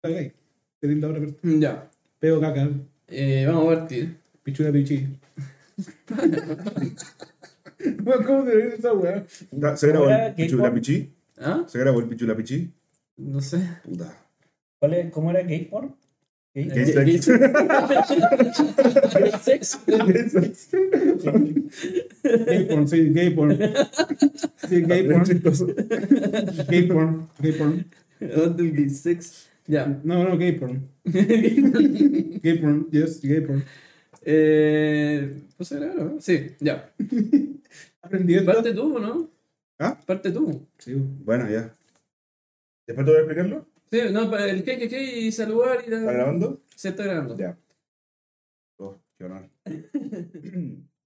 [SPEAKER 2] Ok. Qué linda hora, pero-
[SPEAKER 4] Ya.
[SPEAKER 2] Pego caca.
[SPEAKER 4] Eh, vamos a partir.
[SPEAKER 2] Pichula pichí. Weón, ¿Cómo se dice esa weá?
[SPEAKER 1] Da- ¿Se grabó
[SPEAKER 3] Ahora,
[SPEAKER 1] el
[SPEAKER 3] ¿qué
[SPEAKER 1] Pichula
[SPEAKER 3] con-
[SPEAKER 1] Pichí?
[SPEAKER 4] ¿Ah?
[SPEAKER 1] ¿Se grabó el Pichula Pichí?
[SPEAKER 4] No sé.
[SPEAKER 1] Puta.
[SPEAKER 3] ¿Cuál es- ¿Cómo era gay porn? Gay-
[SPEAKER 4] Eh,
[SPEAKER 1] ¿Qué es esto?
[SPEAKER 3] gay sex.
[SPEAKER 2] Gay porn, sí, gay porn. Sí, gay porn. Gay porn. Gay porn.
[SPEAKER 4] ¿Dónde el gay sex? Ya.
[SPEAKER 2] No, no, gay porn. Gay porn, yes, gay porn.
[SPEAKER 4] eh. Pues claro, sí, ya.
[SPEAKER 2] Aprendí esto.
[SPEAKER 4] Parte tú, ¿no?
[SPEAKER 1] ¿Ah?
[SPEAKER 4] Parte tú.
[SPEAKER 2] Sí, weón.
[SPEAKER 1] Bueno, ya. ¿Después te voy a explicarlo?
[SPEAKER 4] Sí, no, pa- el que, que, que, y saludar
[SPEAKER 3] Mm.
[SPEAKER 4] y la-
[SPEAKER 1] ¿Está grabando?
[SPEAKER 4] Se está grabando.
[SPEAKER 1] Ya. Oh, qué honor.